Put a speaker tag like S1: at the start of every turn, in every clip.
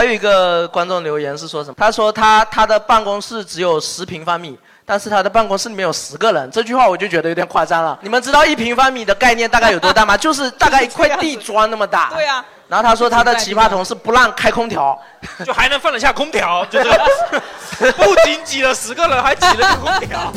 S1: 还有一个观众留言是说什么？他说他他的办公室只有十平方米，但是他的办公室里面有十个人。这句话我就觉得有点夸张了。你们知道一平方米的概念大概有多大吗？ 就是大概一块地砖那么大。对
S2: 啊。
S1: 然后他说他的奇葩同事不让开空调，
S3: 就还能放得下空调， 就是不仅挤了十个人，还挤了个空 调。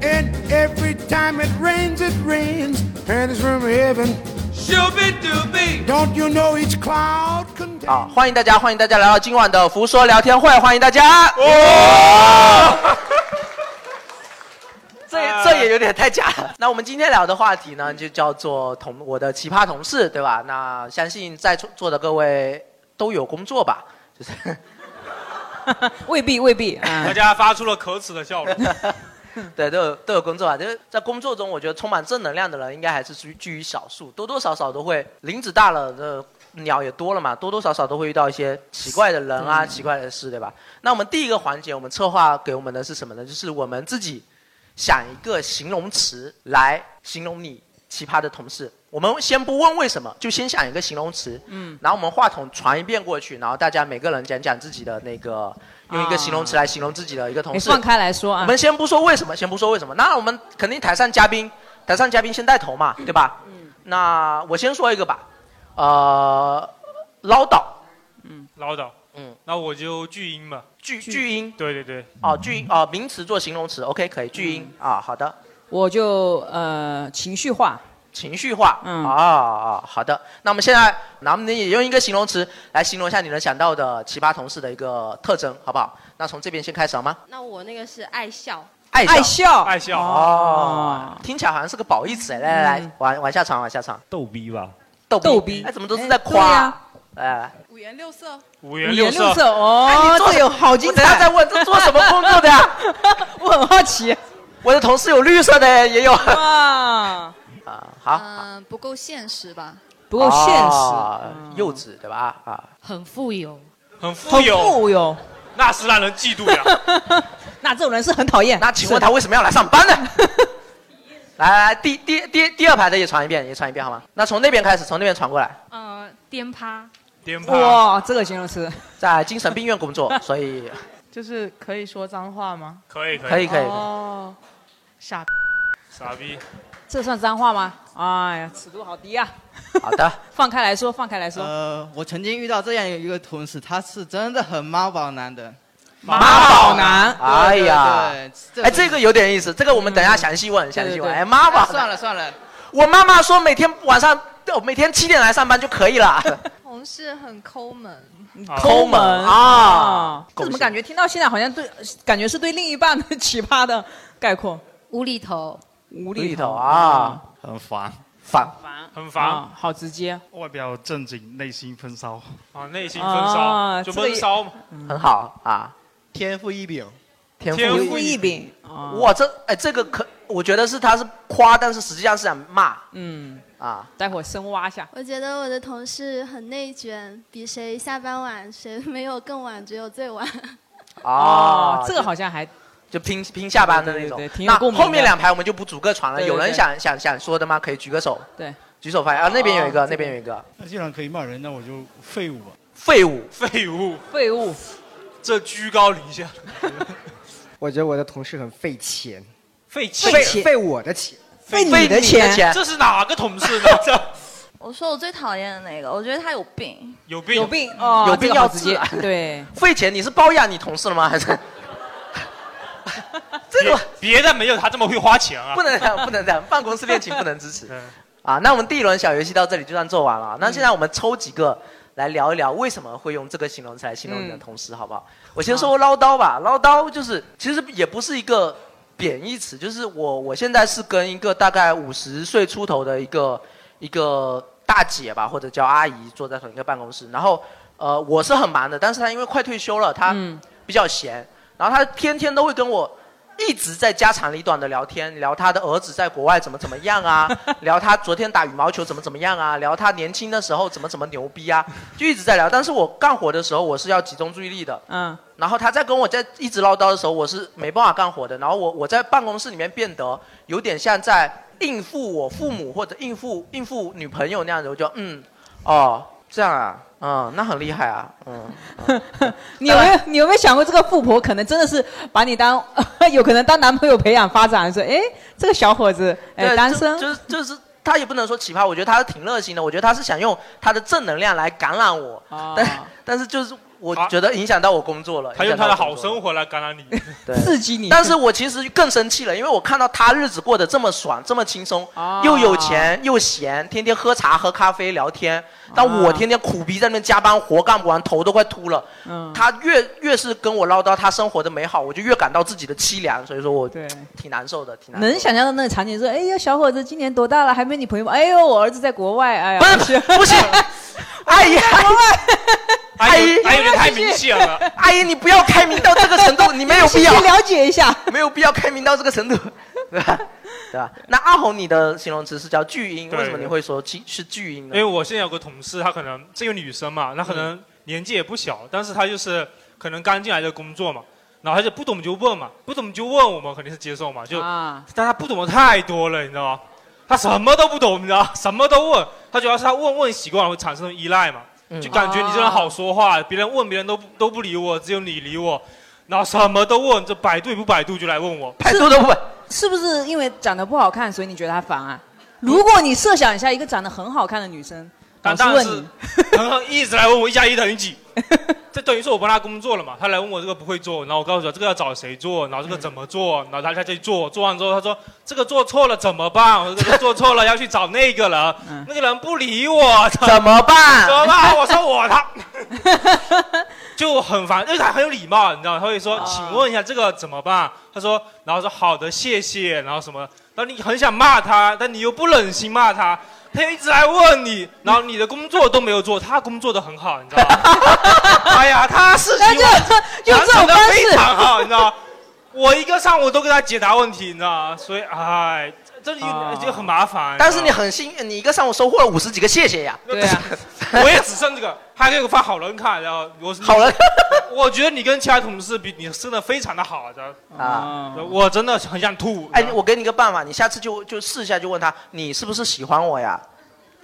S4: And every time it rains, it rains, and it's from heaven.
S3: Shooby dooby.
S4: Don't you know each cloud?
S1: 啊，欢迎大家，欢迎大家来到今晚的福说聊天会，欢迎大家。这这也有点太假了。 那我们今天聊的话题呢，就叫做同我的奇葩同事，对吧？那相信在座座的各位都有工作吧？
S2: 未必未必
S1: 嗯
S2: 啊。
S3: 大家发出了可耻的笑 容。
S1: 对，都有都有工作啊。就是在工作中，我觉得充满正能量的人，应该还是居居于少数，多多少少都会。林子大了，这鸟也多了嘛，多多少少都会遇到一些奇怪的人啊、
S5: 嗯
S1: 奇怪的事，对吧？那我们第一个环节，我们策划给我们的是什么呢？就是我们自己想一个形容词来形容你奇葩的同事。我们先不问为什么，就先想一个形容词，
S2: 嗯，
S1: 然后我们话筒传一遍过去，然后大家每个人讲讲自己的那个，用一个形容词来形容自己的一个同
S2: 你
S1: 事。
S2: 放开来说啊。
S1: 我们先不说为什么，先不说为什么，那我们肯定台上嘉宾，台上嘉宾先带头嘛，
S2: 嗯
S1: 对吧？那我先说一个吧，呃，唠叨
S3: 唠叨。
S1: 嗯，
S3: 那我就巨婴吧。
S1: 巨巨婴。
S3: 对对对。
S1: 哦，巨婴哦，名词做形容词，OK，可以，巨婴啊，好的，
S2: 嗯我就呃情绪化，
S1: 情绪化，嗯，啊啊，好的，那我们现在，那我们也用一个形容词来形容一下你能想到的奇葩同事的一个特征，好不好？那从这边先开始好吗？
S6: 那我那个是爱笑，
S1: 爱笑，
S3: 爱笑
S1: 哦，听起来好像是个褒义词，欸来来
S2: 嗯
S1: 来，往往下传，往下传，
S7: 逗逼吧，
S1: 逗逗逼，哎，怎么都是在夸
S7: 对
S1: 啊
S7: 呀？
S1: 哎，
S6: 五颜六色，
S3: 五
S2: 颜六色哦
S1: 哎你做
S2: 这有好精彩
S1: 我等下再问这做什么工作的呀？
S2: 我很好奇。
S1: 我的同事有绿色的，也有。
S2: 哇，
S1: 啊，好，
S6: 嗯，不够现实吧？
S2: 不够现
S1: 哦
S2: 实，
S1: 幼稚对吧？啊，
S6: 很富有，
S3: 很富有，
S2: 很富有，
S3: 那是让人嫉妒呀。
S2: 那这种人是很讨厌。
S1: 那请问他为什么要来上班呢？ 来来来，第第第第二排的也传一遍，也传一遍好吗？那从那边开始，从那边传过来，
S8: 呃，颠趴，
S3: 颠
S2: 么？哇，这个形容词，
S1: 在精神病院工 作，所以
S8: 就是可以说脏话吗？
S3: 可以可以
S1: 可以可以。
S8: 哦，傻逼，
S3: 傻逼，
S2: 这算脏话吗？哎呀，尺度好低啊！
S1: 好的，
S2: 放开来说，放开来说。
S9: 呃，我曾经遇到这样一个同事，他是真的很妈宝男的。
S2: 妈宝男
S1: 哎呀
S9: 对对，对
S1: 哎，这个有点意思，这个我们等一下详细
S2: 嗯
S1: 问，详细问。哎，妈妈，
S9: 算了算了，
S1: 我妈妈说每天晚上，呃每天七点来上班就可以了。
S6: 同事很抠门，
S3: 嗯
S1: 抠门啊！
S2: 哦这怎么感觉听到现在好像对，感觉是对另一半的奇葩的概括，
S6: 无厘头，
S2: 无
S1: 无
S2: 厘
S1: 厘
S2: 头
S1: 头啊，
S7: 很烦，
S1: 烦
S3: 很
S2: 啊
S3: 烦，
S2: 好直接。
S7: 外表正经，内心闷骚，
S3: 啊，内心
S2: 啊
S3: 闷骚，
S2: 这
S3: 就
S2: 个
S3: 闷骚嘛。
S1: 很好啊，
S9: 天赋异禀，
S1: 天赋
S3: 天
S1: 异
S3: 赋
S1: 禀
S3: 异
S2: 故意饼啊，
S1: 哇，这哎，这个可，我觉得是他是夸，但是实际上是想骂
S2: 嗯，
S1: 啊。
S2: 待会儿深挖一下。
S10: 我觉得我的同事很内卷，比谁下班晚，谁没有更晚，只有最晚。
S1: 哦，
S2: 这个好像还
S1: 就拼拼下班的那种
S2: 对对对挺。有
S1: 那
S2: 共鸣的
S1: 后面两排我们就不逐个传了。
S2: 对对
S1: 有人
S2: 对
S1: 想想想说的吗？可以举个手，
S2: 对，
S1: 举手发言啊。那边有一
S2: 哦
S1: 个，
S2: 这
S1: 那边有一个。
S7: 那既然可以骂人，那我就废物吧。
S1: 废物，
S3: 废物，
S2: 废物。
S3: 这居高临下，
S5: 我觉得我的同事很费钱，
S3: 废气。
S5: 费费我的钱。
S2: 费你
S1: 费
S2: 的钱
S3: 这是哪个同事 呢？这
S11: 我说我最讨厌的那个，我觉得他有病。
S3: 有病
S2: 有病哦，
S1: 有病
S2: 这个好
S1: 要
S2: 直
S1: 治
S2: 接
S1: 啊。
S2: 对，
S1: 费钱，你是包养你同事了吗？还是？这个
S3: 别别的没有他这么会花钱啊嗯
S1: 不。能这样，不能这样，办公室恋情不能支 持。啊，那我们第一轮小游戏到这里就算做完了。啊那现在我们抽几个来聊一聊，为什么会用这个形容词来形容你的同事，好不好？我先说唠叨吧，唠叨就是其实也不是一个贬义词，就是我我现在是跟一个大概五十岁出头的一个一个大姐吧，或者叫阿姨，坐在同一个办公室，然后呃我是很忙的，但是她因为快退休了，她比较闲，然后她天天都会跟我。一直在家长里短的聊天，聊他的儿子在国外怎么怎么样啊， 聊他昨天打羽毛球怎么怎么样啊，聊他年轻的时候怎么怎么牛逼啊，就一直在聊。但是我干活的时候，我是要集中注意力的。
S2: 嗯，
S1: 然后他在跟我在一直唠叨的时候，我是没办法干活的。然后我我在办公室里面变得有点像在应付我父母或者应付应付女朋友那样子，我就嗯，哦，这样啊，嗯，那很厉害啊，嗯，
S2: 你有没有你有没有想过，这个富婆可能真的是把你当有可能当男朋友培养发展？说，哎，这个小伙子，哎，
S1: 对
S2: 单
S1: 就
S2: 身，
S1: 就是就是。他也不能说奇葩，我觉得他是挺热心的。我觉得他是想用他的正能量来感染我， 但但是就是我觉得影响到我工作了。
S3: 啊他
S1: 影
S3: 用
S1: 响到
S3: 他
S1: 我
S3: 的
S1: 工
S3: 好生活来感染你，
S1: 对
S2: 刺激你
S1: 但是我其实更生气了，因为我看到他日子过得这么爽，这么轻松，
S2: 啊
S1: 又有钱又闲，天天喝茶、喝咖啡、聊天。
S3: 啊
S1: 但我天天苦逼在那边加班，活干不完，头都快秃了。
S2: 嗯，
S1: 他越越是跟我唠叨他生活的美好，我就越感到自己的凄凉。所以说我挺难受的，挺难受的。
S2: 能想象到那个场景，说，哎呀，小伙子今年多大了，还没女朋友吗？哎呦，我儿子在国外，哎呀，不是
S1: 不是，阿姨，
S3: 阿
S1: 姨，
S3: 还有点太明显了。
S1: 阿姨，你不要开明到这个程度，你没有必要
S2: 先了解一下，
S1: 没有必要开明到这个程度，对吧？对吧？那阿红，你的形容词是叫巨婴，
S3: 对
S1: 为什么你会说巨是巨婴
S3: 因
S1: 呢？嗯
S3: 为我现在有个同事，她可能是一个女生嘛，她可能年纪也不小，但是她就是可能刚进来就工作嘛，然后她就不懂就问嘛，不懂就问我们肯定是接受嘛，就，
S1: 啊
S3: 但她不懂的太多了，你知道吗？她什么都不懂，你知道吗， 什么都问，她主要是她问问习惯了会产生依赖嘛，
S1: 嗯
S3: 就感觉你这人好说话，别人问别人都不都不理我，只有你理我，然后什么都问，这百度也不百度就来问我，
S1: 百度都问，
S2: 是不是因为长得不好看，所以你觉得她烦啊？如果你设想一下，一个长得很好看的女生，
S3: 但
S2: 老师
S3: 当然
S2: 问
S3: 是
S2: 你，
S3: 然后一直来问我一加一等于几，这等于说我帮他工作了嘛？他来问我这个不会做，然后我告诉他这个要找谁做，然后这个怎么做，然后他他去做，做完之后他说这个做错了怎么办？我说这个做错了要去找那个人，那个人不理我，
S1: 嗯怎么办
S3: 怎么办？我说我 他就很烦，因为他很有礼貌，你知道吗，他会
S1: 哦
S3: 说请问一下这个怎么办？他说，然后说好的谢谢，然后什么，然后你很想骂他，但你又不忍心骂他。他又一直来问你，然后你的工作都没有做，他工作的很好，你知道吗？哎呀，他事情
S2: 就用这种
S3: 的
S2: 方
S3: 非
S2: 式
S3: 常好，你知道吗？ 我一个上午都给他解答问题，你知道吗？所以哎，这就就很麻烦。
S1: 哦但是
S3: 知道吗
S1: 你很幸运，你一个上午收获了五十几个谢 谢呀。
S3: 对啊，我也只剩这个，还给我发好人卡，然后我
S1: 好人，
S3: 我觉得你跟其他同事比，你升的非常的好，知道吗
S1: 啊
S3: 我真的很想吐。
S1: 哎，我给你个办法，你下次就就试一下，就问他你是不是喜欢我呀？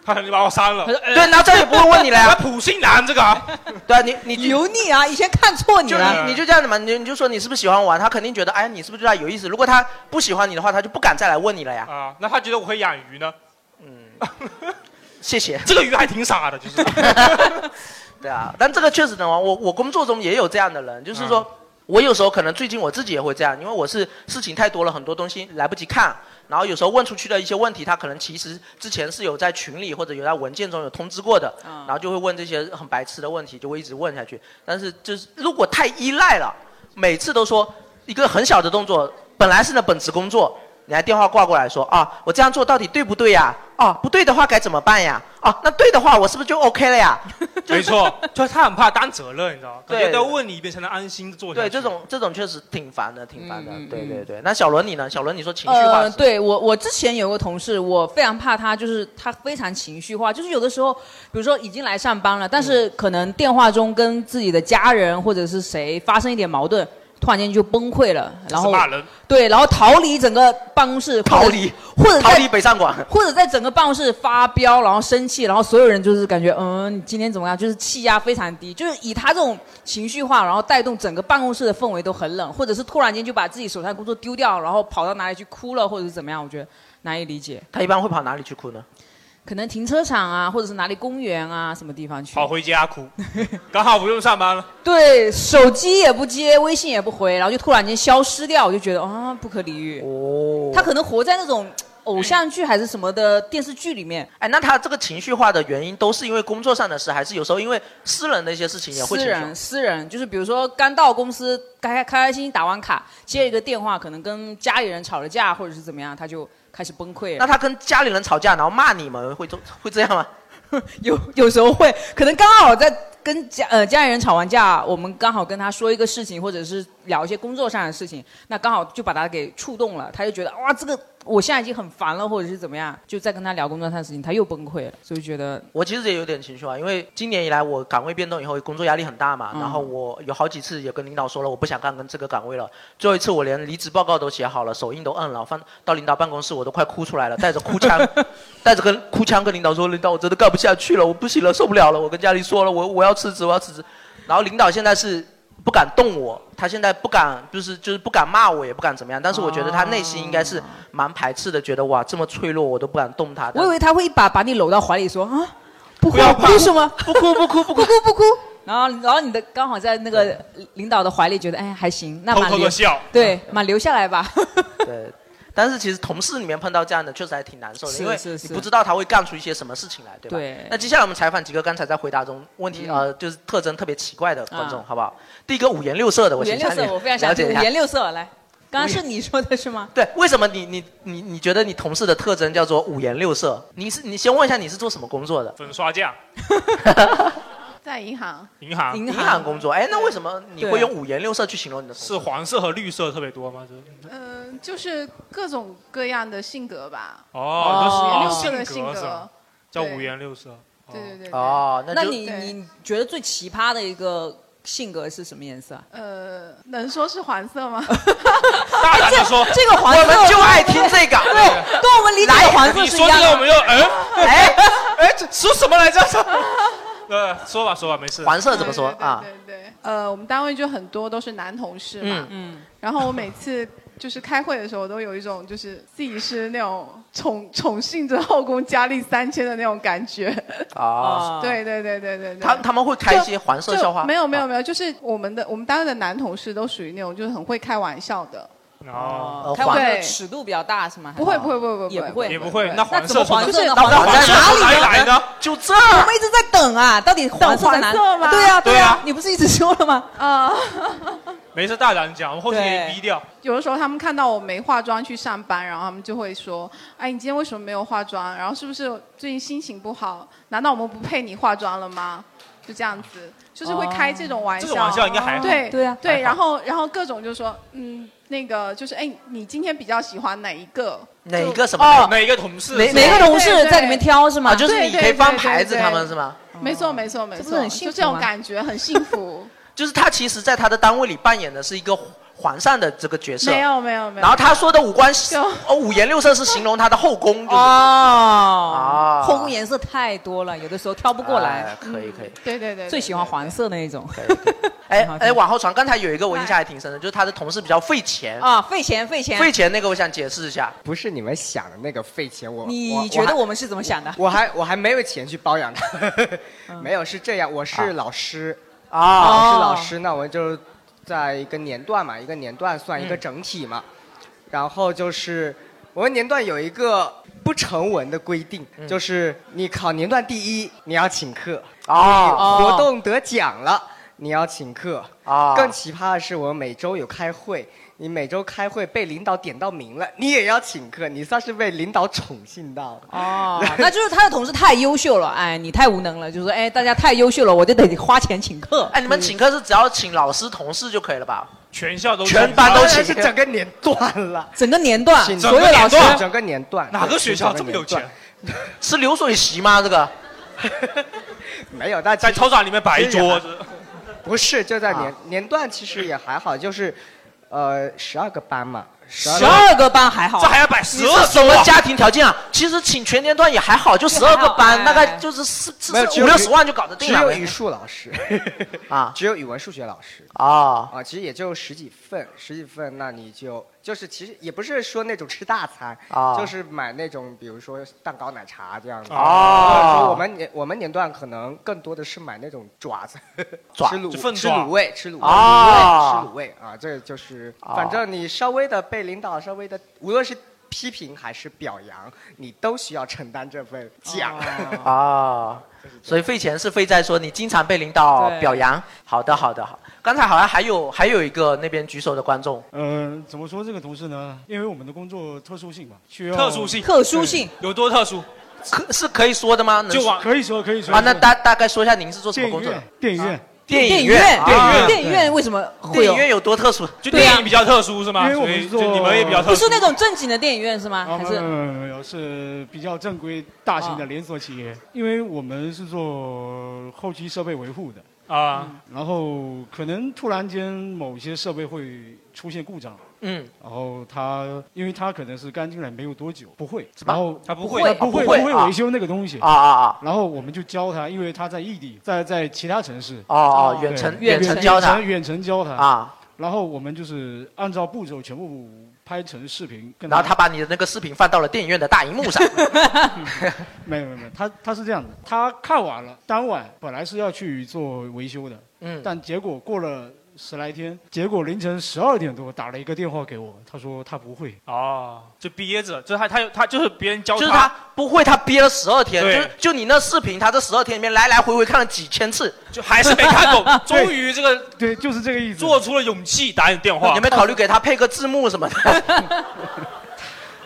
S3: 他你把我删了，
S1: 呃对，然后再也不会问你了 呀。
S3: 普信男这个，
S1: 对啊，你你
S2: 油腻啊，以前看错你
S1: 就
S2: 了
S1: 你你就这样子嘛，你你就说你是不是喜欢我啊？他肯定觉得哎，你是不是对他有意思？如果他不喜欢你的话，他就不敢再来问你了呀。
S3: 啊，那他觉得我会养鱼呢？
S1: 谢谢。
S3: 这个鱼还挺傻的， 就是。
S1: 对啊，但这个确实能玩。我我工作中也有这样的人，就是说、我有时候可能最近我自己也会这样，因为我是事情太多了，很多东西来不及看。然后有时候问出去的一些问题，他可能其实之前是有在群里或者有在文件中有通知过的，然后就会问这些很白痴的问题，就会一直问下去。但是就是如果太依赖了，每次都说一个很小的动作，本来是你的本职工作，你还电话挂过来说啊，我这样做到底对不对呀？啊，不对的话该怎么办呀？啊，那对的话我是不是就 OK 了呀？
S3: 没错，就是他很怕担责任，你知道吗？感觉
S1: 对
S3: 都要问你一遍才能安心做下
S1: 对，
S3: 去。
S1: 这种这种确实挺烦的，挺烦的。对对对，那小伦你呢？小伦你说情绪化
S2: 嗯呃，
S1: 是，
S2: 对我，我之前有个同事，我非常怕他，就是他非常情绪化，就是有的时候，比如说已经来上班了，
S1: 嗯
S2: 但是可能电话中跟自己的家人或者是谁发生一点矛盾，突然间就崩溃了，然后
S3: 是骂人
S2: 对，然后逃离整个办公室，
S1: 逃离
S2: 或者
S1: 逃
S2: 在
S1: 离北上广。
S2: 或者在整个办公室发飙，然后生气，然后所有人就是感觉，嗯，你今天怎么样？就是气压非常低，就是以他这种情绪化，然后带动整个办公室的氛围都很冷，或者是突然间就把自己手上的工作丢掉，然后跑到哪里去哭了，或者是怎么样，我觉得难以理解。
S1: 他一般会跑哪里去哭呢？
S2: 可能停车场啊，或者是哪里公园啊，什么地方去？
S3: 跑回家 哭，刚好不用上班了。
S2: 对，手机也不接，微信也不回，然后就突然间消失掉，我就觉得啊，不可理喻。
S1: 哦，
S2: 他可能活在那种偶像剧还是什么的电视剧里面。
S1: 哎，那他这个情绪化的原因都是因为工作上的事，还是有时候因为私人的一些事情也会
S2: 私
S1: 情
S2: 人
S1: 绪？
S2: 私人就是比如说刚到公司，开开开心心打完卡，接一个电话，可能跟家里人吵了架或者是怎么样，他就开始崩溃了。
S1: 那他跟家里人吵架，然后骂你们，会都会这样吗？
S2: 有 有时候会，可能刚好在跟家呃家里人吵完架，我们刚好跟他说一个事情，或者是聊一些工作上的事情，那刚好就把他给触动了，他就觉得哇这个我现在已经很烦了，或者是怎么样，就再跟他聊工作上的事情，他又崩溃了，所以觉得
S1: 我其实也有点情绪啊化，因为今年以来我岗位变动以后，工作压力很大嘛，
S2: 嗯
S1: 然后我有好几次也跟领导说了，我不想干跟这个岗位了。最后一次我连离职报告都写好了，手印都摁了，放到领导办公室我都快哭出来了，带着哭 腔，带着跟哭腔跟领导说，领导我真的干不下去了，我不行了，受不了了，我跟家里说了，我我要辞职，我要辞职。然后领导现在是不敢动我，他现在不敢，就是就是不敢骂我，也不敢怎么样。但是我觉得他内心应该是蛮排斥的，觉得哇这么脆弱，我都不敢动他。但
S2: 啊我以为他会一把把你搂到怀里说啊，不哭
S1: 不要怕
S2: 哭什 么？
S1: 不哭不哭不哭
S2: 不哭不哭。然后，然后你的刚好在那个领导的怀里，觉得哎还行，那
S1: 偷
S2: 马
S1: 偷地
S2: 留
S1: 笑
S2: 对，马留下来吧。
S1: 对，但是其实同事里面碰到这样的，确实还挺难受的，
S2: 是
S1: 因为
S2: 是
S1: 你
S2: 是
S1: 不知道他会干出一些什么事情来，对吧？
S2: 对
S1: 那接下来我们采访几个刚才在回答中问题、
S2: 嗯
S1: 呃，就是特征特别奇怪的观众，
S2: 啊
S1: 好不好？第一个五颜六色的，
S2: 五
S1: 我
S2: 颜
S1: 请
S2: 六
S1: 夏
S2: 色，
S1: 姐
S2: 我非常
S1: 了
S2: 想
S1: 解
S2: 听
S1: 一
S2: 五
S1: 下。
S2: 颜六色。来，刚刚是你说的是吗？
S1: 对，为什么你你你你觉得你同事的特征叫做五颜六色？你是你先问一下你是做什么工作的？
S3: 粉刷匠，
S8: 在银行，
S3: 银行，
S1: 银行工作。哎，那为什么你会用五颜六色去形容你的？
S3: 是黄色和绿色特别多吗？就是
S8: 嗯、就是各种各样的性格吧。
S3: 哦，
S8: 五颜
S3: 这
S8: 六色的
S3: 是性
S8: 性
S3: 格是
S8: 格
S3: 吧，叫
S8: 对
S3: 五颜六色。
S8: 对对对。对
S1: 哦
S2: 那你你觉得最奇葩的一个性格是什么颜色啊？
S8: 呃，能说是黄色 吗？
S3: 大胆的说，
S2: 这个黄色我们就爱听这个对跟我们理解的黄色
S3: 你
S2: 是
S3: 说
S2: 一样
S3: 这
S2: 的
S3: 个我们就嗯，
S1: 哎
S3: 哎，这说什么来着？呃，说吧说吧，没事。
S1: 黄色怎么说啊？
S8: 呃，我们单位就很多都是男同事嘛，
S1: 嗯
S8: 然后我每次就是开会的时候，我都有一种就是自己是那种宠宠幸着后宫佳丽三千的那种感觉。
S1: 哦，
S8: 对对对对对对。
S1: 他他们会开一些黄色
S8: 就
S1: 笑话？
S8: 没有没有没有，就是我们的我们单位的男同事都属于那种就是很会开玩笑的，
S1: 哦
S2: 开玩笑的
S8: 对
S2: 尺度比较大是吗？
S8: 不会不会不会不会
S2: 也不会
S3: 也不会
S2: 对
S3: 那黄
S2: 怎么
S3: 色
S2: 黄色呢？
S3: 从哪
S2: 黄色
S3: 那黄色
S2: 哪里
S3: 从哪里来呢？
S1: 就这
S2: 我们一直在等啊，到底黄色在哪里？
S8: 等黄色吗
S2: 对啊对
S3: 对
S2: 啊
S3: 啊，
S2: 你不是一直说了吗？
S8: 啊、
S3: 没事，大胆讲，我们后期给你逼掉。
S8: 有的时候他们看到我没化妆去上班，然后他们就会说：“哎，你今天为什么没有化妆？然后是不是最近心情不好？难道我们不配你化妆了吗？”就这样子，就是会开这种玩笑。啊
S3: 哦这种玩笑应该还好
S8: 对
S3: 对啊
S8: 对，
S3: 还好
S8: 然后然后各种就说：“嗯，那个就是哎，你今天比较喜欢哪一个？”
S1: 哪一个什
S2: 哦
S1: 么？
S3: 哪一个同事
S1: 哪
S8: 哪个同事在里面挑
S2: 是吗
S1: 啊，就是
S8: 对
S1: 你
S8: 对
S1: 可以翻
S8: 对对
S1: 牌子，
S8: 对
S1: 他们是吗？
S8: 没错没错没
S2: 哦这不是
S8: 错，
S2: 很幸
S8: 就
S2: 福
S8: 这种
S2: 吗
S8: 感觉很幸 福。
S1: 就是他其实在他的单位里扮演的是一个皇上的这个角色。
S8: 没有哦没有没有。
S1: 然后他说的五官哦五颜六色是形容他的后宫，就是
S2: 哦
S1: 啊
S2: 后宫颜色太多了，有的时候挑不过来
S1: 哎。可以可以。
S8: 对对对
S2: 最喜欢黄色那一种。
S1: 哎哎，往后传，刚才有一个我印象还挺深的，就是他的同事比较费钱
S2: 啊，费钱费钱
S1: 哎费钱那个我想解释一下，
S5: 不是你们想的那个费钱，我
S2: 你觉得我们是怎么想的？
S5: 我还我还没有钱去包养他， 没有是这样，我是老师
S1: 啊
S5: 我是
S1: 哦
S5: 老师，那我就是在一个年段嘛，一个年段算一个整体嘛，然后就是我们年段有一个不成文的规定，就是你考年段第一你要请客，
S1: 哦
S5: 你活动得奖了你要请客，
S1: 啊
S5: 更奇葩的是我们每周有开会。你每周开会被领导点到名了，你也要请客，你算是被领导宠幸到了。
S2: 哦，那就是他的同事太优秀了，哎，你太无能了，就是说哎，大家太优秀了，我就得花钱请客。
S1: 哎，你们请客是只要请老师同事就可以了吧？
S3: 全校都
S1: 全班都请，
S5: 是整个年段了，
S2: 整个年段
S5: 是
S1: 所有老师
S5: 整个年段，
S1: 哪个学校
S5: 对
S1: 这么有？
S5: 是整
S1: 钱
S5: 个年
S1: 是流水席吗？这个
S5: 段没有，但在
S3: 操场里面摆一桌 子，
S5: 不是就在年年段，其实也还好，就是呃十二个班嘛，
S1: 十二
S2: 个班还好啊
S1: 这还
S3: 要摆
S1: 你是什么家庭条件啊？其实请全年段也还好，就十二个班，大
S2: 哎
S1: 概就是四四
S5: 没有
S1: 四五六十万就搞得定了。
S5: 只有语数老 师
S1: 啊，
S5: 只有语文数学老师
S1: 啊
S5: 啊，其实也就十几份，十几份，那你就就是其实也不是说那种吃大餐
S1: 啊
S5: 就是买那种比如说蛋糕、奶茶这样子
S1: 哦
S5: 或者说我们年我们年段可能更多的是买那种爪子，
S1: 爪
S5: 吃卤
S1: 就凤
S5: 吃
S1: 爪
S5: 卤味，吃卤味，
S1: 啊
S5: 卤味吃卤味啊，这个就是反正你稍微的被领导稍微的，无论是批评还是表扬，你都需要承担这份
S1: 哦
S5: 奖。
S1: 啊，所以费钱是费在说你经常被领导
S5: 对
S1: 表扬。好的，好的，好。刚才好像还有还有一个那边举手的观众，
S7: 嗯、怎么说这个同事呢？因为我们的工作特殊性嘛，需要
S3: 特殊性，有多特殊？
S1: 可是可以说的吗？能啊
S3: 就往
S7: 可以说可以说
S1: 啊，那大大概说一下您是做什么
S7: 电影
S1: 工作的
S7: 院？，电影院，
S1: 电影
S2: 院
S1: 院，
S2: 啊电影院为什么会有
S1: 电影院有多特殊？
S3: 就
S2: 对啊
S3: 电影比较特殊是
S7: 因
S3: 吗？
S7: 为我
S3: 所
S7: 们
S3: 以
S7: 是
S3: 就
S7: 做
S3: 你们也比较特
S2: 不
S3: 殊哦
S2: 是。那种正经的电影院是吗？
S7: 啊，
S2: 还
S7: 没
S2: 是
S7: 有没有没有，是比较正规大型
S1: 啊
S7: 的连锁企业，因为我们是做后期设备维护的
S3: 啊、
S7: 然后可能突然间某些设备会出现故障，
S1: 嗯，
S7: 然后他因为他可能是刚进来没有多久，不会，
S1: 么
S7: 然后
S1: 他不
S7: 会
S1: 会
S7: 不
S1: 啊
S7: 会
S1: 不会
S7: 不会
S1: 啊
S7: 维修那个东西
S1: 啊啊啊，
S7: 然后我们就教他，因为他在异地，在在其他城市，
S1: 哦哦
S7: 对
S1: 远程
S7: 远
S1: 远程教他
S7: 远程教他
S1: 啊，
S7: 然后我们就是按照步骤全部拍成视频，跟
S1: 然后他把你的那个视频放到了电影院的大荧幕上，
S7: 没有没有没有，他他是这样的，他看完了，当晚本来是要去做维修的，
S1: 嗯
S7: 但结果过了十来天，结果凌晨十二点多打了一个电话给我，他说他不会，
S3: 哦，就憋着，就是他他有他就是别人教
S1: 就是他不会，他憋了十二天，就是就你那视频，他这十二天里面来来回回看了几千次，，
S3: 就还是没看懂 终于这个
S7: 对，就是这个意思，
S3: 做出了勇气打你电话。
S1: 有没有考虑给 他配个字幕什么的？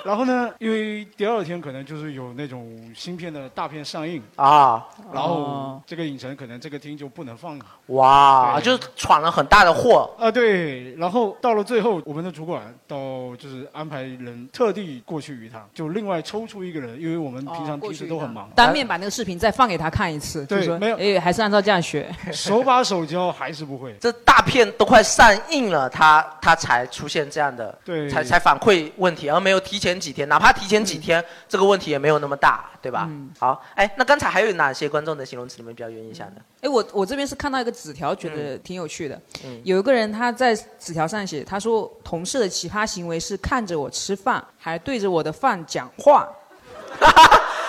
S7: 然后呢，因为第二天可能就是有那种新片的大片上映
S1: 啊
S7: 然后
S1: 哦
S7: 这个影城可能这个厅就不能放了。
S1: 哇，
S7: 对
S1: 就是闯了很大的祸。
S7: 啊，对，然后到了最后，我们的主管到就是安排人特地过去一趟，就另外抽出一个人，因为我们平
S2: 哦
S7: 常平时都很忙，哎
S2: 当面把那个视频再放给他看一次，
S7: 对
S2: 就说
S7: 没有
S2: 哎，还是按照这样学。
S7: 手把手教还是不会。
S1: 这大片都快上映了，他他才出现这样的，
S7: 对
S1: 才才反馈问题，而没有提前几天，哪怕提前几
S7: 嗯
S1: 天，这个问题也没有那么大，对吧？好，哎，那刚才还有哪些观众的形容词你们比较有印象的？
S2: 哎，我我这边是看到一个纸条，觉得挺有趣的。
S1: 嗯
S2: 有一个人他在纸条上写，他说同事的奇葩行为是看着我吃饭，还对着我的饭讲 话。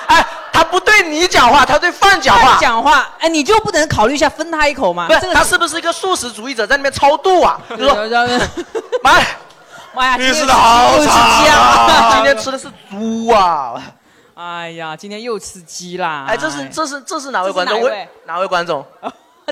S1: 哎他不对你讲话，他对饭讲话
S2: 饭讲话，哎，你就不能考虑一下分他一口吗？
S1: 不是
S2: 这，个
S1: 他是不是一个素食主义者在那边超度 啊？就说
S2: 对对对
S1: 妈，
S2: 妈呀，
S1: 你
S2: 今天
S1: 吃得好
S2: 又吃鸡
S1: 惨
S2: 啊！
S1: 啊今天吃的是猪啊！
S2: 哎呀，今天又吃鸡啦！
S1: 哎，这是这是这是哪位观众？
S2: 这是哪一位啊
S1: 我哪位观众？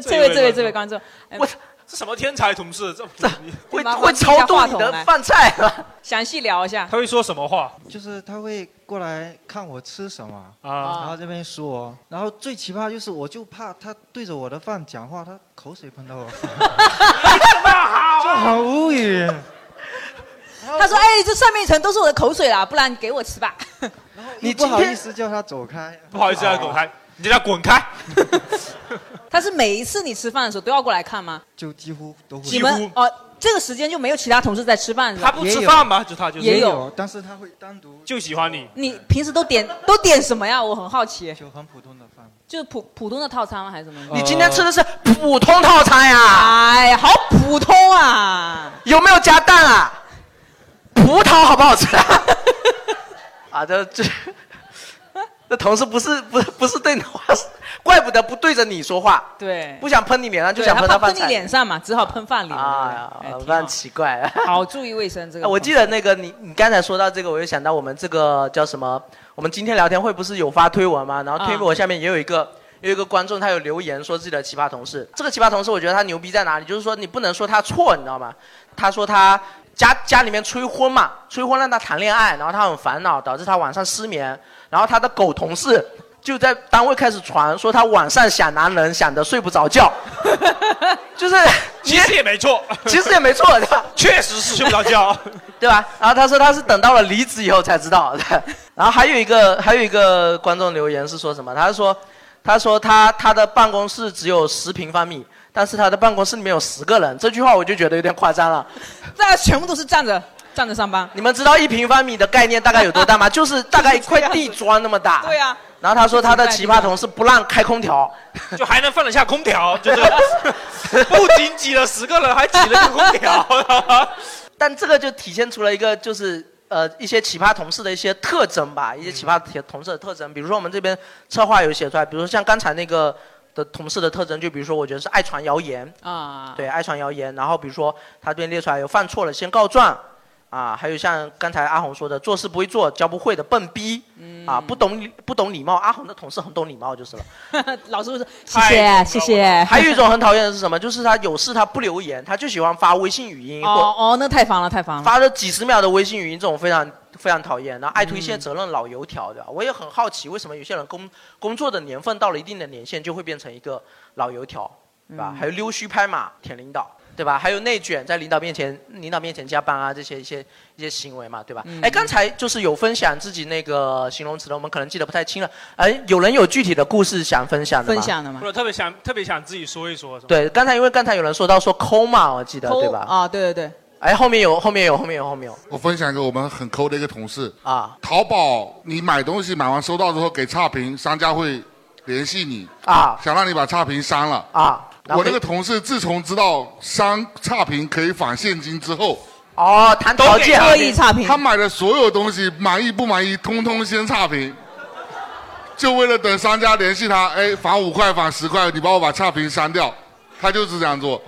S2: 这位这位这位观众，哎
S3: 这什么天才同事？这这
S1: 会
S2: 麻烦
S1: 会
S2: 递一下
S1: 超度
S2: 话
S1: 你
S2: 筒
S1: 的
S2: 来
S1: 饭菜啊。
S2: 详细聊一下。
S3: 他会说什么话？
S9: 就是他会过来看我吃什么
S3: 啊
S9: 然后这边说，然后最奇葩就是我就怕他对着我的饭讲话，他口水喷到我，就
S3: 啊
S9: 很无语。
S2: 他说：“哎，这上面一层都是我的口水啦，不然你给我吃吧。
S9: 你不好意思叫他走开，
S3: 不好意思啊，滚开，你叫他滚开。”
S2: 他是每一次你吃饭的时候都要过来看吗？
S9: 就几乎都会。
S2: 你们哦，这个时间就没有其他同事在吃饭是吧？
S3: 他不吃饭吗？就
S1: 啊
S3: 他就是
S2: 也有，
S9: 但是他会单独
S3: 就喜欢你。
S2: 你平时都点都点什么呀？我很好奇。
S9: 就很普通的饭，哦
S2: 就是普普通的套餐吗？还是什么？
S1: 你今天吃的
S3: 呃
S1: 是普通套餐呀、
S2: 哎呀，好普通啊！
S1: 有没有加蛋啊？葡萄好不好吃啊？ 啊，这这这同事不是不是不是对你话，怪不得不对着你说话，
S2: 对，
S1: 不想喷你脸上，就
S2: 对
S1: 想喷
S2: 他
S1: 饭
S2: 喷你
S1: 菜。
S2: 脸上嘛，只好喷饭脸。
S1: 啊，那奇怪了。
S2: 好注意卫生这个。
S1: 啊我记得那个你，你刚才说到这个，我就想到我们这个叫什么？我们今天聊天会不是有发推文吗？然后推文下面也有一个、有一个观众，他有留言说自己的奇葩同事。这个奇葩同事，我觉得他牛逼在哪里？就是说你不能说他错，你知道吗？他说他家家里面催婚嘛，催婚让他谈恋爱，然后他很烦恼，导致他晚上失眠。然后他的狗同事就在单位开始传说他晚上想男人，想的睡不着觉，就是
S3: 其实也没错，
S1: 其实也没错，对吧？
S3: 确实是睡 不着觉，
S1: 对吧？然后他说他是等到了离职以后才知道 的。然后还有一个还有一个观众留言是说什么？他说他说他他的办公室只有十平方米，但是他的办公室里面有十个人。这句话我就觉得有点夸张了。
S2: 大家全部都是站着站着上班。
S1: 你们知道一平方米的概念大概有多大 吗？就是大概一块地砖那么大。
S2: 对啊呀、
S1: 然后他说他的奇葩同事不让开空调，
S3: 就还能放得下空调， 就是不仅挤了十个人，还挤了个空调。
S1: 但这个就体现出了一个就是呃一些奇葩同事的一些特征吧，
S3: 嗯
S1: 一些奇葩同同事的特征，比如说我们这边策划有写出来，比如说像刚才那个的同事的特征，就比如说我觉得是爱传谣言，
S2: 啊，
S1: 对，爱传谣言，然后比如说他这边列出来有犯错了先告状。啊，还有像刚才阿红说的，做事不会做，教不会的笨逼，
S3: 嗯
S1: 啊，不懂不懂礼貌。阿红的同事很懂礼貌就是了。
S2: 老师会说谢谢谢 谢。
S1: 还有一种很讨厌的是什么？就是他有事他不留言，他就喜欢发微信语音或
S2: 哦哦，那太烦了太烦了。
S1: 发了几十秒的微信语音，这种非常非常讨厌。然后爱推卸责任老油条
S2: 嗯
S1: 的，我也很好奇，为什么有些人工工作的年份到了一定的年限就会变成一个老油条？对
S2: 嗯
S1: 吧？还有溜须拍马舔领导，对吧？还有内卷，在领导面前领导面前加班啊，这些一些一些行为嘛，对吧？
S2: 嗯
S1: 哎、刚才就是有分享自己那个形容词的，我们可能记得不太清了。哎，有人有具体的故事想分享的吗？
S3: 不是特别想特别想自己说一说，是吧？
S1: 对，刚才因为刚才有人说到说抠嘛，我记得
S3: 抠
S1: 对吧？
S2: 啊，对对对。
S1: 哎，后面有，后面有，后面有，后面有。
S12: 我分享一个我们很抠的一个同事
S1: 啊，
S12: 淘宝你买东西买完收到之后给差评，商家会联系你
S1: 啊，
S12: 想让你把差评删了
S1: 啊。然后
S12: 我那个同事自从知道删差评可以返现金之后，
S1: 哦，谈条件都给恶意差评
S12: 他买的所有东西满意不满意，通通先差评。就为了等商家联系他，哎，返五块，返十块，你帮我把差评删掉，他就是这样做。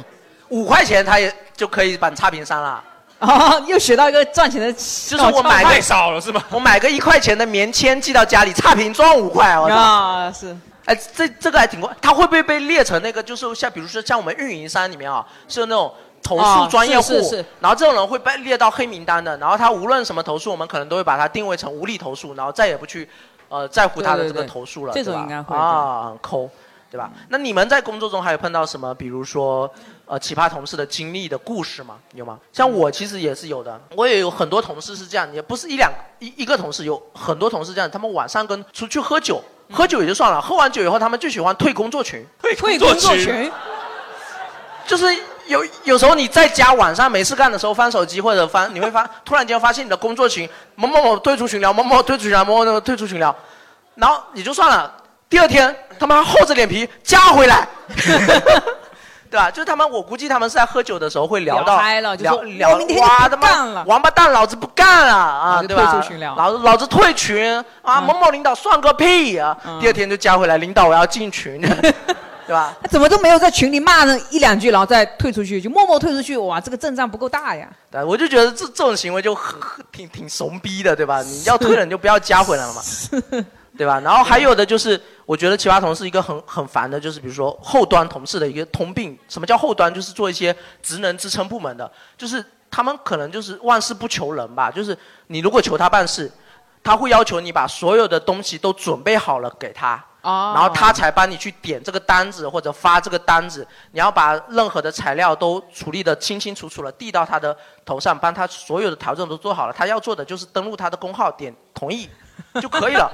S1: 五块钱他也就可以把差评删了。
S2: 哦， 又学到一个赚钱的，
S1: 就
S2: 就
S1: 是我买个
S3: 少了是吗？
S1: 我买个一块钱的棉签寄到家里，差评赚五块，我操！
S2: 啊，是。
S1: 哎，这这个还挺怪，他会不会被列成那个？就是像比如说像我们运营商里面啊，是那种投诉
S2: 啊
S1: 专业户，
S2: 是是是
S1: 然后这种人会被列到黑名单的。然后他无论什么投诉，我们可能都会把他定位成无力投诉，然后再也不去呃在乎他的这
S2: 对对
S1: 个
S2: 对
S1: 投诉了。
S2: 这种
S1: 对吧
S2: 应该会
S1: 啊，很抠，对吧？那你们在工作中还有碰到什么，比如说呃奇葩同事的经历的故事吗？有吗？像我其实也是有的，我也有很多同事是这样，也不是一两一一个同事，有很多同事这样，他们晚上跟出去喝酒，喝酒也就算了，喝完酒以后他们就喜欢退工作群，退
S2: 退工作群，
S1: 就是。有有时候你在家晚上没事干的时候翻手机或者翻，你会发突然间发现你的工作群某某某退出群聊，某某退出群聊，某某某退出群聊，然后也就算了，第二天他们还厚着脸皮加回来，对啊吧？就是他们，我估计他们是在喝酒的时候会聊到
S2: 聊嗨了就
S1: 聊
S2: 说
S1: 聊
S2: 我明天就
S1: 哇
S2: 不
S1: 他妈王八蛋，老子不干了啊，
S2: 就
S1: 对吧
S2: 退出群？聊嗯
S1: 老子老子退群啊！某某领导算个屁啊！第二天就加回来，领导我要进群， 对吧？
S2: 他哎怎么都没有在群里骂了一两句，然后再退出去，就默默退出去。哇，这个阵仗不够大呀！
S1: 对，我就觉得这这种行为就很很挺挺怂逼的，对吧？你要退了，你就不要加回来了嘛，对吧？然后还有的就是，我觉得奇葩同事一个很很烦的，就是比如说后端同事的一个通病。什么叫后端？就是做一些职能支撑部门的，就是他们可能就是万事不求人吧，就是你如果求他办事，他会要求你把所有的东西都准备好了给他。
S2: 哦
S1: 然后他才帮你去点这个单子或者发这个单子，你要把任何的材料都处理的清清楚楚了，递到他的头上，帮他所有的调整都做好了。他要做的就是登录他的工号，点同 意就可以了。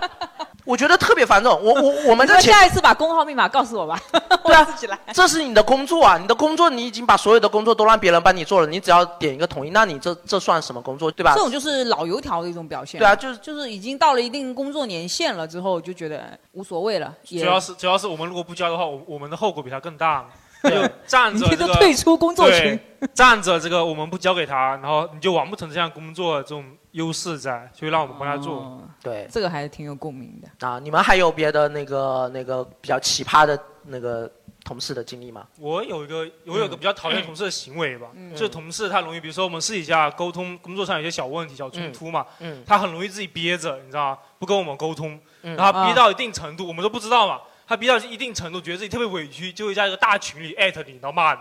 S1: 我觉得特别繁重。我我我们
S2: 你
S1: 在
S2: 说
S1: 前
S2: 下一次把工号密码告诉我吧，
S1: 对啊，这是你的工作啊，你的工作你已经把所有的工作都让别人帮你做了，你只要点一个同意，那你这这算什么工作，对吧？
S2: 这种就是老油条的一种表现。
S1: 对啊就是
S2: 就是已经到了一定工作年限了之后，就觉得哎无所谓了。也
S3: 主要是主要是我们如果不交的话，我我们的后果比他更大嘛。他就站着、这
S2: 你
S3: 个、
S2: 都退出工作群
S3: 对，站着这个我们不交给他，然后你就完不成这项工作这种优势在，就会让我们帮他做。
S1: 对，
S2: 这个还挺有共鸣的。
S1: 啊，你们还有别的那个那个比较奇葩的那个同事的经历吗？
S3: 我有一个我有一个比较讨厌同事的行为吧，
S1: 嗯
S3: 就是同事他容易，比如说我们私底下沟通，工作上有些小问题、小冲突嘛，
S1: 嗯嗯
S3: 他很容易自己憋着，你知道吗？不跟我们沟通，
S1: 嗯
S3: 然后憋到一定程度，我们都不知道嘛。他憋到一定程度，觉得自己特别委屈，就会在一个大群里艾特你，然后骂你。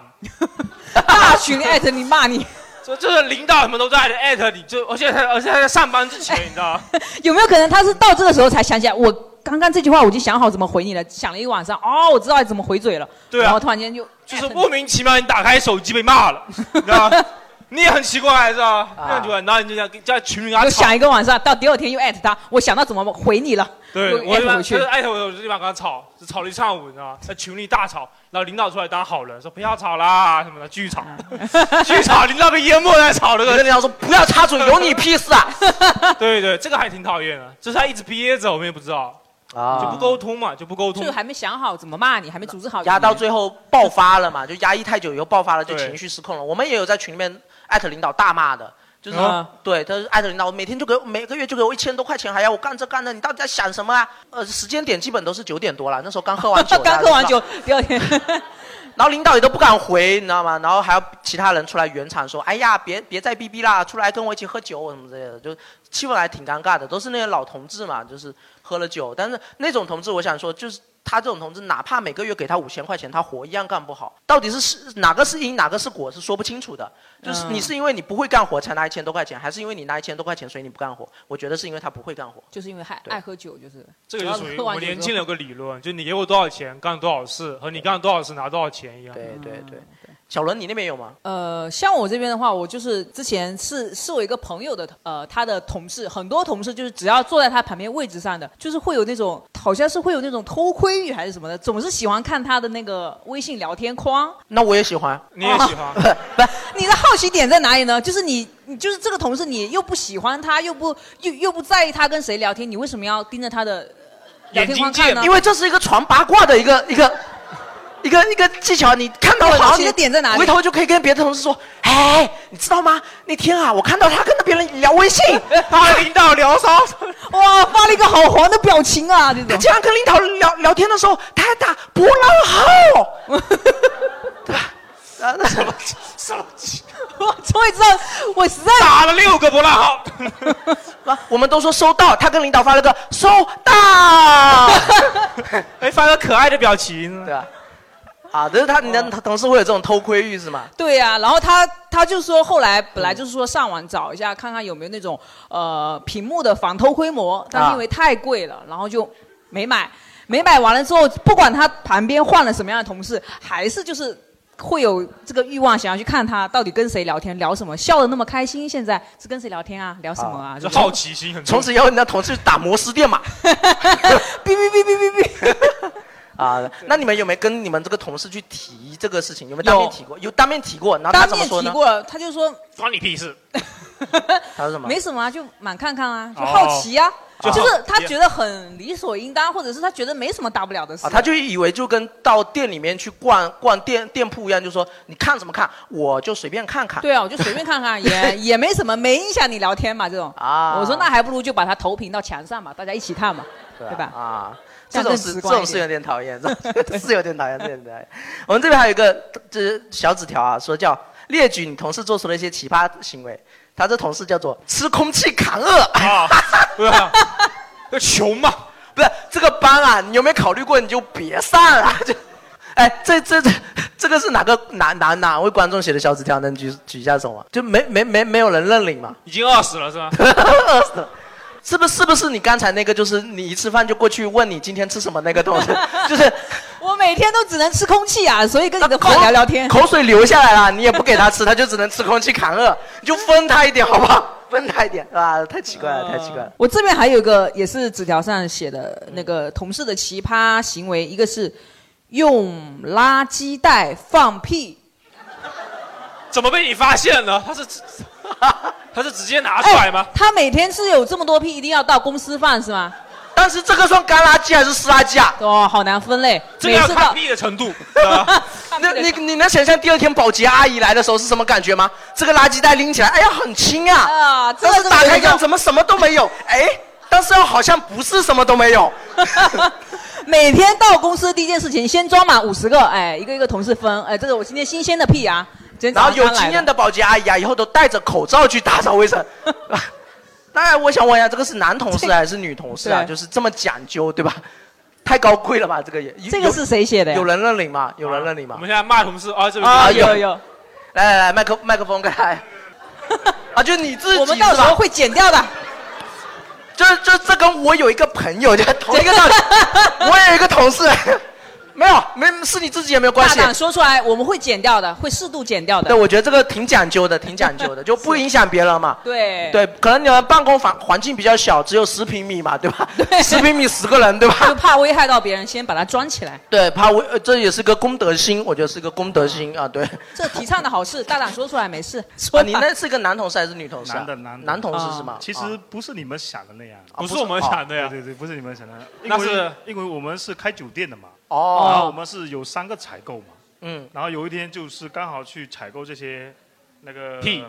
S2: 大群里艾特你骂你，
S3: 就 就是领导什么都在艾特你，就而且他而且他在上班之前，你知道吗？
S2: 有没有可能他是到这个时候才想起来，我刚刚这句话我已经想好怎么回你了，想了一晚上，哦，我知道怎么回嘴了。
S3: 对啊
S2: 然后突然间就
S3: 就是莫名其妙你打开手机被骂 了，你知道吗？你也很奇怪是吧？
S1: 啊
S3: 那很奇怪，然后你就想在群里跟他
S2: 又
S3: 吵
S2: 想一个晚上，到第二天又艾特他，我想到怎么回你了，
S3: 对，
S2: 又
S3: 我
S2: 艾
S3: 就
S2: 特回去
S3: 就是。艾特我，我就立马跟他吵，就吵了一上午，你知道吗？在群里大吵，然后领导出来当好人，说不要吵啦什么的，继续吵，
S1: 啊
S3: 继续吵，领导被淹没在吵那个。
S1: 你跟领导说不要插嘴，有你屁事啊！
S3: 对对，这个还挺讨厌的，就是他一直憋着，我们也不知道，
S1: 啊
S3: 就不沟 通嘛，就不沟通
S2: 就。还没想好怎么骂你，还没组织好语言，
S1: 压到最后爆发了嘛，就压抑太久以后爆发了，就
S3: 对
S1: 情绪失控了。我们也有在群里面艾特领导大骂的，就是、
S3: 啊
S1: 对，他是艾特领导，每天就给我每个月就给我一千多块钱，还要我干这干那，你到底在想什么啊？呃，时间点基本都是九点多了，那时候刚喝完 酒的，
S2: 刚喝完酒
S1: 大家知道
S2: 第二天。
S1: 然后领导也都不敢回，你知道吗？然后还要其他人出来圆场说：“哎呀，别别再逼逼啦，出来跟我一起喝酒什么之类的。”就气氛还挺尴尬的，都是那些老同志嘛，就是喝了酒。但是那种同志，我想说，就是他这种同志，哪怕每个月给他五千块钱，他活一样干不好。到底是是哪个是因，哪个是果，是说不清楚的。就是
S2: 嗯
S1: 你是因为你不会干活才拿一千多块钱，还是因为你拿一千多块钱所以你不干活？我觉得是因为他不会干活。
S2: 就是因为爱爱喝酒，就是
S3: 这个就属于我们年轻人有
S2: 人
S3: 个理论，就你给我多少钱干多少事，和你干多少事拿多少钱一样。
S1: 对对对。小伦，你那边有吗？
S2: 呃，像我这边的话，我就是之前是是我一个朋友的，呃，他的同事，很多同事就是只要坐在他旁边位置上的，就是会有那种好像是会有那种偷窥欲还是什么的，总是喜欢看他的那个呃微信聊天框。
S1: 那我也喜欢，
S3: 你也喜欢，
S2: 你的好奇点在哪里呢？就是你，你就是这个同事，你又不喜欢他，又不又又不在意他跟谁聊天，你为什么要盯着他的呃聊天框看呢？
S1: 因为这是一个传八卦的一个一个一个一个技巧，你看到了，
S2: 我
S1: 然
S2: 好
S1: 后
S2: 奇
S1: 你
S2: 的点在哪里
S1: 回头就可以跟别的同事说，哎，你知道吗？那天啊，我看到他跟别人聊微 信，啊，领导聊骚，
S2: 哇，发了一个好黄的表情啊，这种。
S1: 他竟然跟领导聊聊天的时候，他还打波浪号，对吧？啊，什么什么？
S2: 我终于知道，我实在
S3: 打了六个波浪 号。
S1: 啊，我们都说收到，他跟领导发了个收到，
S3: 哎，发个可爱的表情，
S1: 对吧？啊，就是他，你的同事会有这种偷窥欲是吗？
S2: 对呀、然后他他就说，后来本
S1: 嗯
S2: 来就是说上网找一下，看看有没有那种呃屏幕的防偷规模，
S1: 啊
S2: 但是因为太贵了，然后就没买。没买完了之后，不管他旁边换了什么样的同事，还是就是会有这个欲望，想要去看他到底跟谁聊天，聊什么，笑得那么开心，现在是跟谁聊天啊， 聊什么啊？
S3: 这好奇心很重
S1: 从
S3: 要。
S1: 此以后，你的同事打摩斯电码。
S2: 哔哔哔哔哔哔。
S1: 啊，那你们有没有跟你们这个同事去提这个事情？有没有当面
S2: 有
S1: 提过？有当面提过，然后他
S2: 当
S1: 怎么
S2: 面
S1: 说
S2: 提
S1: 呢？
S2: 过了，他就说
S3: 关你屁事。
S1: 他说什么？
S2: 没什么啊，就满看看啊，就
S1: 哦
S2: 好奇啊，
S1: 就好
S2: 就是他觉得很理所应当，或者是他觉得没什么大不了的事。
S1: 啊，他就以为就跟到店里面去逛逛店店铺一样，就说你看什么看，我就随便看看。
S2: 对啊，我就随便看 看，也也没什么，没影响你聊天嘛，这种。
S1: 啊
S2: 我说那还不如就把它投屏到墙上嘛，大家一起看嘛，
S1: 对啊
S2: 对吧？
S1: 啊，
S2: 这
S1: 这种
S2: 样更直
S1: 是这
S2: 观一
S1: 种
S2: 点
S1: 是有点讨厌，这 种是有点讨厌，是有点讨厌。我们这边还有一个就是小纸条啊，说叫列举你同事做出了一些奇葩行为。他这同事叫做吃空气扛饿
S3: 啊，对啊，那穷嘛，
S1: 不是这个班啊，你有没有考虑过你就别上了？ 就，哎，这这这这个是哪个哪哪哪位观众写的小纸条？能举举一下手吗？就没没没没有人认领嘛？
S3: 已经饿死了是吧？
S1: 饿死了。是不是是不是你刚才那个就是你一吃饭就过去问你今天吃什么那个 东西，就是
S2: 我每天都只能吃空气啊，所以跟你的饭聊聊天。
S1: 口水流下 来了，你也不给他吃，他就只能吃空气扛饿，你就分他一点好不 好？分他一点啊，太奇怪了，太奇怪了。
S2: 我这边还有一个也是纸条上写的那个同事的奇葩行为，一个是用垃圾袋放屁。
S3: 怎么被你发现了？他是 直他是直接拿出来吗？
S2: 他每天是有这么多屁，一定要到公司放是吗？
S1: 但是这个算干垃圾还是湿垃圾啊？
S2: 哦，好难分类。
S3: 这个要
S2: 每次到
S3: 看屁的程度， 呃知道吧
S1: 那你你能想象第二天保洁阿姨来的时候是什么感觉吗？这个垃圾袋拎起来，哎呀，很轻啊。
S2: 啊这
S1: 但
S2: 个
S1: 是打开看，
S2: 这
S1: 怎么什么都没有？哎，但是又好像不是什么都没有。
S2: 每天到公司第一件事情，先装满五十个，哎，一个一个同事分，哎，这是我今天新鲜的屁啊，今天
S1: 然
S2: 早
S1: 后
S2: 上
S1: 有
S2: 刚来
S1: 经验的保洁阿姨啊，以后都戴着口罩去打扫卫 生。当然，我想问一下，这个是男同事还是女同事啊？
S2: 对
S1: 就是这么讲究，对吧？ 太高贵了吧？这个也
S2: 这个是谁写的呀
S1: 有人认领吗？有人认领吗
S3: 我？们现在骂同事啊，这边
S1: 啊有有。来来来，麦克麦克风给他。 啊，就你自己。
S2: 我们到时候会剪掉的。
S1: 就就这跟我有一个朋友，就同一个道理。 我有一 个同事，没有没是你自己也没有关
S2: 大
S1: 系。
S2: 胆说出来，我们会剪掉的，会适度剪掉的。
S1: 对，我觉得这个挺讲究的，挺讲 究的，就不影响别人嘛。
S2: 对
S1: 对，可能你们办公房环境比较小，只有十平米嘛，对吧？十平米十个人，对吧？
S2: 就怕危害到别人，先把它装起来。
S1: 对，怕我、呃这也是个公德心，我觉得是个公德心啊，对。
S2: 这提倡的好事，大胆说出来没事。
S1: 啊，
S2: 说
S1: 你那是个男同事还是女同事、啊？
S13: 男的男的
S1: 男同事是吗？
S13: 其
S1: 啊
S13: 实不是你们想的那样，
S1: 啊不是我们想
S13: 的呀。对对，不是你们想的，因
S3: 那
S13: 为
S3: 是
S13: 因为我们是开酒店的嘛，
S1: 哦
S13: 然后我们是有三个采购嘛，
S1: 嗯，
S13: 然后有一天就是刚好去采购这些那个
S3: 屁，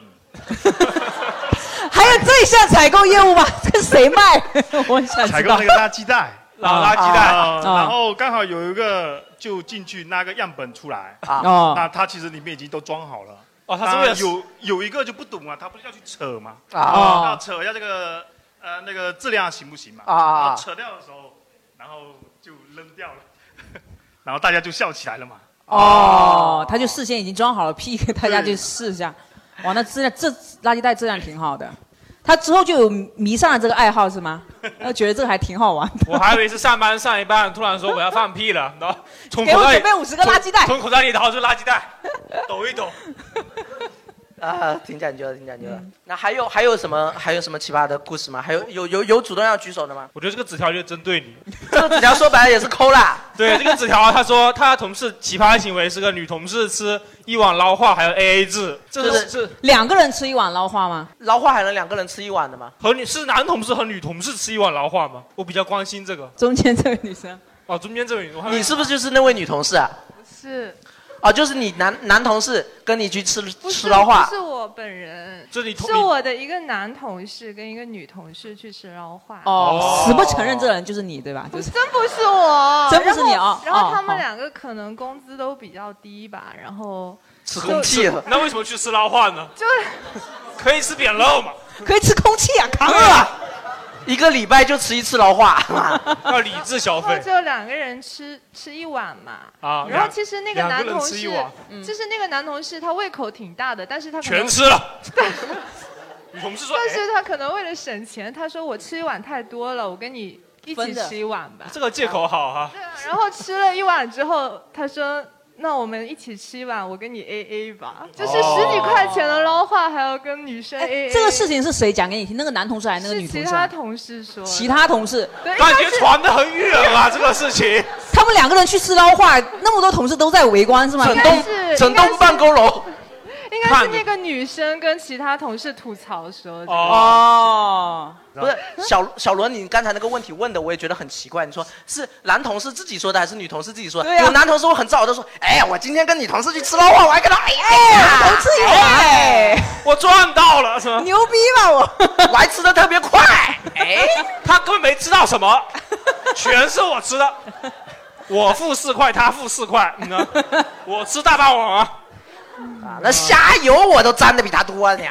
S2: 还有这项采购业务吗？跟 谁卖？我想
S13: 采
S2: 知
S13: 购
S2: 道哦
S13: 那个。垃圾袋，
S3: 啊垃圾袋啊
S13: 然后刚好有一个就进去拿个样本出来
S1: 啊
S3: 哦
S13: 那他其实里面已经都装好了。
S3: 哦他是为
S13: 当
S3: 了
S13: 然有有一个就不懂啊，他不是要去
S3: 呃
S13: 扯吗？
S1: 啊
S13: 啊，扯一下这个呃那个质量行不行嘛？
S1: 啊啊啊
S13: 然后扯掉的时候，然后就扔掉了。 然后大家就笑起来了嘛。
S2: 哦，他就事先已经装好了 P 给大家去试一下。哇，那质量这垃圾袋质量挺好的。他之后就有迷上了这个爱好 是吗？他觉得这个还挺好玩的。
S3: 我还以为是上班上一半，突然说我要放屁了，然 后从
S2: 给
S3: 口
S2: 我
S3: 袋里
S2: 准备50个垃圾袋
S3: 从从口袋里掏出垃圾 袋，抖一抖。
S1: 啊，挺讲究的，挺讲究的。那还有还有什么还有什么奇葩的故事吗？还有有有有主动要举手的吗？
S3: 我觉得这个纸条就针对你。
S1: 这个纸条说白了也是抠啦。
S3: 对，这 个纸条他说他的同事奇葩行为是个女同事吃一碗捞化还有 AA 制，这
S1: 就是是
S2: 两个人吃一碗捞花吗？
S1: 捞话还能两个人吃一碗的吗？
S3: 和女是男同事和女同事吃一碗捞化吗？我比较关心这个。
S2: 中间这位女生，
S3: 哦，中间这位，我还以为
S1: 你是不是就是那位女同事啊？
S8: 是
S1: 哦，就是你男男同事跟你去吃
S14: 不
S1: 吃
S14: 是
S1: 捞话
S14: 不，是我本人，
S3: 是你
S1: 同
S14: 是
S1: 你
S14: 我的一个男同事跟一个女同事去吃捞话。
S2: 哦，死不承认这人就是你对吧？就是
S14: 真不是我，
S2: 真不是你
S14: 然后
S2: 哦
S14: 然后
S2: 哦
S14: 他们
S2: 好
S14: 两个可能工资都比较低吧，然后
S3: 吃
S14: 空
S1: 啊
S14: 气了
S3: 那为什么去吃捞化呢？
S14: 就
S3: 可以吃扁肉嘛？
S2: 可以吃空气啊，扛饿。
S1: 一个礼拜就吃一次捞话，
S3: 要理智消
S14: 然后
S3: 费
S14: 就两个人吃吃一碗嘛。
S3: 啊
S14: 然后
S3: 两
S14: 其实那个
S3: 两个
S14: 男
S3: 人
S14: 同
S3: 吃一
S14: 事
S3: 碗，
S14: 就是那个男同事，他胃口挺大的，但是他可能
S3: 全吃了。女同事说，
S14: 但
S3: 哎
S14: 是他可能为了省钱，他说我吃一碗太多了，我跟你一起
S3: 分着
S14: 吃一碗吧。
S3: 这个借口好啊哈、
S14: 然后吃了一碗之后，他说：“那我们一起吃一碗，我跟你 A A 吧。”就是十
S3: 哦
S14: 几块钱的捞话，还要跟女生 A A。
S2: 哎这个事情是谁讲给你听？那个男同事还是那个女同
S14: 其
S2: 事啊？
S14: 他同事说的，
S2: 其他同事，
S14: 对
S3: 感觉传的很远啊，这个事情。
S2: 他们两个人去吃捞话，那么多同事都在围观是吗？
S14: 整栋应该是整栋
S1: 办公楼。
S14: 应该是那个女生跟其他同事吐槽 说的。
S2: 哦，
S1: 不是小小罗，你刚才那个问题问的我也觉得很奇怪。你说是男同事自己说的还是女同事自己说的？
S2: 对啊
S1: 有男同事我很燥的说，哎呀，我今天跟女同事去吃捞话，我还跟她哎呀，
S2: 啊
S1: 同事啊
S2: 一碗，
S3: 我赚到了是吗？
S2: 牛逼 吧我，
S1: 我还吃的特别快。哎，
S3: 他根本没吃到什么，全是我吃的，我付四块，他付四块，你 呢？我吃大霸王啊。
S1: 啊那虾油我都沾的比他多呢。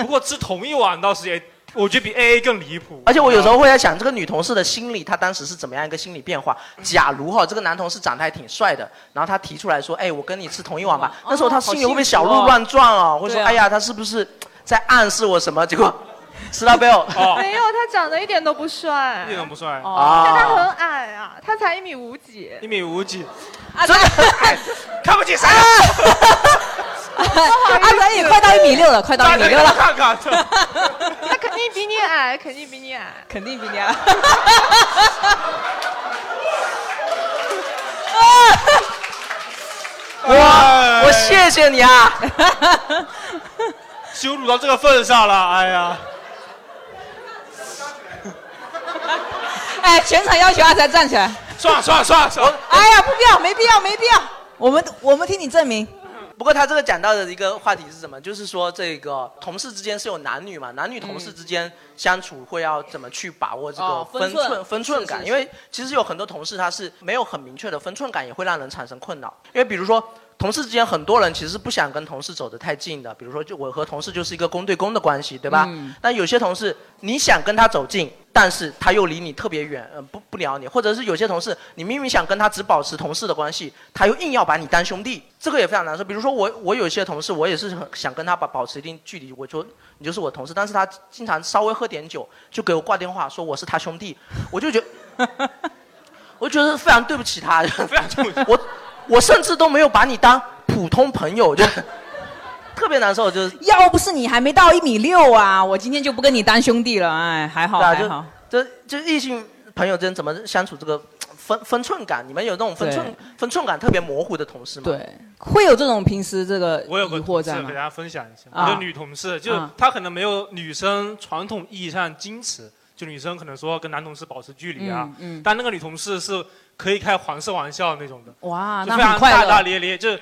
S3: 不过吃同一碗倒是也，我觉得比 AA 更离谱。
S1: 而且我有时候会在想，这个女同事的心理，她当时是怎么样一个心理变化？假如哈，这个男同事长得还挺帅的，然后他提出来说，哎，我跟你吃同一碗吧，那时候她心里会不会小
S3: 好幸
S1: 鹿
S3: 福哦
S1: 乱撞哦？会说，
S3: 对啊
S1: 哎呀，他是不是在暗示我什么？结果 吃到背后，
S14: 没有，他长得一点都不帅，
S1: 哎
S3: 一点都不帅
S1: 哦
S14: 但他很矮啊，他才一米五几。
S3: 一米五几，
S2: 啊，
S3: 真的看不起谁啊？
S2: 阿南也快到一米六了，
S1: 啊
S2: 快到一米六了，
S3: 看看，
S14: 他肯定比你矮，肯定比你矮。
S2: 肯定比你啊矮。
S1: 哇，
S3: 哎
S1: 我谢谢你啊！
S3: 羞辱到这个份上了，哎呀，
S2: 哎，全场要求阿才站起来。
S3: 算了算了算了算了，
S2: 哎呀，不必要，没必要，没必要。我们我们替你证明。
S1: 啊不过他这个讲到的一个话题是什么？就是说这个同事之间是有男女嘛，男女同事之间相处会要怎么去把握这个
S2: 哦
S1: 分
S2: 分
S1: 寸、
S2: 寸
S1: 分寸感？
S2: 是是是
S1: 因为其实有很多同事他是没有很明确的分寸感，也会让人产生困扰。因为比如说。同事之间很多人其实不想跟同事走得太近的，比如说就我和同事就是一个公对公的关系，对吧？
S2: 嗯
S1: 但有些同事你想跟他走近，但是他又离你特别远，呃，不不聊你，或者是有些同事你明明想跟他只保持同事的关系，他又硬要把你当兄弟，这个也非常难受。比如说我我有些同事，我也是很想跟他保保持一定距离，我说你就是我同事，但是他经常稍微喝点酒就给我挂电话说我是他兄弟，我就觉得。我觉得非常对不 起他，我我甚至都没有把你当普通朋友，就 特别难受，就是
S2: 要不是你还没到一米六啊，我今天就不跟你当兄弟了。哎，还好、
S1: 对啊
S2: 还好。
S1: 就就异性朋友之间怎么相处这个分分寸感？你们有那种分寸
S2: 对
S1: 分寸感特别模糊的同事吗？
S2: 对，会有这种平时这个
S3: 我有个
S2: 疑惑
S3: 同事
S2: 在吗
S3: 给大？家分享一下，
S2: 啊
S3: 我的女同事，就是
S2: 啊
S3: 她可能没有女生传统意义上矜持，就女生可能说跟男同事保持距离啊，
S2: 嗯嗯
S3: 但那个女同事是可以开黄色玩笑那种的，
S2: 哇，
S3: 就
S2: 啊那
S3: 非
S2: 很
S3: 常
S2: 快
S3: 大
S2: 乐。
S3: 大咧咧，就是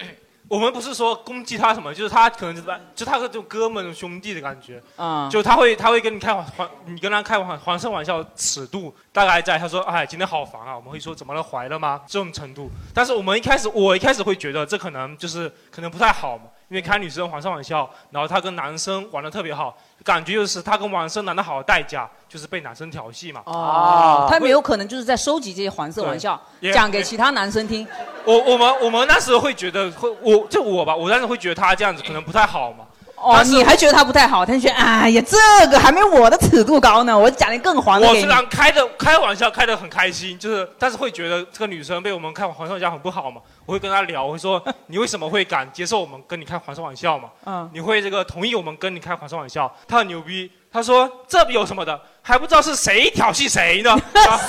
S3: 我们不是说攻击他什么，就是他可能就是就他是这种哥们兄弟的感觉，
S2: 啊
S3: 就他会他会跟你开黄黄，你跟他开黄黄色玩笑，尺度大概在他说哎今天好烦啊，我们会说怎么了怀了吗这种程度。但是我们一开始我一开始会觉得这可能就是可能不太好嘛，因为开女生黄色玩笑，然后他跟男生玩的特别好，感觉就是他跟男生玩的好的代价就是被男生调戏嘛。
S1: 啊
S3: 啊
S2: 哦，他们有可能就是在收集这些黄色玩笑，
S3: 对也
S2: 讲给其他男生听。
S3: 我我们我们那时候会觉得会我就我吧，我当时会觉得他这样子可能不太好嘛。
S2: 哦，
S3: 但是
S2: 你还觉得他不太好？他就觉得哎呀，这个还没我的尺度高呢，我讲的更黄的
S3: 我
S2: 给
S3: 虽
S2: 你。
S3: 然开的开玩笑开的很开心，就是但是会觉得这个女生被我们开黄色玩笑很不好嘛，我会跟她聊，我会说你为什么会敢接受我们跟你开黄色玩笑嘛？
S2: 嗯
S3: 你会这个同意我们跟你开黄色玩笑？她很牛逼，她说这有什么的，还不知道是谁挑衅谁 呢？
S2: 啊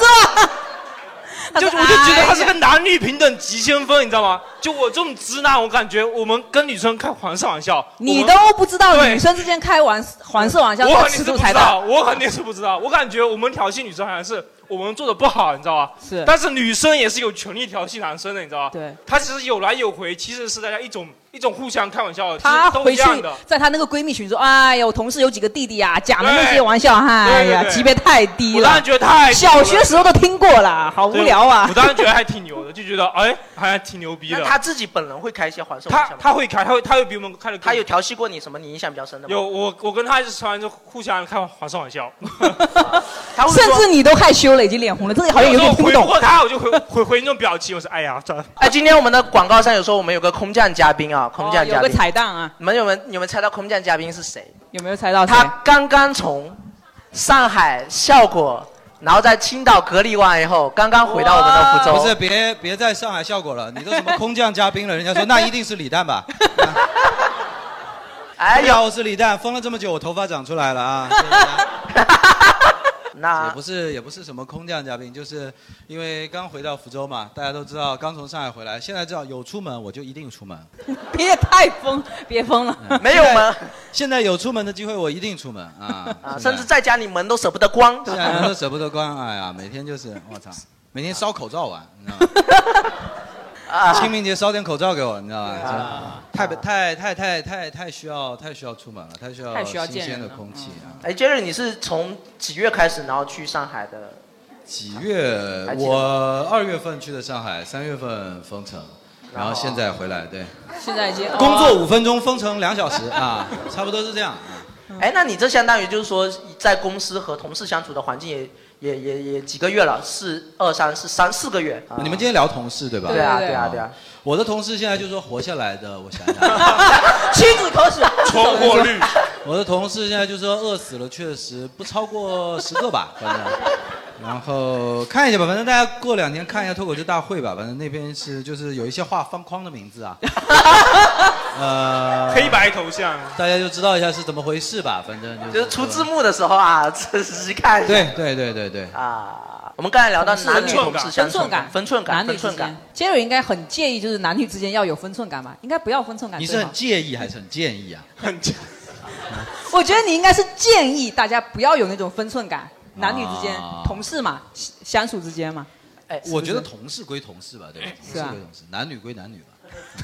S3: 就我就
S2: 哎
S3: 觉得他是个男女平等急先锋，你知道吗？就我这种直男，我感觉我们跟女生开黄色玩笑，
S2: 你
S3: 我
S2: 都
S3: 们
S2: 不知道
S3: 对
S2: 女生之间开玩黄色玩笑
S3: 我
S2: 到
S3: 肯
S2: 尺
S3: 定是
S2: 度
S3: 不知
S2: 才
S3: 道，
S2: 到。
S3: 我肯定是不知道。我感觉我们调戏女生好像是我们做的不好，你知道吧？
S2: 是
S3: 但是女生也是有权利调戏男生的，你知道吧？
S2: 对。
S3: 他其实有来有回，其实是大家一种一种互相开玩笑，其
S2: 她
S3: 实都
S2: 回
S3: 一
S2: 去
S3: 样的。
S2: 在她那个闺蜜群说：“哎呀，我同事有几个弟弟呀、讲的那
S3: 对
S2: 些玩笑，哎呀，
S3: 对对对
S2: 级别太低
S3: 我
S2: 了。
S3: 当”然觉得太低
S2: 小学
S3: 了
S2: 时候都听过了，好无聊啊！
S3: 对我当时觉得 还挺牛的，就觉得哎，还挺牛逼的。
S1: 那他自己本人会开一些黄色玩
S3: 他
S1: 笑吗？
S3: 他会开，他会他会比我们开的。
S1: 他有调戏过你什么？你印象比较深的吗？
S3: 有我我跟他一直突然就互相开黄色玩 笑，
S1: 他会
S2: 甚
S1: 说
S2: 至你都害羞了，已经脸红了，这个好像有点听
S3: 我
S2: 不
S3: 回不
S2: 懂。
S3: 过他，我就回回回那种表情，我说哎呀，算了。
S1: 哎，今天我们的广告上有说我们有个空降嘉宾啊，空降嘉宾、
S2: 哦有个彩蛋啊！
S1: 你们有没有你们猜到空降嘉宾是谁？
S2: 有没有猜到谁？
S1: 他刚刚从上海效果，然后在青岛隔离完以后，刚刚回到我们的福州。
S9: 哦不是，别别在上海效果了，你都什么空降嘉宾了，人家说那一定是李诞吧？
S1: 哎
S9: 呀，我是李诞，封了这么久，我头发长出来了 啊！
S1: 那
S9: 也不是也不是什么空降嘉宾，就是因为刚回到福州嘛，大家都知道刚从上海回来，现在知道有出门我就一定出门，
S2: 别太疯，别疯了。
S1: 没有门，
S9: 现在有出门的机会我一定出门 啊！
S1: 啊，
S9: 现
S1: 甚至在家里门都舍不得关。
S9: 现在 人都舍不得关，哎呀，每天就是我操，每天烧口罩玩，你知道
S1: 啊
S9: 吗？清明节烧点口罩给我，你知道吧？真的太不太太太太太需要太需要出门了，太需
S1: 太需要
S9: 要呃新
S1: 见
S9: 鲜的
S1: 人了
S9: 空气啊！
S1: 哎，Jerry，你是从几月开始，然后去上海的？
S9: 几月
S1: 还？记得哦
S9: 我二月份去的上海，三月份封城，然后现在回来，对，
S2: 现在已经
S9: 工作
S2: 哦
S9: 五分钟，封城两小时啊，差不多是这样。
S1: 哎，那你这相当于就是说，在公司和同事相处的环境也也也也几个月了，四二三四三四个月。 啊
S9: 你们今天聊同事对吧？哦
S1: 对啊对对啊对啊。
S9: 我的同事现在就说活下来的，我想想。
S2: 屈指可数。
S9: 存活率。 我的同事现在就说饿死了，确实不超过十个吧， 反正。然后看一下吧，反正大家过两天看一下脱口秀大会吧，反正那边是就是有一些画方框的名字啊，呃，
S3: 黑白头像，
S9: 大家就知道一下是怎么回事吧，反正
S1: 啊就是出字幕的时候啊，仔细看一下。
S9: 对对对对对
S1: 啊，我们刚才聊到男女同事相
S2: 分
S1: 处
S2: 寸感，
S1: 分寸感，
S2: 男
S1: 分
S2: 女之
S1: 寸感
S2: 间。。Jerry 应该很介意，就是男女之间要有分寸感吧？应该不要分寸感。
S9: 你是
S2: 对
S9: 很
S2: 吗
S9: 介意还是很建议啊？
S3: 很
S2: 我觉得你应该是建议大家不要有那种分寸感，男女之间、
S9: 啊
S2: 同事嘛，相相处之间嘛。哎
S9: 我觉得同事归同事吧，对吧？同
S2: 是
S9: 事
S2: 啊
S9: 归同事，男女归男女吧。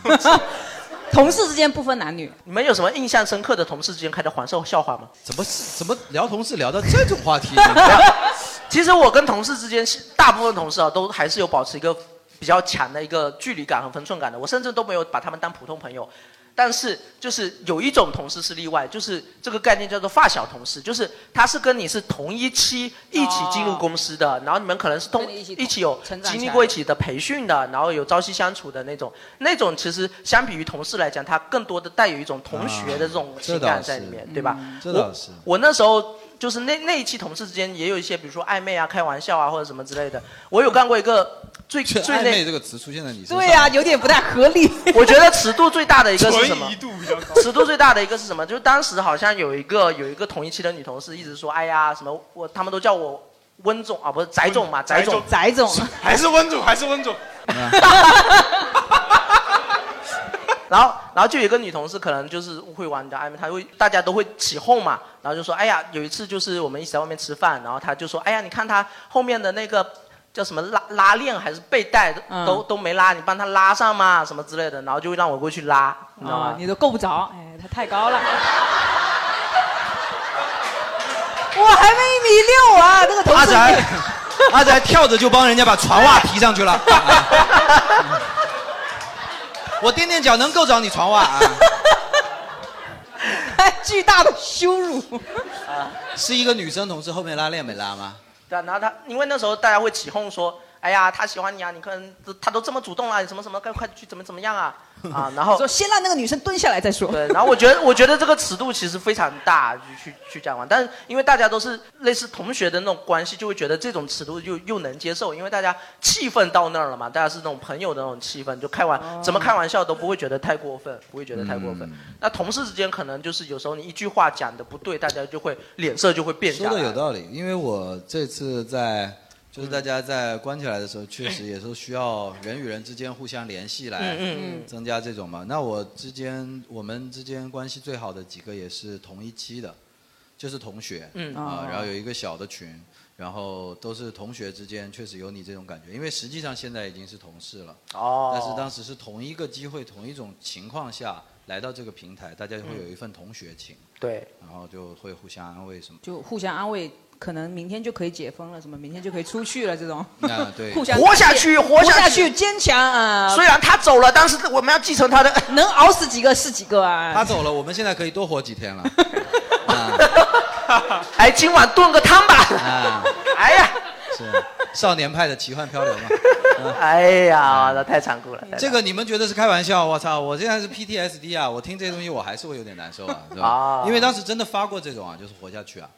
S2: 同事之间不分男女，
S1: 你们有什么印象深刻的同事之间开的黄色笑话吗？
S9: 怎么是怎么聊同事聊到这种话题呢？
S1: 其实我跟同事之间，大部分同事啊，都还是有保持一个比较强的一个距离感和分寸感的。我甚至都没有把他们当普通朋友。但是就是有一种同事是例外，就是这个概念叫做发小同事，就是他是跟你是同一期一起
S2: 哦
S1: 进入公司的，然后你们可能是通一起有
S2: 成长
S1: 经
S2: 起
S1: 历
S2: 来
S1: 过一起的培训的，然后有朝夕相处的那种，那种其实相比于同事来讲，它更多的带有一种同学的这种
S9: 啊
S1: 情
S9: 这倒
S1: 感在
S9: 是嗯
S1: 里面，对吧？
S9: 这倒是。
S1: 我那时候就是那那一期同事之间也有一些，比如说暧昧啊、开玩笑啊或者什么之类的。我有干过一个最最
S9: 暧昧
S1: 那
S9: 这个词出现在你身上，
S2: 对呀、有点不太合 理。
S1: 我觉得尺度最大的一个是什么
S3: 存疑？度比较高。
S1: 尺度最大的一个是什么？就是当时好像有一个有一个同一期的女同事一直说，哎呀什么我他们都叫我温总啊，不是翟总嘛，翟总
S2: 翟总，
S3: 还是温总，还是 温总。
S1: 然后，然后就有一个女同事，可能就是会玩的暧昧，她会大家都会起哄嘛，然后就说，哎呀，有一次就是我们一起在外面吃饭，然后她就说，哎呀，你看她后面的那个叫什么拉拉链还是背带都、
S2: 嗯
S1: 都都没拉，你帮他拉上嘛，什么之类的，然后就让我过去拉，你知道吗？
S2: 啊，你都够不着，哎，他太高了。我还没一米六啊，这个头
S9: 阿
S2: 是
S9: 宅， 阿宅跳着就帮人家把船袜提上去 了。啊我踮踮脚能够着你船袜 啊，
S2: 哎巨大的羞辱。
S9: 是一个女生同事后面拉链没拉吗？
S1: 对啊，然后他因为那时候大家会起哄说，哎呀，他喜欢你啊，你看他都这么主动啊了，你什么什么，快快去怎么怎么样啊啊，然后
S2: 说先让那个女生蹲下来再说。
S1: 对，然后我觉得，我觉得这个尺度其实非常大，去去去这样玩。但是因为大家都是类似同学的那种关系，就会觉得这种尺度就又能接受，因为大家气氛到那儿了嘛，大家是那种朋友的那种气氛，就开玩、
S2: 哦
S1: 怎么开玩笑都不会觉得太过分，不会觉得太过
S2: 嗯
S1: 分。那同事之间可能就是有时候你一句话讲的不对，大家就会脸色就会变下
S9: 说的有
S1: 来。嗯
S9: 道理，因为我这次在就是大家在关起来的时候，确实也是需要人与人之间互相联系来
S1: 嗯嗯嗯
S9: 增加这种嘛。那我之间我们之间关系最好的几个也是同一期的，就是同学，
S1: 嗯
S9: 啊
S1: 哦，
S9: 然后有一个小的群。然后都是同学之间，确实有你这种感觉，因为实际上现在已经是同事了。
S1: 哦
S9: 但是当时是同一个机会、同一种情况下来到这个平台，大家会有一份同学情。
S1: 对。
S9: 然后就会互相安慰什 么。
S2: 就互相安慰，可能明天就可以解封了，什么明天就可以出去了，这种。
S9: 啊，对，
S2: 互相
S1: 活下去
S2: 感谢活
S1: 活下去
S2: 去，坚强啊！
S1: 虽然他走了，但是我们要继承他的，
S2: 能熬死几个是几个啊！
S9: 他走了，我们现在可以多活几天 了。
S1: 哎，今晚炖个汤吧。
S9: 啊，
S1: 哎呀，
S9: 是少年派的奇幻漂流 嘛。
S1: 哎呀，那太残酷了。太残酷了
S9: 这个你们觉得是开玩笑？我操！我现在是 PTSD 啊！我听这些东西我还是会有点难受 啊，是吧？
S1: 啊
S9: 因为当时真的发过这种啊，就是活下去啊。
S2: 哦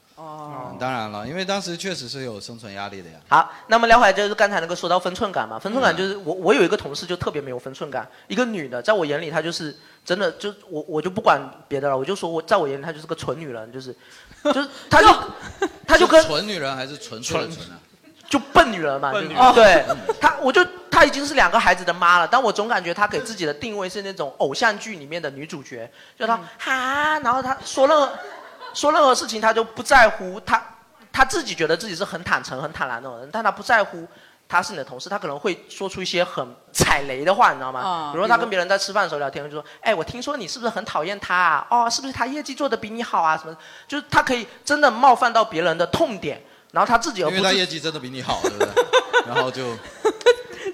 S9: 嗯当然了，因为当时确实是有生存压力的呀。
S1: 好，那么聊回来就是刚才那个说到分寸感嘛，
S9: 嗯
S1: 分寸感就是我我有一个同事就特别没有分寸感，一个女的，在我眼里她就是真的就我我就不管别的了，我就说我在我眼里她就是个纯女人，就是就是她就她就跟
S9: 是纯女人还是纯粹的纯啊？
S1: 就笨女人嘛，
S9: 笨
S1: 就
S9: 女人
S1: 对她我就她已经是两个孩子的妈了，但我总感觉她给自己的定位是那种偶像剧里面的女主角，就她哈，然后她说任何说任何事情她就不在乎，她她自己觉得自己是很坦诚、很坦然那种人，但她不在乎。她是你的同事，她可能会说出一些很踩雷的话，你知道吗？
S2: 啊
S1: 比如说她
S2: 比如
S1: 跟别人在吃饭的时候聊天，就说：“哎，我听说你是不是很讨厌他啊？哦，是不是他业绩做的比你好啊？什么的？”就是她可以真的冒犯到别人的痛点，然后她自己而
S9: 因
S1: 不
S9: 为
S1: 自
S9: 他业绩真的比你好， 对不对？然后就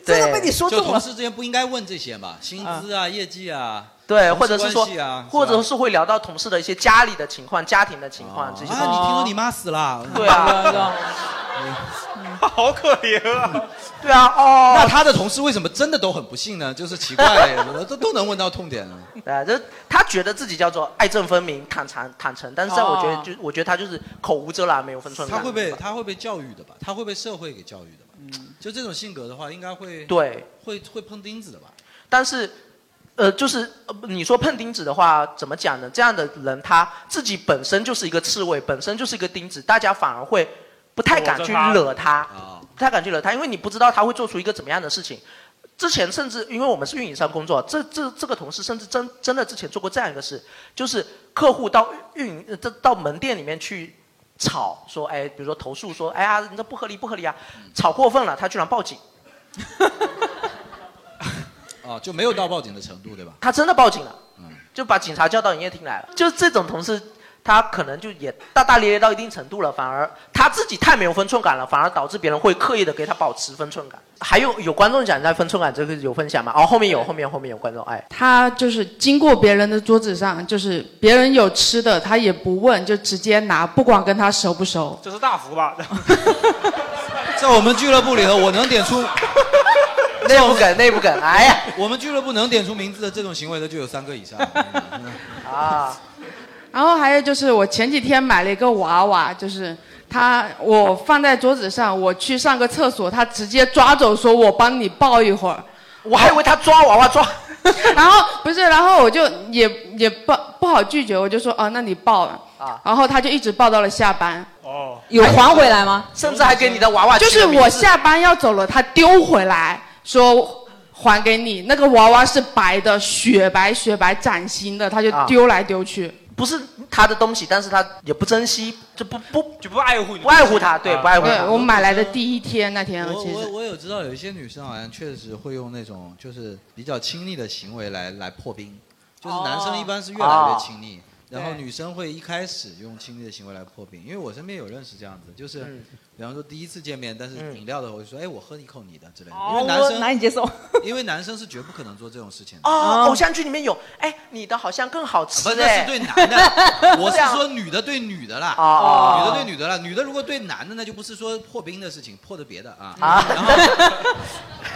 S1: 真的被你说中
S9: 就
S1: 了
S9: 同事之间不应该问这些嘛，薪资啊、业绩啊，
S1: 对，
S9: 同事
S1: 或者是说
S9: 关系啊，，
S1: 或者
S9: 是
S1: 是会聊到同事的一些家里的情况、家庭的情况这些。
S9: 吧啊，你听说你妈死了？
S1: 对啊，嗯
S9: 好可怜啊！
S1: 对啊，哦。
S9: 那他的同事为什么真的都很不幸呢？就是奇怪，我都都能问到痛点了。
S1: 对啊，就是他觉得自己叫做爱憎分明、坦诚坦诚，但是在我觉得就、我觉得他就是口无遮拦、没 有分寸感。
S9: 哦他会被他会被教育的吧？他会被社会给教育的吧？就这种性格的话，应该会
S1: 嗯对
S9: 会会碰钉子的吧？
S1: 但是，呃，就是、呃、你说碰钉子的话，怎么讲呢？这样的人他自己本身就是一个刺猬，本身就是一个钉子，大家反而会不太敢去惹
S9: 哦
S1: 他，不太敢去惹他，因为你不知道他会做出一个怎么样的事情。之前甚至因为我们是运营商工作，这这这个同事甚至真真的之前做过这样一个事，就是客户到运营呃这到门店里面去吵说，哎，比如说投诉说，哎呀，你这不合理不合理啊，吵过分了，他居然报警。
S9: 啊，就没有到报警的程度，对吧？
S1: 他真的报警了，就把警察叫到营业厅来了。就是这种同事，他可能就也大大咧咧到一定程度了，反而他自己太没有分寸感了，反而导致别人会刻意的给他保持分寸感。还有有观众讲在分寸感这个有分享吗？哦，后面有，后面后面有观众，哎，
S15: 他就是经过别人的桌子上，就是别人有吃的，他也不问，就直接拿，不管跟他熟不熟。
S3: 这是大福吧？
S9: 在我们俱乐部里头，我能点出
S1: 内部梗，内部梗，哎呀，
S9: 我们俱乐部能点出名字的这种行为的就有三个以上。
S1: 啊，
S15: 然后还有就是，我前几天买了一个娃娃，就是他我放在桌子上，我去上个厕所，他直接抓走，说我帮你抱一会儿。
S1: 我还以为他抓娃娃抓。
S15: 然后不是，然后我就也也不不好拒绝，我就说啊，那你抱吧。
S1: 啊
S15: 然后他就一直抱到了下班。
S3: 哦，
S15: 有还回来吗？
S1: 甚至还给你的娃娃
S15: 就是我下班要走了，他丢回来说还给你。那个娃娃是白的，雪白雪白崭新的，他就丢来丢去。
S1: 啊不是他的东西，但是他也不珍惜，就不不
S3: 就不爱护
S1: 不爱护他，对，不爱护
S15: 对
S1: 他。
S15: 我买来的第一天那天，
S9: 我
S15: 其
S9: 哦我
S15: 实
S9: 我有知道有一些女生好像确实会用那种就是比较亲昵的行为来来破冰，就是男
S1: 哦
S9: 生一般是越来越亲昵，
S16: 对
S9: 然后女生会一开始用亲昵的行为来破冰。因为我身边有认识这样子，就是
S16: 嗯
S9: 比方说第一次见面，但是饮料的时候我就说，哎，我喝一口你的之类的，
S1: 嗯哦
S9: 因为男
S1: 我
S9: 生
S1: 难以接受，
S9: 因为男生是绝不可能做这种事情的。
S1: 哦，偶像剧里面有，哎，你的好像更好吃
S9: 不是，那
S1: 哎，
S9: 是对男的我是
S1: 这样
S9: 说女的对女的啦，
S1: 哦
S9: 女的对女的啦，女的如果对男的，那就不是说破冰的事情，破的别的啊。
S16: 啊
S9: 然后，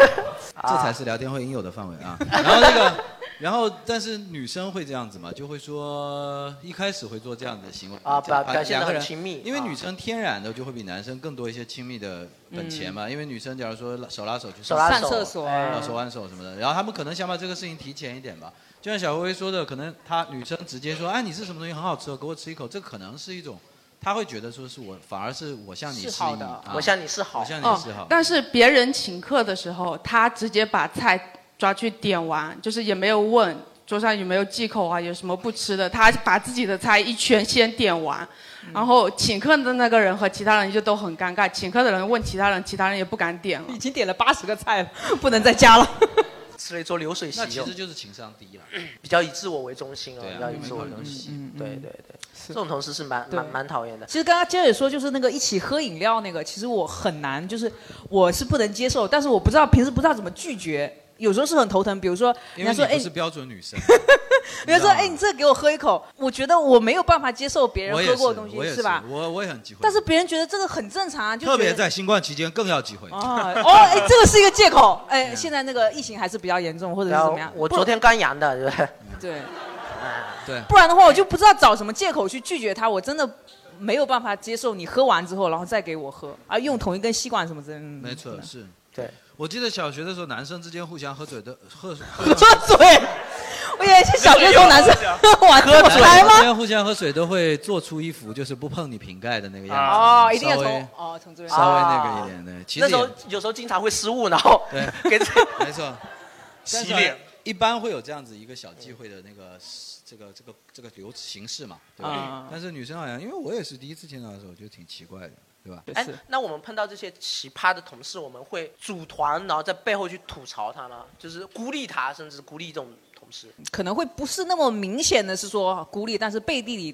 S9: 这才是聊天会应有的范围啊。然后那个，然后但是女生会这样子嘛，就会说一开始会做这样子的行为
S1: 啊表表现得
S9: 两个人
S1: 很亲密
S9: 因为
S1: 啊
S9: 女生天然的就会比男生更多一些亲密的本钱嘛，因为女生假如说手拉手去
S1: 嗯手拉上手厕所哎
S9: 啊手挽手什么的，然后他们可能想把这个事情提前一点吧。就像小薇说的，可能她女生直接说：“哎，你是什么东西很好吃哦，给我吃一口。”这可能是一种，她会觉得说是我，反而是我向你
S15: 是
S9: 示
S15: 好
S9: 意
S15: 的
S9: 啊，
S1: 我向你示好
S9: 我向你
S15: 哦
S9: 示好。
S15: 但是别人请客的时候，他直接把菜抓去点完，就是也没有问桌上有没有忌口啊，有什么不吃的，他把自己的菜一圈先点完，然后请客的那个人和其他人就都很尴尬，请客的人问其他人，其他人也不敢点了。已
S2: 经点了八十个菜了，不能 再加了。
S1: 吃了一桌流水席
S9: 那
S1: 又，
S9: 其实就是情商低了。
S1: 比较以自我为中心哦，
S9: 对啊
S1: 比较以自我为中
S2: 嗯
S1: 心，对对对，这种同事是蛮
S2: 对
S1: 蛮蛮讨厌的。
S2: 其实刚刚接着说，就是那个一起喝饮料那个，其实我很难，就是我是不能接受，但是我不知道平时不知道怎么拒绝，有时候是很头疼。比如说，
S9: 因
S2: 人
S9: 为
S2: 家
S9: 你
S2: 说，哎
S9: 不，是标准女生，
S2: 人家说，哎，你这个给我喝一口，我觉得我没有办法接受别人
S9: 我也
S2: 喝
S9: 是，
S2: 过的东西
S9: 我，也
S2: 是吧？
S9: 我我也很忌讳，
S2: 但是别人觉得这个很正常啊，就
S9: 特别
S2: 觉得
S9: 在新冠期间更要忌讳。
S2: 啊哦， 哎，这个是一个借口。
S9: 嗯
S2: 哎，现在那个疫情还是比较严重，或者是
S1: 然
S2: 怎
S1: 后
S2: 么样？
S1: 我
S2: 不
S1: 昨天刚阳的，对不对？
S2: 对，
S9: 对，
S2: 不然的话我就不知道找什么借口去拒绝他，我真的没有办法接受你喝完之后然后再给我喝，啊，用同一根吸管什么之类嗯的。
S9: 没错，是。
S1: 对，
S9: 我记得小学的时候，男生之间互相喝嘴的 喝
S2: 喝嘴，我以为是小学时 候男生喝完
S9: 喝
S2: 我来
S9: 之
S2: 吗？
S9: 间互相喝水都会做出一副就是不碰你瓶盖的那个样子。
S2: 哦，一定要
S9: 稍微
S2: 从哦从这边哦
S9: 稍微那个一点对，其
S1: 啊那
S9: 实
S1: 时候
S9: 也
S1: 有时候经常会失误，然后
S9: 对，
S1: 给自己
S9: 没错，但是。一般会有这样子一个小忌讳的那个这个这个这个流形式嘛，对吧
S2: 嗯
S1: 啊？
S9: 但是女生好像，因为我也是第一次见到的时候，我觉得挺奇怪的，对吧？
S1: 哎，那我们碰到这些奇葩的同事，我们会组团，然后在背后去吐槽他吗？就是孤立他，甚至孤立这种同事。
S2: 可能会不是那么明显的是说孤立，但是背地里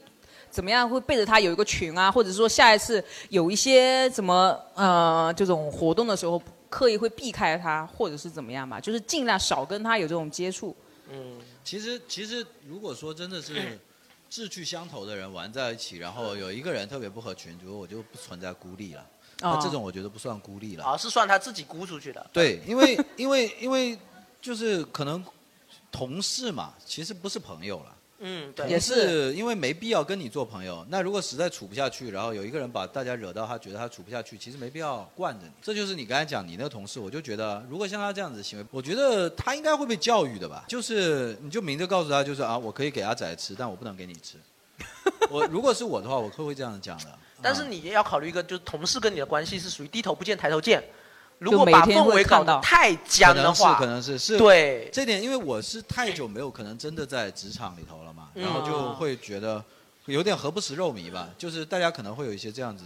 S2: 怎么样会背着他有一个群啊，或者说下一次有一些什么呃这种活动的时候，刻意会避开他，或者是怎么样吧，就是尽量少跟他有这种接触。
S1: 嗯，
S9: 其实其实如果说真的是志趣相投的人玩在一起，然后有一个人特别不合群，就我就不存在孤立了。那
S1: 哦
S9: 这种我觉得不算孤立了。
S1: 啊，是算他自己估出去的。
S9: 对，因为因为因为就是可能同事嘛，其实不是朋友了。
S1: 嗯，对，
S9: 也是因为没必要跟你做朋友。那如果实在处不下去，然后有一个人把大家惹到，他觉得他处不下去，其实没必要惯着你。这就是你刚才讲你那个同事，我就觉得，如果像他这样子的行为，我觉得他应该会被教育的吧。就是你就明着告诉他，就是啊，我可以给阿仔吃，但我不能给你吃。我如果是我的话，我会会这样讲的。
S1: 但是你也要考虑一个，就是同事跟你的关系是属于低头不见抬头见。如
S9: 就
S1: 果
S9: 每
S1: 把
S9: 天
S1: 氛
S9: 会
S1: 围搞
S9: 看
S1: 得
S9: 到
S1: 太僵的话，
S9: 可能是可能是是
S1: 对
S9: 这点，因为我是太久没有可能真的在职场里头了嘛，
S1: 嗯
S9: 然后就会觉得有点何不食肉糜吧，就是大家可能会有一些这样子。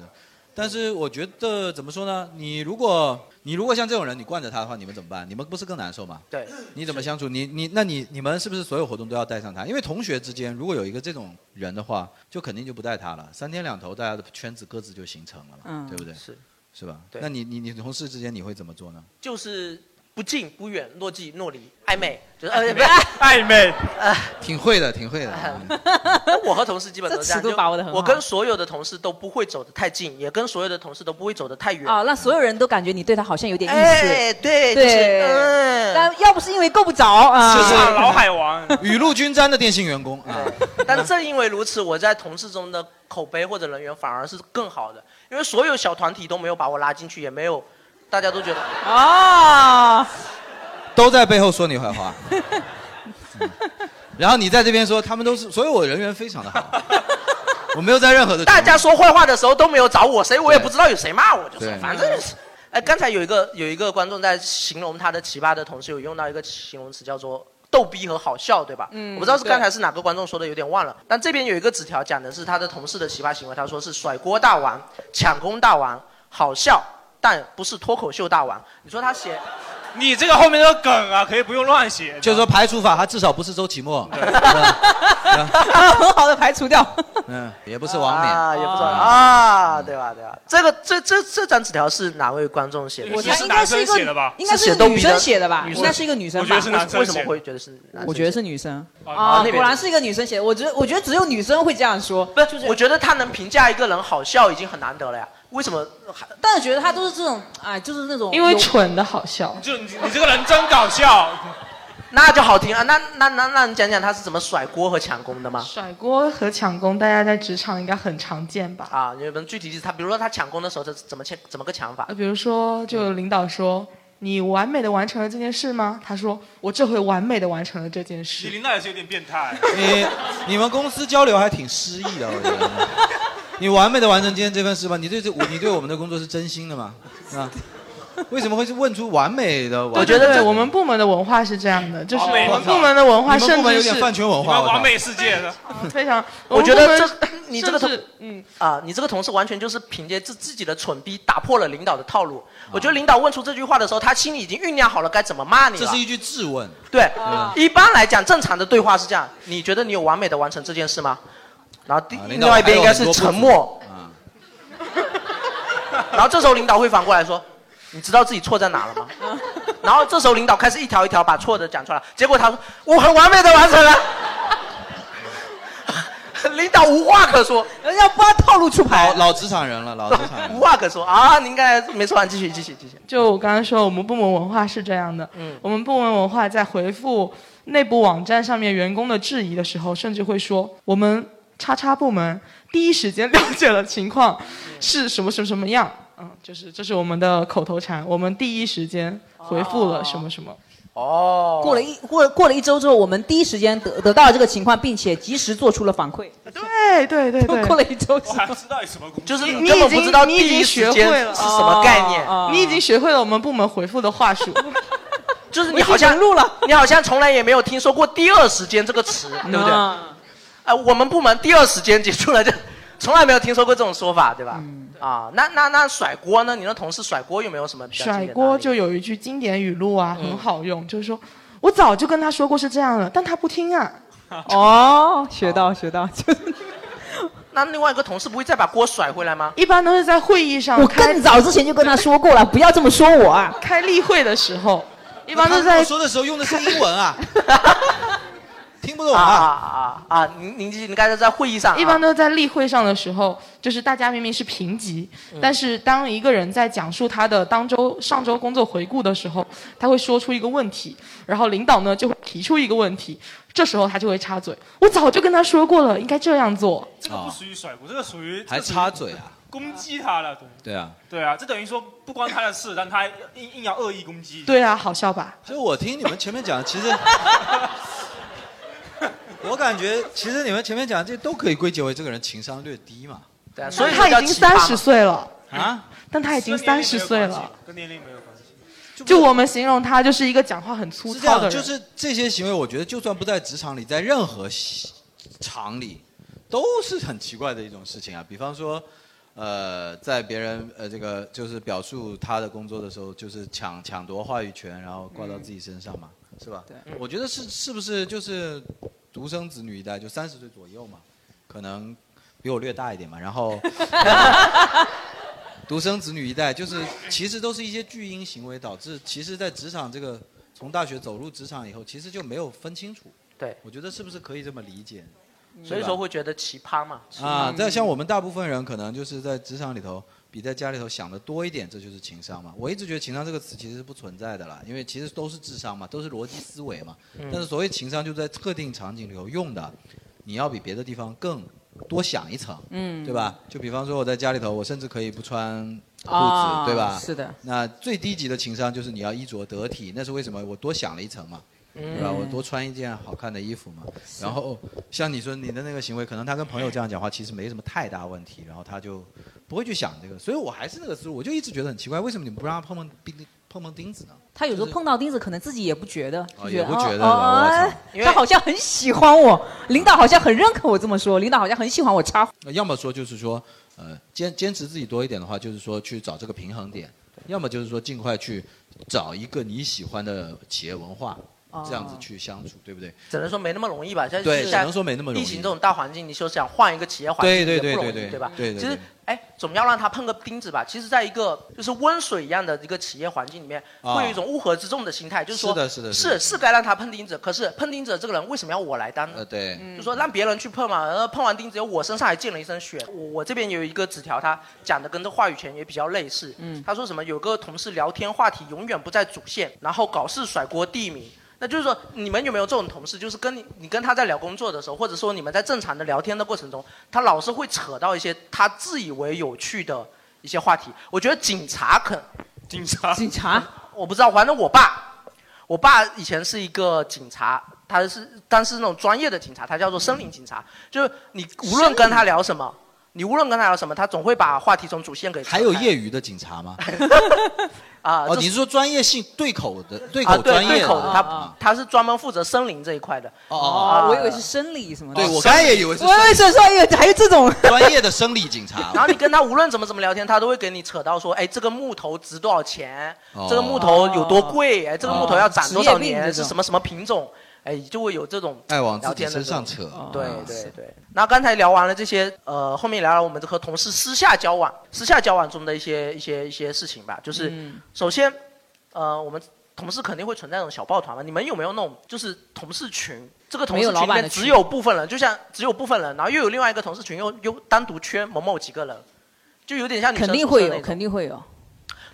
S9: 但是我觉得怎么说呢？你如果你如果像这种人，你惯着他的话，你们怎么办？你们不是更难受吗？
S1: 对，
S9: 你怎么相处？你你那你你们是不是所有活动都要带上他？因为同学之间如果有一个这种人的话，就肯定就不带他了。三天两头大家的圈子各自就形成了嘛，
S1: 嗯
S9: 对不对？
S1: 是
S9: 是吧？
S1: 对
S9: 那你你你同事之间你会怎么做呢？
S1: 就是不近不远，若即若离，暧昧，就是呃
S9: 暧昧
S1: 不是
S9: 暧昧
S1: 呃，
S9: 挺会的，挺会的。
S1: 我和同事基本都这样，
S2: 这尺度
S1: 就
S2: 把握得很好
S1: 我跟所有的同事都不会走得太近，也跟所有的同事都不会走得太远。
S2: 啊，让所有人都感觉你对他好像有点意思。
S1: 哎对就是
S2: 对，
S1: 嗯
S2: 但要不是因为够不着
S9: 哦
S2: 啊，
S9: 就是
S3: 老海王，
S9: 雨露均沾的电信员工啊。
S1: 但正因为如此，我在同事中的口碑或者人缘反而是更好的，因为所有小团体都没有把我拉进去，也没有，大家都觉得
S9: 哦
S2: 啊，
S9: 都在背后说你坏话。嗯然后你在这边说，他们都是，所以我人缘非常的好，我没有在任何的
S1: 大家说坏话的时候都没有找我，谁我也不知道有谁骂我，就
S9: 对
S1: 是反正就是。哎，刚才有一个有一个观众在形容他的奇葩的同事，有用到一个形容词叫做逗逼和好笑，对吧？
S2: 嗯
S1: 我不知道是刚才
S2: 对
S1: 是哪个观众说的，有点忘了。但这边有一个纸条讲的是他的同事的奇葩行为，他说是甩锅大王、抢功大王，好笑，但不是脱口秀大王。你说他写，
S3: 你这个后面这个梗啊，可以不用乱写。
S9: 就是说排除法，他至少不是周奇 墨，
S2: 很好的排除掉。
S9: 嗯，也不是王冕
S1: 啊，也不知道啊，对吧？对吧？这个这这这张纸条是哪位观众写的？
S2: 我觉得应该是一个应该是
S1: 写
S2: 一个
S1: 逗逼
S2: 女生写的吧，
S1: 女生
S2: 应该是一个女生吧。
S1: 为什么会觉得是男生？
S2: 我觉得是女生
S1: 啊
S2: 啊，
S1: 那边
S2: 果然是一个女生写的。我觉得我觉得只有女生会这样说，
S1: 不是？我觉得他能评价一个人好笑已经很难得了呀，为什么还？
S2: 但是觉得她都是这种，哎，就是那种
S1: 因为
S2: 有
S1: 蠢
S2: 的好笑。
S3: 就你你这个人真搞笑。
S1: 那就好听啊！那那那那你讲讲他是怎么甩锅和抢功的吗？
S16: 甩锅和抢功，大家在职场应该很常见吧？
S1: 啊，你们具体例子，他比如说他抢功的时候，他怎么抢，怎么个抢法
S16: 呃，？比如说，就有领导说：“你完美的完成了这件事吗？”他说：“我这回完美的完成了这件
S3: 你
S16: 事。
S3: 领导也是有点变态。
S9: 你你们公司交流还挺诗意的，我觉得。 你完美的完成今天这份事吧？你对这我你对我们的工作是真心的 吗？啊？为什么会是问出完美的完？
S16: 对”对对我们部门的文化是这样的，就是
S9: 哦
S16: 我们
S9: 我操
S16: 部门的文化
S9: 你们
S16: 甚
S9: 部门
S16: 至
S9: 有
S16: 是
S9: 点饭圈文化你们我操完美
S3: 世界的
S16: 非常。
S1: 我
S9: 哦
S1: 觉得
S16: 们部
S1: 这
S16: 门
S1: 你这个同
S16: 甚至嗯
S1: 啊，你这个同事完全就是凭借自自己的蠢逼打破了领导的套路。我觉得领导问出这句话的时候，他心里已经酝酿好了该怎么骂你了。
S9: 啊这是一句质问。
S1: 对
S9: 啊，
S1: 一般来讲，正常的对话是这样：你觉得你有完美的完成这件事吗？然后第
S9: 啊领导
S1: 另外一边应该是沉默。
S9: 啊，
S1: 然后这时候领导会反过来说：“你知道自己错在哪了吗？”然后这时候领导开始一条一条把错的讲出来，结果他说：“我很完美的完成了。” 领导无话可说，
S2: 人家不按套路出牌。
S9: 老职场人了，老职场人。
S1: 无话可说啊！您刚才没说完，继续继续继续。
S16: 就我刚刚说，我们部门文化是这样的。
S1: 嗯
S16: 我们部门文化在回复内部网站上面员工的质疑的时候，甚至会说我们叉叉部门第一时间了 解了情况是什么什么什么样。嗯，就是这是我们的口头禅，我们第一时间回复了什么什么。
S1: 哦
S2: 过了一过过了一周之后，我们第一时间得得到了这个情况，并且及时做出了反馈。
S16: 对对对对，
S2: 过了一周之后，
S3: 知道什么工
S1: 就是
S16: 你
S1: 你
S16: 你
S1: 根
S16: 已
S1: 本不
S16: 经
S1: 知道
S16: 你已
S1: 第
S16: 经
S1: 一
S16: 学
S1: 时
S16: 会
S1: 间
S16: 了哦
S1: 是什么概念，
S16: 你已经学会了我们部门回复的话术。
S1: 就是你好像录了，你好像从来也没有听说过“第二时间”这个词，对 不对？
S2: 嗯
S1: 呃，我们部门第二时间结束了，就从来没有听说过这种说法，对吧？
S16: 嗯
S1: 啊，那那那甩锅呢？你的同事甩锅有没有什么比较经
S16: 甩
S1: 典的？
S16: 锅就有一句经典语录啊，
S1: 嗯
S16: 很好用，就是说我早就跟他说过是这样了，但他不听啊。
S2: 哦，学到学到，就是
S1: 那另外一个同事不会再把锅甩回来吗？
S16: 一般都是在会议上
S2: 我
S16: 开
S2: 更早之前就跟他说过了，不 要这么说我啊。
S16: 开例会的时候，一
S9: 一
S16: 般都在
S9: 说的时候用的是英文啊，听不懂
S1: 啊
S9: 啊。
S1: 啊啊！啊您您您刚才在会议上、啊，
S16: 一般都在例会上的时候，就是大家明明是平级，
S1: 嗯
S16: 但是当一个人在讲述他的当周上周工作回顾的时候，他会说出一个问题，然后领导呢就会提出一个问题，这时候他就会插嘴，我早就跟他说过了，应该这样做。
S3: 这个不属于甩锅，这个属于
S9: 还插嘴啊？
S3: 攻击他了，对
S9: 对啊，
S3: 对啊，这等于说不关他的事，但他硬硬要恶意攻击。
S16: 对啊，好笑吧？
S9: 就我听你们前面讲，其实我感觉，其实你们前面讲这都可以归结为这个人情商略低嘛。
S1: 对
S16: 但他已经三十岁了
S9: 啊，
S16: 但他已经三十岁了，，
S3: 跟年龄没有关系。
S16: 就我们形容他就是一个讲话很粗
S9: 是这样
S16: 糙的人，
S9: 就是这些行为，我觉得就算不在职场里，在任何场里，都是很奇怪的一种事情啊。比方说，呃，在别人呃这个就是表述他的工作的时候，就是抢抢夺话语权，然后挂到自己身上嘛，是吧？对
S17: 嗯
S9: 我觉得是是不是就是独生子女一代，就三十岁左右嘛，可能比我略大一点嘛，然后。独生子女一代，就是其实都是一些巨婴行为导致，其实，在职场这个从大学走入职场以后，其实就没有分清楚。
S1: 对，
S9: 我觉得是不是可以这么理解？
S1: 所以
S9: 是吧
S1: 说会觉得奇葩嘛。
S2: 嗯
S9: 啊，但像我们大部分人可能就是在职场里头比在家里头想的多一点，这就是情商嘛。我一直觉得情商这个词其实是不存在的啦，因为其实都是智商嘛，都是逻辑思维嘛。
S1: 嗯
S9: 但是所谓情商，就在特定场景里头用的，你要比别的地方更多想一层，
S2: 嗯
S9: 对吧？就比方说我在家里头，我甚至可以不穿裤子，
S2: 啊
S9: 对吧？
S2: 是的。
S9: 那最低级的情商就是你要衣着得体，那是为什么？我多想了一层嘛。
S2: 嗯
S9: 对吧？我多穿一件好看的衣服嘛。
S2: 是
S9: 然后像你说你的那个行为，可能他跟朋友这样讲话，其实没什么太大问题，然后他就不会去想这个。所以我还是那个思路，我就一直觉得很奇怪，为什么你们不让他碰碰冰碰碰钉子呢？
S2: 他有时候碰到钉子，可能自己也不觉得，
S9: 哦
S2: 就
S9: 也不觉得
S2: 哦
S9: 我操
S2: 哎他好像很喜欢我，领导好像很认可我这么说，领导好像很喜欢我插话。
S9: 要么说就是说，呃，坚坚持自己多一点的话，就是说去找这个平衡点；要么就是说尽快去找一个你喜欢的企业文化，
S1: 哦
S9: 这样子去相处，对不对？
S1: 只能说没那么容易吧，现在
S9: 对
S1: 是在
S9: 只能说没那么容易
S1: 疫情这种大环境，你说想换一个企业环境
S9: 对对
S1: 也不容易，
S9: 对对对
S1: 吧？
S9: 对对对
S1: 其实，哎，总要让他碰个钉子吧。其实，在一个就是温水一样的一个企业环境里面，
S9: 啊
S1: 会有一种乌合之众的心态，就是说，
S9: 是的是的是
S1: 是
S9: 的
S1: 是该让他碰钉子，可是碰钉子的这个人为什么要我来担呢？
S9: 呃，对，
S1: 就说让别人去碰嘛，然后碰完钉子以后，我身上还溅了一身血。我我这边有一个纸条，他讲的跟这话语权也比较类似。
S2: 嗯
S1: 他说什么？有个同事聊天话题永远不在主线，然后搞事甩锅地名。那就是说，你们有没有这种同事，就是跟你你跟他在聊工作的时候，或者说你们在正常的聊天的过程中，他老是会扯到一些他自以为有趣的一些话题？我觉得警察可
S3: 警察
S2: 警察，
S1: 我不知道，反正我爸我爸以前是一个警察，他是但是那种专业的警察，他叫做森林警察，就是你无论跟他聊什么，你无论跟他聊什么，他总会把话题从主线给
S9: 还有业余的警察吗？
S1: 啊，
S9: 哦，
S1: 这
S9: 你是说专业性对口的对
S1: 啊
S9: 口专
S1: 对
S9: 业的？啊
S1: 对口的，他他是专门负责森林这一块的。哦
S9: 哦
S1: 啊
S2: 我以为是生理什么的。
S9: 对哦我刚才也以为是
S2: 我以为是说，哎呦，还有这种。
S9: 专业的生理警察。
S1: 然后你跟他无论怎么怎么聊天，他都会给你扯到说，哎，这个木头值多少钱？
S9: 哦
S1: 这个木头有多贵？哎，这个木头要长多少
S9: 职业病
S1: 年？
S9: 这种
S1: 是什么什么品种？哎，就会有这种
S9: 爱往自
S1: 聊
S9: 己
S1: 天的
S9: 身上
S1: 这
S9: 扯
S1: 种。对
S9: 哦
S1: 对对。 那刚才聊完了这些，呃，后面聊聊我们和同事私下交往、私下交往中的一些一些一些事情吧。就是、
S2: 嗯
S1: 首先，呃，我们同事肯定会存在那种小抱团嘛。你们有没有那种就是同事群？这个同
S2: 没
S1: 事
S2: 有
S1: 群
S2: 老
S1: 里
S2: 板
S1: 面
S2: 的群
S1: 只有部分人，就像只有部分人，然后又有另外一个同事群又又单独缺某某几个人，就有点像女生
S2: 肯定
S1: 宿
S2: 会
S1: 舍
S2: 有，
S1: 那种
S2: 肯定会有。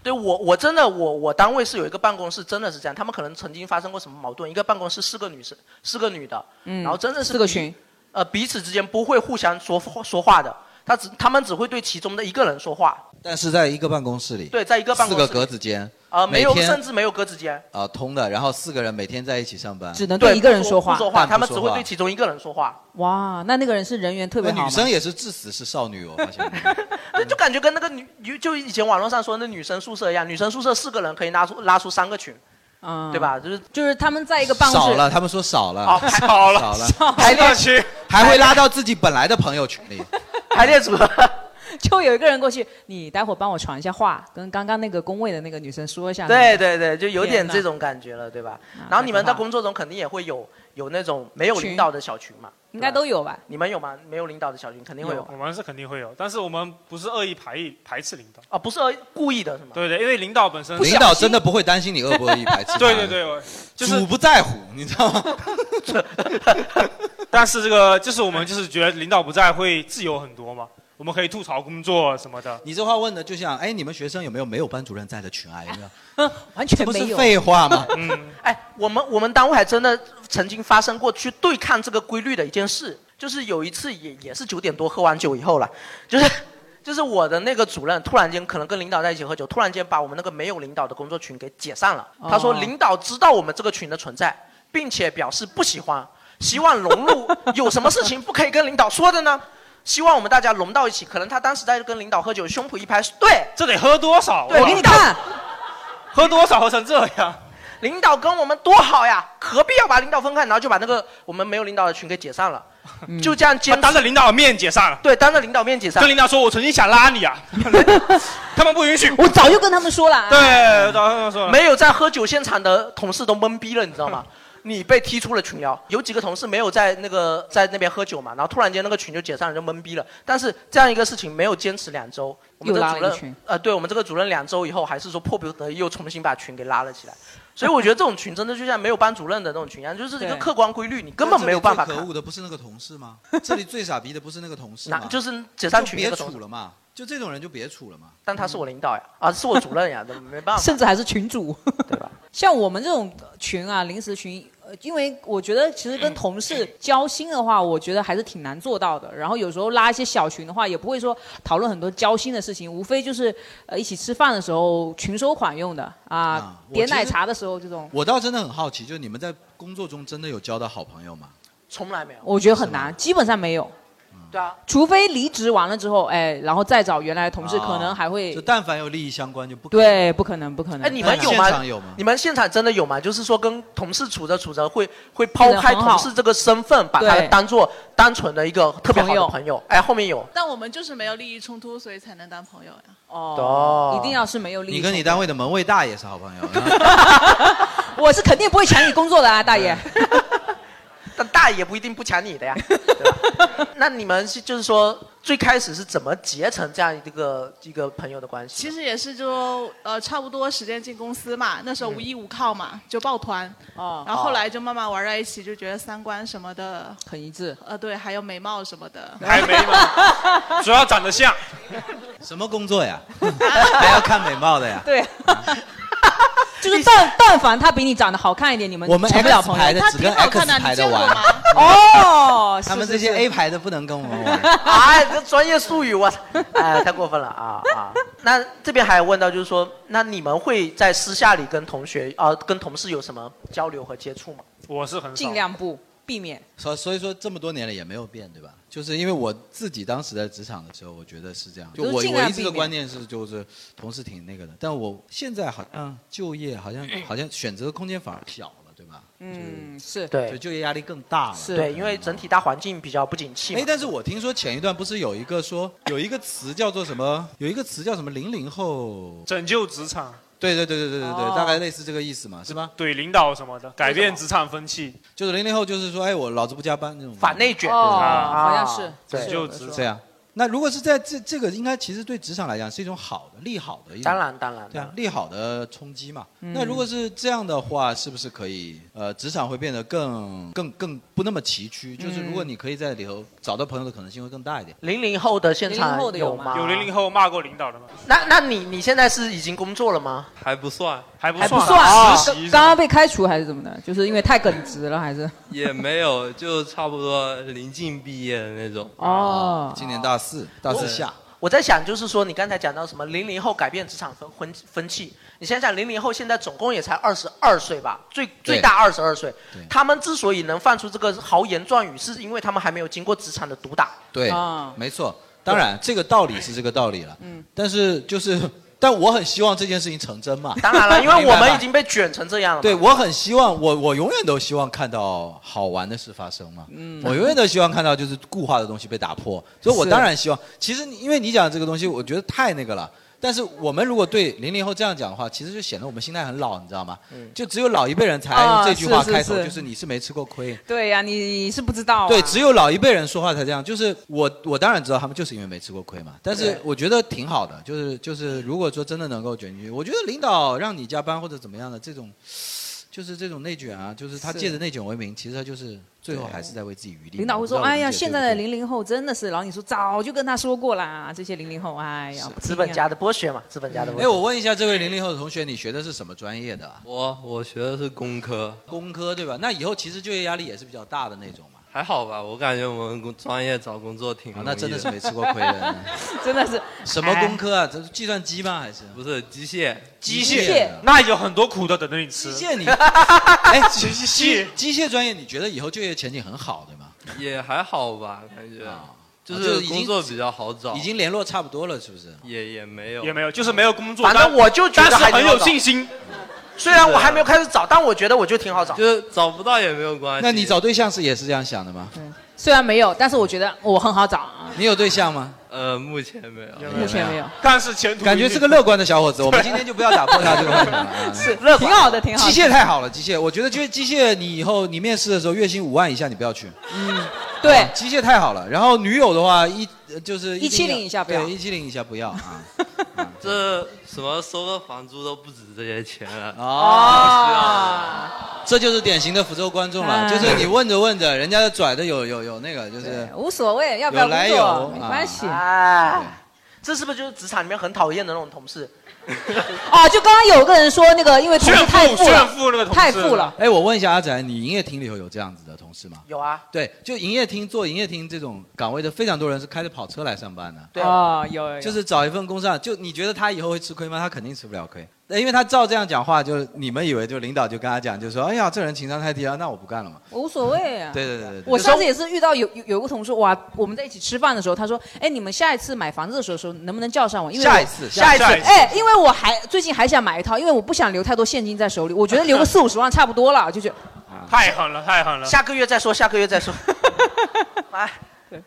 S1: 对我，我真的，我我单位是有一个办公室，真的是这样。他们可能曾经发生过什么矛盾？一个办公室四个女生，四个女的，
S2: 嗯
S1: 然后真的是
S2: 四个
S1: 彼
S2: 群，
S1: 呃，彼此之间不会互相说说话的，他只他们只会对其中的一个人说话，
S9: 但是在一个办公室里，
S1: 对在一个办公室里
S9: 四个格子间，
S1: 呃，没有，
S9: 每天
S1: 甚至没有隔之间，
S9: 啊、通的，然后四个人每天在一起上班，
S1: 不不说话，他们只会对其中一个人说话，
S2: 哇，那那个人是人缘特别好吗。
S9: 女生也是至死是少女，我哦发现。
S1: 那 就感觉跟那个女女就以前网络上说那女生宿舍一样，女生宿舍四个人可以拉出拉出三个群，
S2: 嗯
S1: 对吧？就是
S2: 就是他们在一个办公室
S9: 少了，他们说少了，
S1: 哦还
S9: 少了，
S2: 少了
S9: 还
S2: 少了
S9: 去，还会拉到自己本来的朋友群里。
S1: 排列组合，
S2: 就有一个人过去，你待会儿帮我传一下话，跟刚刚那个工位的那个女生说一下。
S1: 对对对，就有点这
S2: 天哪
S1: 种感觉了，对吧？
S2: 啊
S1: 然后你们在工作中肯定也会有有那种没有
S2: 群
S1: 领导的小群嘛，
S2: 应该都有吧？
S1: 你们有吗？没有领导的小群肯定会有啊吧
S3: 我们是肯定会有，但是我们不是恶意排异排斥领导。
S1: 啊，不是恶意故意的是吗？
S3: 对对，因为领导本身
S9: 领导真的不会担心你恶不恶 意排斥他的，
S3: 对对对，我就是
S9: 主不在乎，你知道吗？
S3: 但是这个就是我们就是觉得领导不在会自由很多嘛，我们可以吐槽工作什么的。
S9: 你这话问的就像，哎，你们学生有没有没有班主任在的群啊？有没有？
S2: 完
S9: 这不是废话 吗？
S3: 嗯
S1: 哎，我们我们单位还真的曾经发生过去对抗这个规律的一件事，就是有一次也也是九点多喝完酒以后了，就是就是我的那个主任突然间可能跟领导在一起喝酒，突然间把我们那个没有领导的工作群给解散了。他说
S2: 哦
S1: 领导知道我们这个群的存在，并且表示不喜欢，希望融入。有什么事情不可以跟领导说的呢？希望我们大家融到一起。可能他当时在跟领导喝酒，胸脯一拍，对，
S3: 这得喝多少啊？
S1: 对，领导
S3: 喝多少喝成这样？
S1: 领导跟我们多好呀，何必要把领导分开？然后就把那个我们没有领导的群给解散了，
S3: 嗯
S1: 就这样坚持。
S3: 当啊着领导的面解散了。
S1: 对，当着领导面解散。
S3: 跟领导说，我曾经想拉你 啊，他们不允许。
S2: 我早就跟他们说
S17: 啊
S2: 了。
S3: 对，早上说了。
S1: 没有在喝酒现场的同事都懵逼了，你知道吗？你被踢出了群聊，有几个同事没有在那个在那边喝酒嘛，然后突然间那个群就解散了，就懵逼了。但是这样一个事情没有坚持两周，我们这
S2: 又拉
S1: 主
S2: 了一
S1: 任
S2: 个群
S1: 呃，对我们这个主任两周以后还是说迫不得已又重新把群给拉了起来。所以我觉得这种群真的就像没有班主任的那种群一样，就是一个
S9: 对
S1: 客观规律，你根本没有办法
S9: 这
S1: 看
S9: 里最。可恶的不是那个同事吗？ 这里最傻逼的不是那个同事
S1: 那
S9: 吗？
S1: 就是解散群
S9: 就别
S1: 那个同事
S9: 处了嘛，就这种人就别处了嘛。
S1: 但他是我领导呀，啊，是我主任呀，怎么没办法？
S2: 甚至还是群主，对吧？ 像我们这种群啊，临时群，呃，因为我觉得其实跟同事交心的话，我觉得还是挺难做到的。然后有时候拉一些小群的话，也不会说讨论很多交心的事情，无非就是呃一起吃饭的时候群收款用的啊，
S9: 我
S2: 点
S9: 其
S2: 奶
S9: 实
S2: 茶的时候这种，
S9: 我倒真的很好奇，就是你们在工作中真的有交到好朋友吗？
S1: 从来没有。
S2: 我觉得很难，基本上没有。对啊，除非离职完了之后，哎，然后再找原来的同事，可能还会
S9: 就但凡有利益相关就啊不可以
S2: 对，不可能，不可能。
S1: 哎，你们有
S9: 现
S1: 吗
S9: 场有吗？
S1: 你们现场真的有吗？就是说跟同事处着处着会会抛开同事这个身份，把他
S2: 对
S1: 当做单纯的一个特别好的朋友。哎，后面有
S18: 但我们就是没有利益冲突，所以才能当朋友呀。
S1: 哦
S2: 一定要是没有利益。
S9: 你跟你单位的门卫大爷是好朋友，啊
S2: 我是肯定不会抢你工作的啊，大爷。
S1: 但大爷不一定不抢 你的呀，对吧？那你们是就是说最开始是怎么结成这样一个一个朋友的关系
S18: 其
S1: 的？
S18: 实也是就呃差不多时间进公司嘛，那时候无依无靠嘛，就抱团。
S2: 嗯哦
S18: 然后后来就慢慢玩在一起，就觉得三观什么的，
S2: 很一致。
S18: 呃，对，还有眉毛什么的。
S2: 嗯
S3: 还眉毛，主要长得像。
S9: 什么工作呀？ 还要看美貌的呀？
S2: 对，就是但但凡他比你长得好看一点，你们
S9: 我们
S2: 成不了
S9: X
S2: 朋
S9: 牌
S2: 友
S9: 的。只跟 X 牌的玩，
S2: 哦，
S9: 他们
S2: 是
S9: 这些
S2: 是是
S9: A 牌的不能跟我们玩。
S1: 哎，这专业术语我操，哎，太过分了啊啊！那这边还问到，就是说，那你们会在私下里跟同学啊、跟同事有什么交流和接触吗？
S3: 我是很
S2: 尽量不避免。
S9: 所所以说这么多年了也没有变，对吧？就是因为我自己当时在职场的时候，我觉得是这样。就
S2: 就是
S9: 我
S2: 尽
S9: 我
S2: 量
S9: 一直
S2: 避
S9: 的
S2: 免
S9: 观念是，就是同事挺那个的，但我现在好像就业好像好像选择空间反而小了，对吧？
S2: 嗯，是
S1: 对，
S9: 就就业压力更大了。
S1: 对，因为整体大环境比较不景气嘛。
S9: 哎，但是我听说前一段不是有一个说有一个词叫做什么？有一个词叫什么？零零后
S3: 拯救职场。
S9: 对对对对对对对，
S3: 哦
S9: 大概类似这个意思嘛，是吧？
S3: 对领导什么的，改变职场风气。
S9: 就是零零后，就是说，哎，我老子不加班那种。
S1: 反内卷
S3: 哦好像是对
S9: 对，
S3: 是有的说
S9: 这样。那如果是在这这个，应该其实对职场来讲是一种好的利好的一种，
S1: 当然当然
S9: 对
S1: 当
S9: 啊
S1: 然，
S9: 利好的冲击嘛。
S1: 嗯
S9: 那如果是这样的话，是不是可以呃，职场会变得更更更不那么崎岖？
S1: 嗯
S9: 就是如果你可以在里头找到朋友的可能性会更大一点。
S1: 零零后的现场有
S17: 啊
S3: 有零零后骂过领导的吗？
S1: 那那你你现在是已经工作了吗？
S17: 还不算，
S3: 还不
S2: 还不算
S3: 啊
S2: 啊，刚刚被开除还是怎么的？就是因为太耿直了，还是？
S17: 也没有，就差不多临近毕业的那种。
S2: 哦
S9: 啊今年大四，大四下。
S1: 我在想，就是说你刚才讲到什么零零后改变职场风风风气，你想想零零后现在总共也才二十二岁吧，最最大二十二岁，他们之所以能放出这个豪言壮语，是因为他们还没有经过职场的毒打。
S9: 对，
S1: 啊
S9: 没错。当然，这个道理是这个道理了。
S1: 嗯
S9: 但是就是， 但我很希望这件事情成真嘛。
S1: 当然了，因为我
S9: 明白
S1: 们
S9: 吧
S1: 已经被卷成这样了嘛。
S9: 对，我很希望，我我永远都希望看到好玩的事发生嘛。
S1: 嗯
S9: 我永远都希望看到就是固化的东西被打破，所以我
S1: 是
S9: 当然希望。其实你因为你讲这个东西，我觉得太那个了。但是我们如果对零零后这样讲的话，其实就显得我们心态很老，你知道吗？
S2: 嗯
S9: 就只有老一辈人才
S2: 啊
S9: 用这句话
S2: 是是
S9: 开头，
S2: 是
S9: 就是你是没吃过亏。
S2: 对呀，你是不知道啊。
S9: 对，只有老一辈人说话才这样。就是我，我当然知道他们就是因为没吃过亏嘛。但是
S2: 对
S9: 我觉得挺好的，就是就是，如果说真的能够卷进去，我觉得领导让你加班或者怎么样的这种，就是这种内卷啊，就是他
S2: 是
S9: 借着内卷为名，其实他就是最后还是在为自己余力嘛。
S2: 领导会说：“
S9: 我不知道
S2: 哎
S9: 你
S2: 呀，
S9: 理解
S2: 现
S9: 对
S2: 在
S9: 不
S2: 的
S9: 对
S2: 零零后真的是……”然后你说：“早就跟他说过啦，啊这些零零后，哎呀，
S1: 资本家的剥削嘛，资本家的剥
S9: 哎，我
S1: 削。
S9: 问一下这位零零后的同学，你学的是什么专业的啊？
S17: 我我学的是工科，
S9: 工科对吧？那以后其实就业压力也是比较大的那种嘛。
S17: 还好吧？我感觉我们工专业找工作挺容易
S9: 啊那真的是没吃过亏 的。
S2: 真的是
S9: 什么工科啊？这是计算机吗？还是
S17: 不是呃机械？
S3: 机
S9: 机
S3: 械，那有很多苦头等着你吃。
S9: 机 械你，哎，
S3: 机
S9: 机
S3: 械
S9: 机机械专业，你觉得以后就业前景很好，对吗？啊
S17: 也还好吧，感觉
S9: 就是
S17: 是
S9: 已经
S17: 工作比较好找，
S9: 已经联络差不多了，是不是？
S17: 也也没有
S3: 也没有，就是没有工作。
S1: 反正我就觉
S3: 但
S1: 得
S3: 是
S1: 还
S3: 很
S1: 挺好
S3: 有
S1: 找
S3: 信心。
S1: 虽然我还没有开始找，但我觉得我就挺好找。
S17: 就是找不到也没有关
S9: 那你找对象是也是这样想的吗？
S2: 虽然没有，但是我觉得我很好找啊。
S9: 你有对象吗？
S17: 呃，目前没有，
S2: 目前没有。
S3: 但是前途
S9: 感觉是个乐观的小伙子，我们今天就不要打破他这
S16: 哎
S9: 个话题 了啊。
S2: 是挺好的，挺好的。
S9: 机械太好了，机械，我觉得就是机械，你以后你面试的时候月薪五万以下你不要去。
S2: 嗯，对
S9: 啊，机械太好了。然后女友的话一呃就是定
S2: 170以下不要
S9: 对，一七零以下不要啊。
S17: 这什么收个房租都不止这些钱 了
S9: 哦，
S3: 啊
S9: 啊这就是典型的福州观众了，
S2: 哎
S9: 就是你问着问着，人家就拽的有有有那个，就是
S2: 无所谓，要不要
S9: 有来
S2: 工作
S9: 有
S2: 没关系。
S1: 哎，这是不是就是职场里面很讨厌的那种同事？
S2: 啊，就刚刚有个人说那个，因为同事太富了，太富了。。
S9: 哎，我问一下阿仔，你营业厅里头有这样子的同事吗？
S1: 有啊，
S9: 对，就营业厅做营业厅这种岗位的，非常多人是开着跑车来上班的。
S2: 对啊有有有
S9: 就是找一份工上，就你觉得他以后会吃亏吗？他肯定吃不了亏。那因为他照这样讲话，就是你们以为就领导就跟他讲，就说哎呀这人情商太低了，那我不干了嘛。
S2: 我无所谓啊。
S9: 对对对对对。
S2: 我上次也是遇到有有有个同事，哇，我们在一起吃饭的时候，他说，哎，你们下一次买房子的时候，时候能不能叫上我？因为我
S9: 下一次下
S2: 下
S9: 一
S2: 一
S9: 次
S2: 次，哎，因为我还最近还想买一套，因为我不想留太多现金在手里，我觉得留个四五十万差不多了，就觉得
S3: 太狠了，太狠了。
S1: 下个月再说，下个 月再说。妈，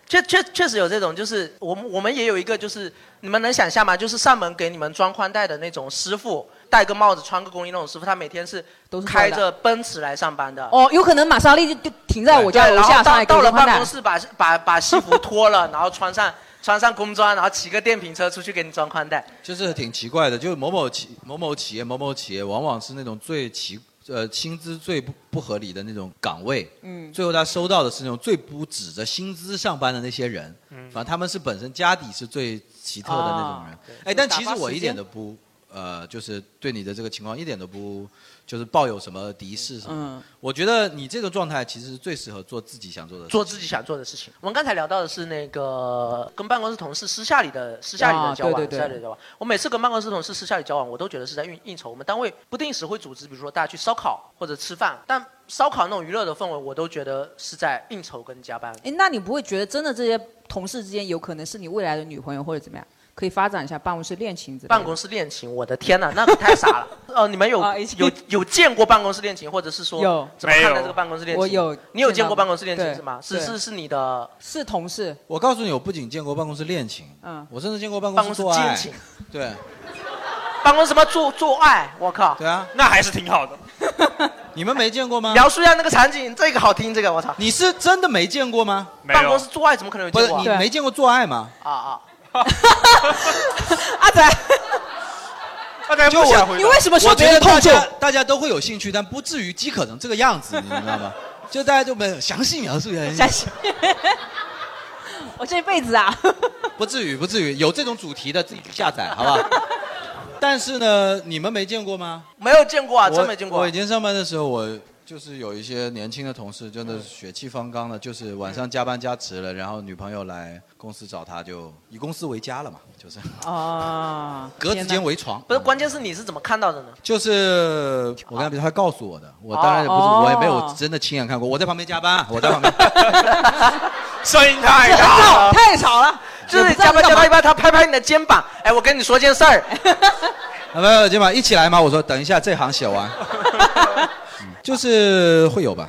S1: 确确确实有这种，就是我们我们也有一个，就是你们能想象吗？就是上门给你们装宽带的那种师傅，戴个帽子，穿个工衣那种师傅，他每天是
S2: 都是这
S1: 开
S2: 样的
S1: 着奔驰来上班的。
S2: 哦，有可能玛莎拉蒂就就停在我家
S1: 对
S2: 楼
S1: 哎然后
S2: 下，上
S1: 到
S2: 来给我
S1: 到了
S2: 宽带
S1: 办公室把把把西服脱了，然后穿上穿上工装，然后骑个电瓶车出去给你装宽带。
S9: 就是挺奇怪的，就是某某企某某企业某某企业，往往是那种最奇呃薪资最不不合理的那种岗位，
S2: 嗯
S9: 最后他收到的是那种最不指着薪资上班的那些人，
S2: 嗯
S9: 反正他们是本身家底是最奇特的那种人
S2: 啊对。
S9: 哎、但其实
S2: 打发
S9: 我
S2: 时
S9: 一
S2: 间
S9: 点都不呃，就是对你的这个情况一点都不就是抱有什么敌视什么。
S1: 嗯
S9: 我觉得你这个状态其实最适合做自己想做的事情，
S1: 做自己想做的事情。我们刚才聊到的是那个跟办公室同事私下里的私下里的
S9: 啊
S1: 交往，
S9: 对对对
S1: 私下里的交往。我每次跟办公室同事私下里交往，我都觉得是在应应酬。我们单位不定时会组织，比如说大家去烧烤或者吃饭，但烧烤那种娱乐的氛围，我都觉得是在应酬跟加班。
S2: 哎，那你不会觉得真的这些同事之间有可能是你未来的女朋友或者怎么样？可以发展一下办公室恋情之类的。
S1: 办公室恋情，我的天哪，那可 太傻 了！呃，你们有有有见过办公室恋情，或者是说
S2: 啊有
S1: 怎么看
S2: 没
S1: 待
S2: 有
S1: 这个办公室恋情？
S2: 我有
S1: 你有
S2: 见
S1: 见
S2: 到
S1: 过办公室恋情
S2: 对
S1: 是吗？是
S2: 对
S1: 是是你的
S2: 是同事，
S9: 我告诉你，我不仅见过办公室恋情，
S2: 嗯，
S9: 我甚至见过办
S1: 办
S9: 公
S1: 公
S9: 室
S1: 室
S9: 做爱
S1: 奸情，
S9: 对。
S1: 办公室什么做做爱，我靠！
S9: 对啊，
S3: 那还是挺好的。
S9: 你们没见过吗？
S1: 描述一下那个场景，这个好听，这个我操！
S9: 你是真的没见过吗？
S1: 办公室做爱怎么可能有
S9: 不
S1: 见
S9: 是
S1: 过啊？
S9: 你没见过做爱吗？
S1: 啊啊！
S2: 阿仔，
S3: 阿仔
S9: 就我，
S2: 你为什么说别人
S9: 我觉得
S2: 痛
S9: 大
S2: 处？
S9: 家大家都会有兴趣，但不至于饥渴成这个样子，你知道 吗？就大家就没有详细描述一下，
S2: 详细，我这辈子啊，
S9: 不至于，不至于有这种主题的自己去下载，好不好？ 但是呢，你们没见过吗？
S1: 没有见过啊，
S9: 我
S1: 真没见过
S9: 我以。前上班的时候，我就是有一些年轻的同事，真的血气方刚的，就是晚上加班加迟了，然后女朋友来公司找他就，以公司为家了嘛，就是
S2: 啊，
S9: 格子间为床。
S1: 不是，关键是你是怎么看到的呢？
S9: 就是我跟他比，他告诉我的，我
S1: 哦
S9: 当然也不是，
S1: 哦
S9: 我也没有真的亲眼看过，我在旁边加班，我在旁边，
S3: 声音
S1: 太
S2: 大了，太吵了。
S1: 就是你加班加到一半，他拍拍你的肩膀，哎，我跟你说件事儿，
S9: 啊，没有，今晚一起来嘛，我说等一下这行写完， 嗯就是会有吧，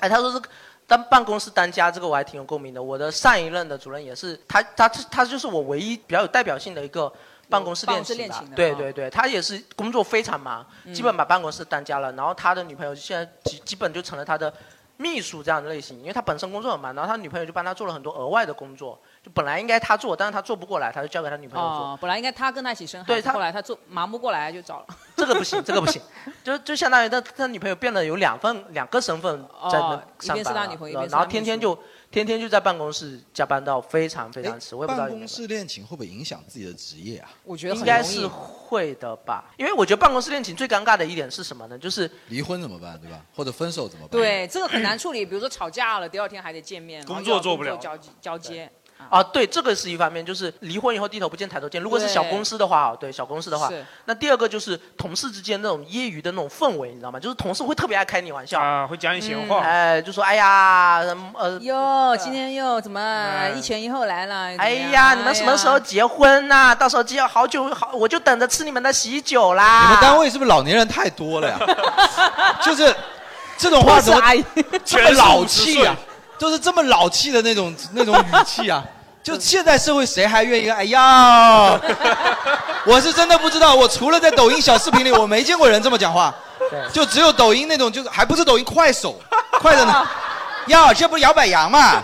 S1: 哎，他说是当办公室当家，这个我还挺有共鸣的。我的上一任的主任也是，他他他就是我唯一比较有代表性的一个办公室
S2: 办
S1: 恋
S2: 公室
S1: 情吧
S2: 恋情的
S1: 对
S2: 啊嗯
S1: 对对，他也是工作非常忙，基本把办公室当家了。然后他的女朋友现在基基本就成了他的秘书这样的类型，因为他本身工作很忙，然后他女朋友就帮他做了很多额外的工作，就本来应该他做，但是他做不过来，他就交给他女朋友做。
S2: 哦，本来应该他跟他一起 生孩
S1: 对
S2: 子，后来他做麻木过来就找了。
S1: 这个不行，这个不行，就就相当于他他女朋友变得有两份两个身份在那
S2: 哦一
S1: 上
S2: 边是
S1: 班
S2: 他
S1: 了
S2: 女朋
S1: 然
S2: 友一
S1: 后
S2: 边是
S1: 然后
S2: 他
S1: 天
S2: 秘
S1: 天
S2: 书
S1: 就天天就在办公室加班到非常非常迟，我也不知道
S9: 哎办公
S1: 有没有。
S9: 室恋情会不会影响自己的职业啊？
S2: 我觉
S1: 应该是会的吧，因为我觉得办公室恋情最尴尬的一点是什么呢？就是
S9: 离婚怎么办，对吧？或者分手怎么办？
S2: 对，这个很难处理。比如说吵架了，第二天还得见面，然后
S9: 工作
S2: 又要
S9: 做不了
S2: 交集交接。
S1: 啊，对，这个是一方面，就是离婚以后低头不见抬头见。如果是小公司的话啊，对小公司的话
S2: 是，
S1: 那第二个就是同事之间那种业余的那种氛围，你知道吗？就是同事会特别爱开你玩笑
S3: 啊，会讲你闲话
S1: 哎，就说哎呀，嗯呃，
S2: 哟，今天又怎么一前一后来了？
S1: 哎呀，你们什么时
S2: 哎
S1: 候结婚呐、到时候结好久好，我就等着吃你们的喜酒啦。
S9: 你们单位是不是老年人太多了呀？就是这种话怎么
S2: 都是阿姨
S9: 这么老气呀、啊都是这么老气的那种那种语气啊！就现在社会谁还愿意？哎呀， 我是真的不知道，我除了在抖音小视频里，我没见过人这么讲话，就只有抖音那种，就是还不是抖音，快手，快的呢。呀，这不是摇摆羊吗？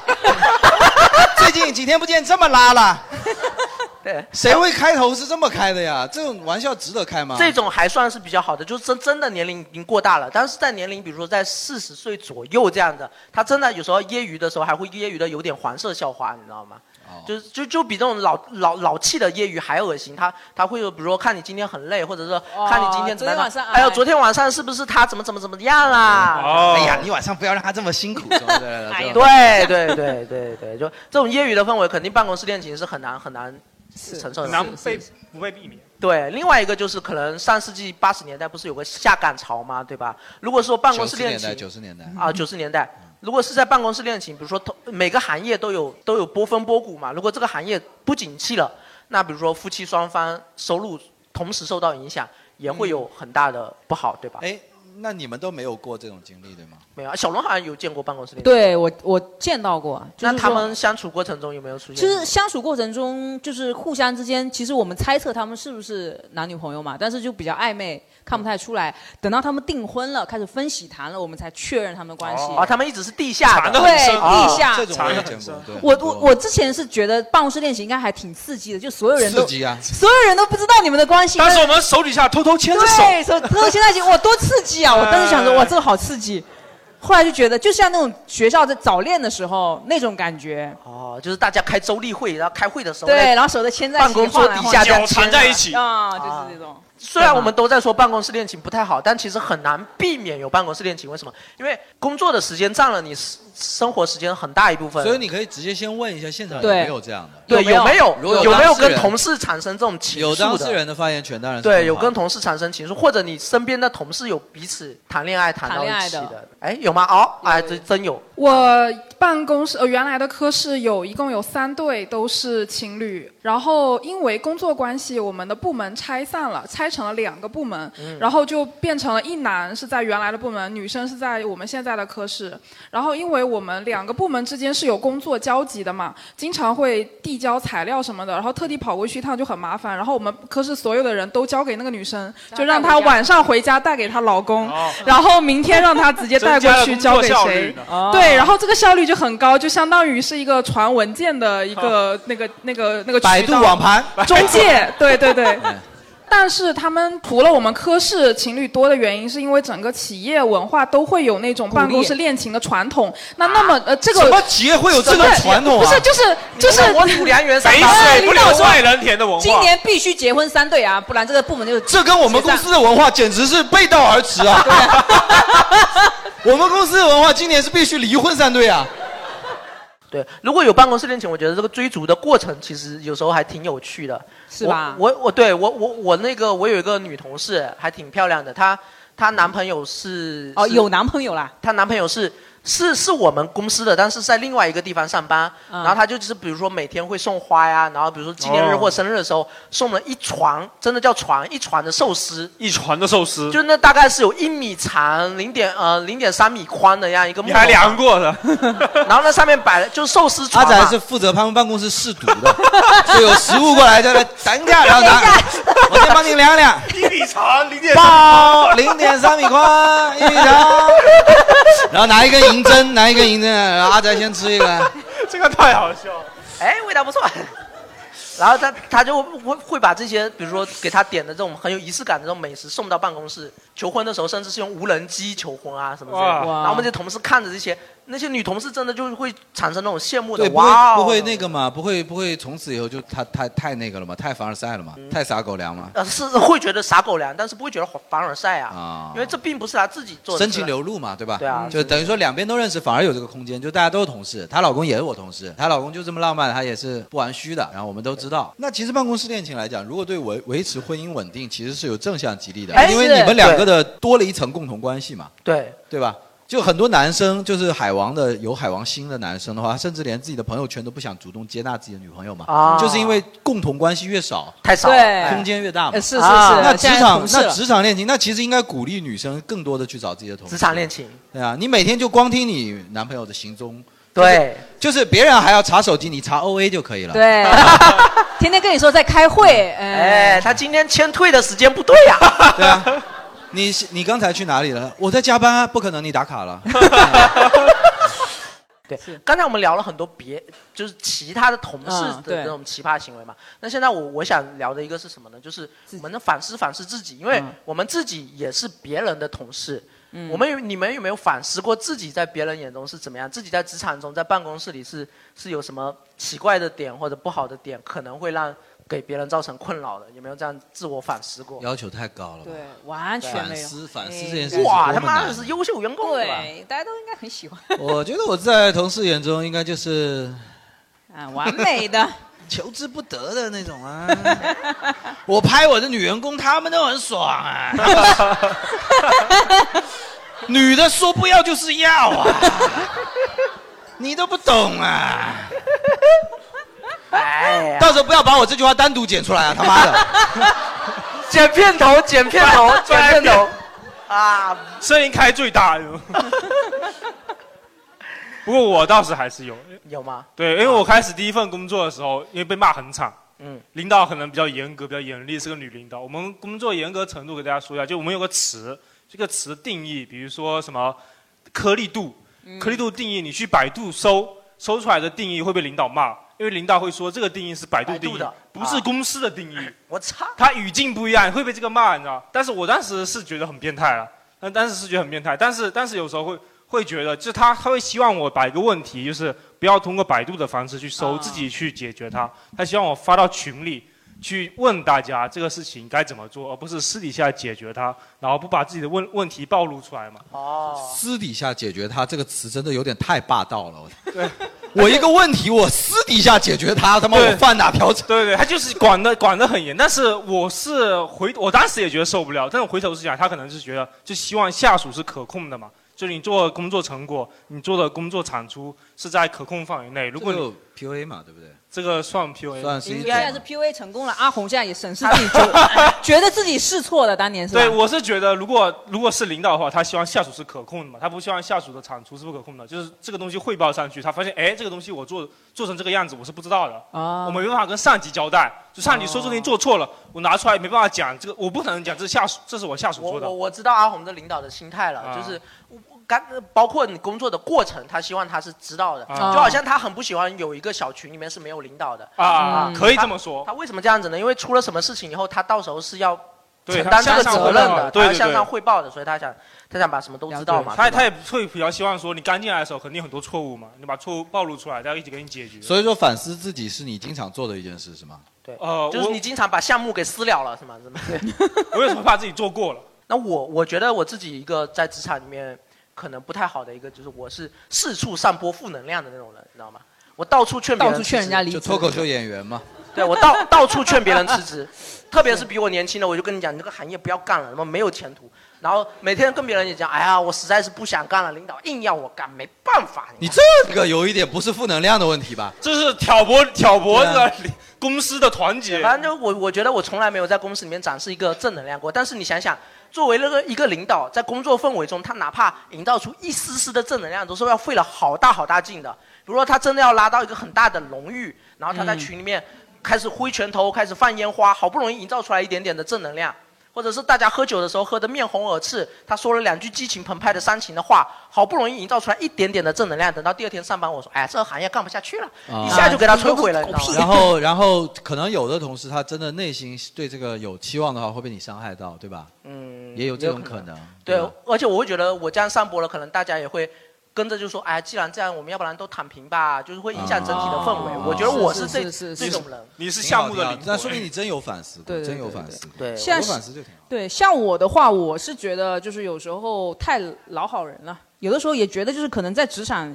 S9: 最近几天不见这么拉了，
S1: 对，
S9: 谁会开头是这么开的哎呀？这种玩笑值得开吗？
S1: 这种还算是比较好的，就是真真的年龄已经过大了，但是在年龄比如说在四十岁左右这样的，他真的有时候揶揄的时候还会揶揄的有点黄色笑话，你知道吗？就是就就比这种老老老气的揶揄还恶心，他他会有比如说看你今天很累，或者说看你今天怎么
S2: 昨天
S1: 样
S2: 晚上，
S1: 哎呦
S2: 哎
S1: 昨天晚上是不是他怎么怎么怎么样啊啦？
S9: 哦，哎哎呀，你晚上不要让他这么辛 苦，什么之类的
S1: 对对对对对，就这种业余的氛围，肯定办公室恋情是很难很难
S2: 是
S1: 承受得
S3: 很
S1: 了
S3: 难被不被避免。
S1: 对，另外一个就是可能上世纪八十年代不是有个下岗潮嘛，对吧？如果说办公室恋
S9: 90年代
S1: 情，
S9: 90年代
S1: 啊，九十年代，如果是在办公室恋情，比如说同每个行业都有都有波峰波谷嘛，如果这个行业不景气了，那比如说夫妻双方收入同时受到影响，也会有很大的不好，对吧？
S9: 哎，那你们都没有过这种经历对吗？
S1: 没有啊，小龙好像有见过办公室恋情，
S2: 对我我见到过，就是
S1: 那他
S2: 说
S1: 们相处过程中有没有出现
S2: 其
S1: 这种？
S2: 实相处过程中，就是互相之间，其实我们猜测他们是不是男女朋友嘛，但是就比较暧昧，看不太出来。等到他们订婚了，开始分喜谈了，我们才确认他们的关系。
S1: 哦，他们一直是地下的，
S2: 对地下。
S9: 这种
S16: 哦
S9: 我也见过，对。
S2: 我我我之前是觉得办公室恋情应该还挺刺激的，就所有人都
S9: 刺激啊
S2: 所有人都不知道你们的关系。
S3: 当时我们手底下偷偷牵着手，
S2: 对，手偷牵在一起，哇，多刺激啊！我当时想着，哇，这个好刺激。后来就觉得，就像那种学校在早恋的时候那种感觉。
S1: 哦，就是大家开周例会，然后开会的时候，
S2: 对，然后手都牵在一
S1: 办
S2: 起，
S1: 公桌
S2: 晃来
S1: 底
S2: 晃
S1: 下
S2: 去
S1: 这样牵着
S2: 啊，就是这种。
S1: 虽然我们都在说办公室恋情不太好，但其实很难避免有办公室恋情。为什么？因为工作的时间占了你生生活时间很大一部分。
S9: 所以你可以直接先问一 下现场有
S1: 对
S9: 没有这样的，
S1: 对有没有
S9: 如果
S1: 有没有
S9: 当事人
S1: 跟同事产生这种情
S9: 有当
S1: 愫
S9: 事
S1: 的？
S9: 人的发言权，当然是
S1: 对，
S9: 很
S1: 有
S9: 好
S1: 跟同事产生情愫，或者你身边的同事有彼此谈恋爱谈到一起
S19: 谈恋爱
S1: 的，哎，有吗？哦，哎，这真有。
S19: 我办公室呃原来的科室有一共有三对都是情侣，然后因为工作关系，我们的部门拆散了，拆成了两个部门，
S20: 嗯
S19: 然后就变成了一男是在原来的部门，女生是在我们现在的科室。然后因为我们两个部门之间是有工作交集的嘛，经常会递交材料什么的，然后特地跑过去一趟就很麻烦。然后我们科室所有的人都交给那个女生，就让她晚上回家带给她老公，
S9: 哦
S19: 然后明天让她直接带过去交给谁。对，然后这个效率就很高，就相当于是一个传文件的一个那个那个那个渠道
S9: 哦百度网盘嗯
S19: 中介，对对对。但是他们除了我们科室情侣多的原因，是因为整个企业文化都会有那种办公室恋情的传统。那那么呃，这个
S9: 啊什么企业会有这种传统啊
S19: 不是，就是就是
S1: 我土良 缘
S3: 肥
S2: 啊
S3: 水不流外人田的文化。
S2: 今年必须结婚三对啊，不然这个部门就
S9: 这跟我们公司的文化简直是背道而驰啊！ 我们公司的文化今年是必须离婚三对啊。
S1: 对，如果有办公室恋情，我觉得这个追逐的过程其实有时候还挺有趣的，
S2: 是吧
S1: 我我我对我我我那个我有一个女同事还挺漂亮的，她她男朋友是
S2: 哦
S1: 是
S2: 有男朋友啦，
S1: 她男朋友是是是我们公司的，但是在另外一个地方上班，
S2: 嗯
S1: 然后她就就是比如说每天会送花呀，然后比如说纪念日
S3: 哦
S1: 或生日的时候、送了一床，真的叫床一床的寿司，
S3: 一船的寿司，
S1: 就那大概是有一米长，零点呃零点三米宽的这样一个木
S3: 你
S1: 头
S3: 还量
S1: 房，
S3: 过的，
S1: 然后那上面摆了 就是寿司
S9: 阿
S1: 床
S9: 宅
S1: 嘛
S9: 是。负责他们办公室试毒的，就有食物过来叫他等一 下，然后拿，我先帮你量量，
S3: 一米长，零点
S9: 包零点三米宽，一米长，然后拿一根银针，拿一根银针，然后阿宅先吃一个。
S3: 这个太好笑了。
S1: 哎，味道不错。然后他他就会会把这些，比如说给他点的这种很有仪式感的这种美食送到办公室。求婚的时候，甚至是用无人机求婚啊什么之类的。
S9: 哇
S1: 然后我们这同事看着这些，那些女同事真的就会产生那种羡慕的
S9: 对，不
S1: 哇
S9: 会
S1: 哦，
S9: 不会那个嘛，不会不会从此以后就太太太那个了嘛，太凡尔赛了嘛，太撒狗粮嘛，
S1: 呃是会觉得撒狗粮，但是不会觉得凡尔赛啊，
S9: 啊
S1: 因为这并不是他自己做的。
S9: 真情流露嘛，对吧？
S1: 对啊
S9: 就等于说两边都认识，反而有这个空间，就大家都是同事，她老公也是我同事，她老公就这么浪漫，她也是不玩虚的，然后我们都知道。那其实办公室恋情来讲，如果对维维持婚姻稳定，其实是有正向激励的
S1: 哎，
S9: 因为
S1: 是
S9: 你们两个的多了一层共同关系嘛，
S1: 对
S9: 对吧？就很多男生，就是海王的有海王星的男生的话，甚至连自己的朋友圈都不想主动接纳自己的女朋友嘛，
S1: 啊
S9: 就是因为共同关系越少，
S1: 太少了对
S9: 空间越大
S2: 哎
S9: 嘛。
S1: 呃是是
S9: 啊
S1: 是
S9: 那职
S1: 现在
S9: 场
S1: 同事了
S9: 那职场恋情，那其实应该鼓励女生更多的去找自己的同事。
S1: 职场恋情，
S9: 对啊，你每天就光听你男朋友的行踪，
S1: 对
S9: 就是，就是别人还要查手机，你查 O A 就可以了。
S2: 对，天天跟你说在开会，哎，
S1: 哎，他今天签退的时间不对呀、
S9: 对啊，你是你刚才去哪里了？我在加班啊，不可能你打卡 了。
S1: 对，刚才我们聊了很多别就是其他的同事
S9: 嗯对
S1: 的那种奇葩行为嘛。那现在我我想聊的一个是什么呢？就是我们能反思反思自己，因为
S9: 嗯
S1: 我们自己也是别人的同事。
S9: 嗯
S1: 我们有你们有没有反思过自己在别人眼中是怎么样？自己在职场中，在办公室里是是有什么奇怪的点或者不好的点，可能会让给别人造成困扰的？有没有这样自我反思过？
S9: 要求太高了吧？
S2: 完全没有
S9: 反思反思这件事情
S1: 哇，
S9: 是多
S1: 他
S9: 么
S1: 妈的
S9: 难
S1: 是优秀员工，对吧？
S2: 对，大家都应该很喜欢，
S9: 我觉得我在同事眼中应该就是
S2: 啊，完美的，
S9: 求之不得的那种啊。 我拍我的女员工，他们都很爽 啊。女的说不要就是要啊，你都不懂啊。
S1: 哎
S9: 到时候不要把我这句话单独剪出来啊，他妈的！
S1: 剪片 头，剪片 头，剪片头。啊，
S3: 声音开最大。不过我倒是还是有，
S1: 有吗？
S3: 对，因为我开始第一份工作的时候，因为被骂很惨，
S1: 嗯，
S3: 领导可能比较严格，比较严厉，是个女领导。我们工作严格程度给大家说一下，就我们有个词，这个词定义，比如说什么颗粒度，
S7: 嗯
S2: 嗯
S3: 颗粒度定义，你去百度搜，搜出来的定义会被领导骂，因为领导会说这个定义是百度定义，不是公司的定义。
S1: 我操！
S3: 他语境不一样，会被这个骂，你知道？但是我当时是觉得很变态了，但当时是觉得很变态，但是但是有时候会会觉得，就是他他会希望我把一个问题，就是不要通过百度的方式去搜，自己去解决它，他希望我发到群里。去问大家这个事情该怎么做，而不是私底下解决它，然后不把自己的问问题暴露出来嘛。
S1: 哦，
S9: 私底下解决它这个词真的有点太霸道了。我
S3: 对，
S9: 我一个问题，我私底下解决它，他妈
S3: 对
S9: 我犯哪条？
S3: 对对，他就是管的管的很严，但是我是回，我当时也觉得受不了，但是回头是想，他可能是觉得就希望下属是可控的嘛，就是你做的工作成果，你做的工作产出是在可控范围内。如果你
S9: PUA 嘛，对不对？
S3: 这个算 PUA，
S9: 算
S2: 应该是 PUA 成功了，阿红现在也审 视自己，觉觉得自己是错的，当年是吧？
S3: 对，我是觉得，如果如果是领导的话，他希望下属是可控的嘛，他不希望下属的产出是不可控的，就是这个东西汇报上去，他发现，哎，这个东西我做做成这个样子，我是不知道的，
S2: 啊
S3: 我没办法跟上级交代，就上级说这个东西做错了，
S1: 啊
S3: 我拿出来没办法讲，这个我不可能讲，这是下属，这是我下属
S1: 我
S3: 做的
S1: 我，我知道阿红的领导的心态了，
S3: 啊
S1: 就是我我刚包括你工作的过程，他希望他是知道的，
S3: 啊
S1: 就好像他很不喜欢有一个小群里面是没有领导的嗯
S3: 啊啊可以这么说
S1: 他。他为什么这样子呢？因为出了什么事情以后，他到时候是要
S3: 对
S1: 承担这
S3: 他
S1: 个
S3: 向上
S1: 责
S3: 汇
S1: 任
S3: 报
S1: 的，
S3: 的对
S1: 他要
S3: 对
S1: 向上
S3: 对
S1: 汇报的，所以他想他想把什么都知道嘛。
S3: 他
S1: 对吧
S3: 他也会比较希望说，你刚进来的时候肯定有很多错误嘛，你把错误暴露出来，大家一起给你解决。
S9: 所以说反思自己是你经常做的一件事，是吗？
S1: 对，
S3: 呃
S1: 就是
S3: 我
S1: 你经常把项目给私了了，是吗？是吗？
S3: 我有什么怕自己做过了？
S1: 那我我觉得我自己一个在职场里面可能不太好的一个，就是我是四处散播负能量的那种人，你知道吗？我到处劝别人辞职，
S9: 就脱口秀演员 嘛。
S1: 对我到到处劝别人辞职，特别是比我年轻的，我就跟你讲，你这个行业不要干了，他妈没有前途。然后每天跟别人也讲，哎呀，我实在是不想干了，领导硬要我干，没办法。
S9: 你这个有一点不是负能量的问题吧？
S3: 这是挑拨挑拨
S1: 对
S3: 的公司的团结。
S1: 反正就我我觉得我从来没有在公司里面展示一个正能量过。但是你想想，作为那个一个领导，在工作氛围中，他哪怕营造出一丝丝的正能量，都是要费了好大好大劲的。比如说，他真的要拉到一个很大的荣誉，然后他在
S5: 嗯
S1: 群里面开始挥拳头，开始放烟花，好不容易营造出来一点点的正能量。或者是大家喝酒的时候喝得面红耳赤，他说了两句激情澎湃的煽情的话，好不容易营造出来一点点的正能量，等到第二天上班，我说，哎呀，这个行业干不下去了，
S9: 啊
S1: 一下就给他摧毁
S2: 啊
S1: 了，你知道吗？
S9: 然后，然后可能有的同事他真的内心对这个有期望的话，会被你伤害到，对吧？
S1: 嗯
S9: 也有这种
S1: 有可
S9: 可能。
S1: 对
S9: 吧，
S1: 而且我会觉得我这样散播了，可能大家也会跟着就说，哎，既然这样，我们要不然都躺平吧，就是会影响整体的氛围。
S9: 哦
S1: 我觉得我
S9: 是
S1: 这
S9: 是是
S1: 这
S9: 是
S1: 种人，
S3: 你是
S9: 挺好
S3: 项目的
S9: 挺好
S3: 灵魂
S9: 那说明你真有反思过，
S2: 对对
S9: 真有
S2: 对
S9: 反思过。
S1: 对
S2: 像
S9: 有
S2: 是
S9: 反思就挺好。
S2: 对，像我的话，我是觉得就是有时候太老好人了，有的时候也觉得就是可能在职场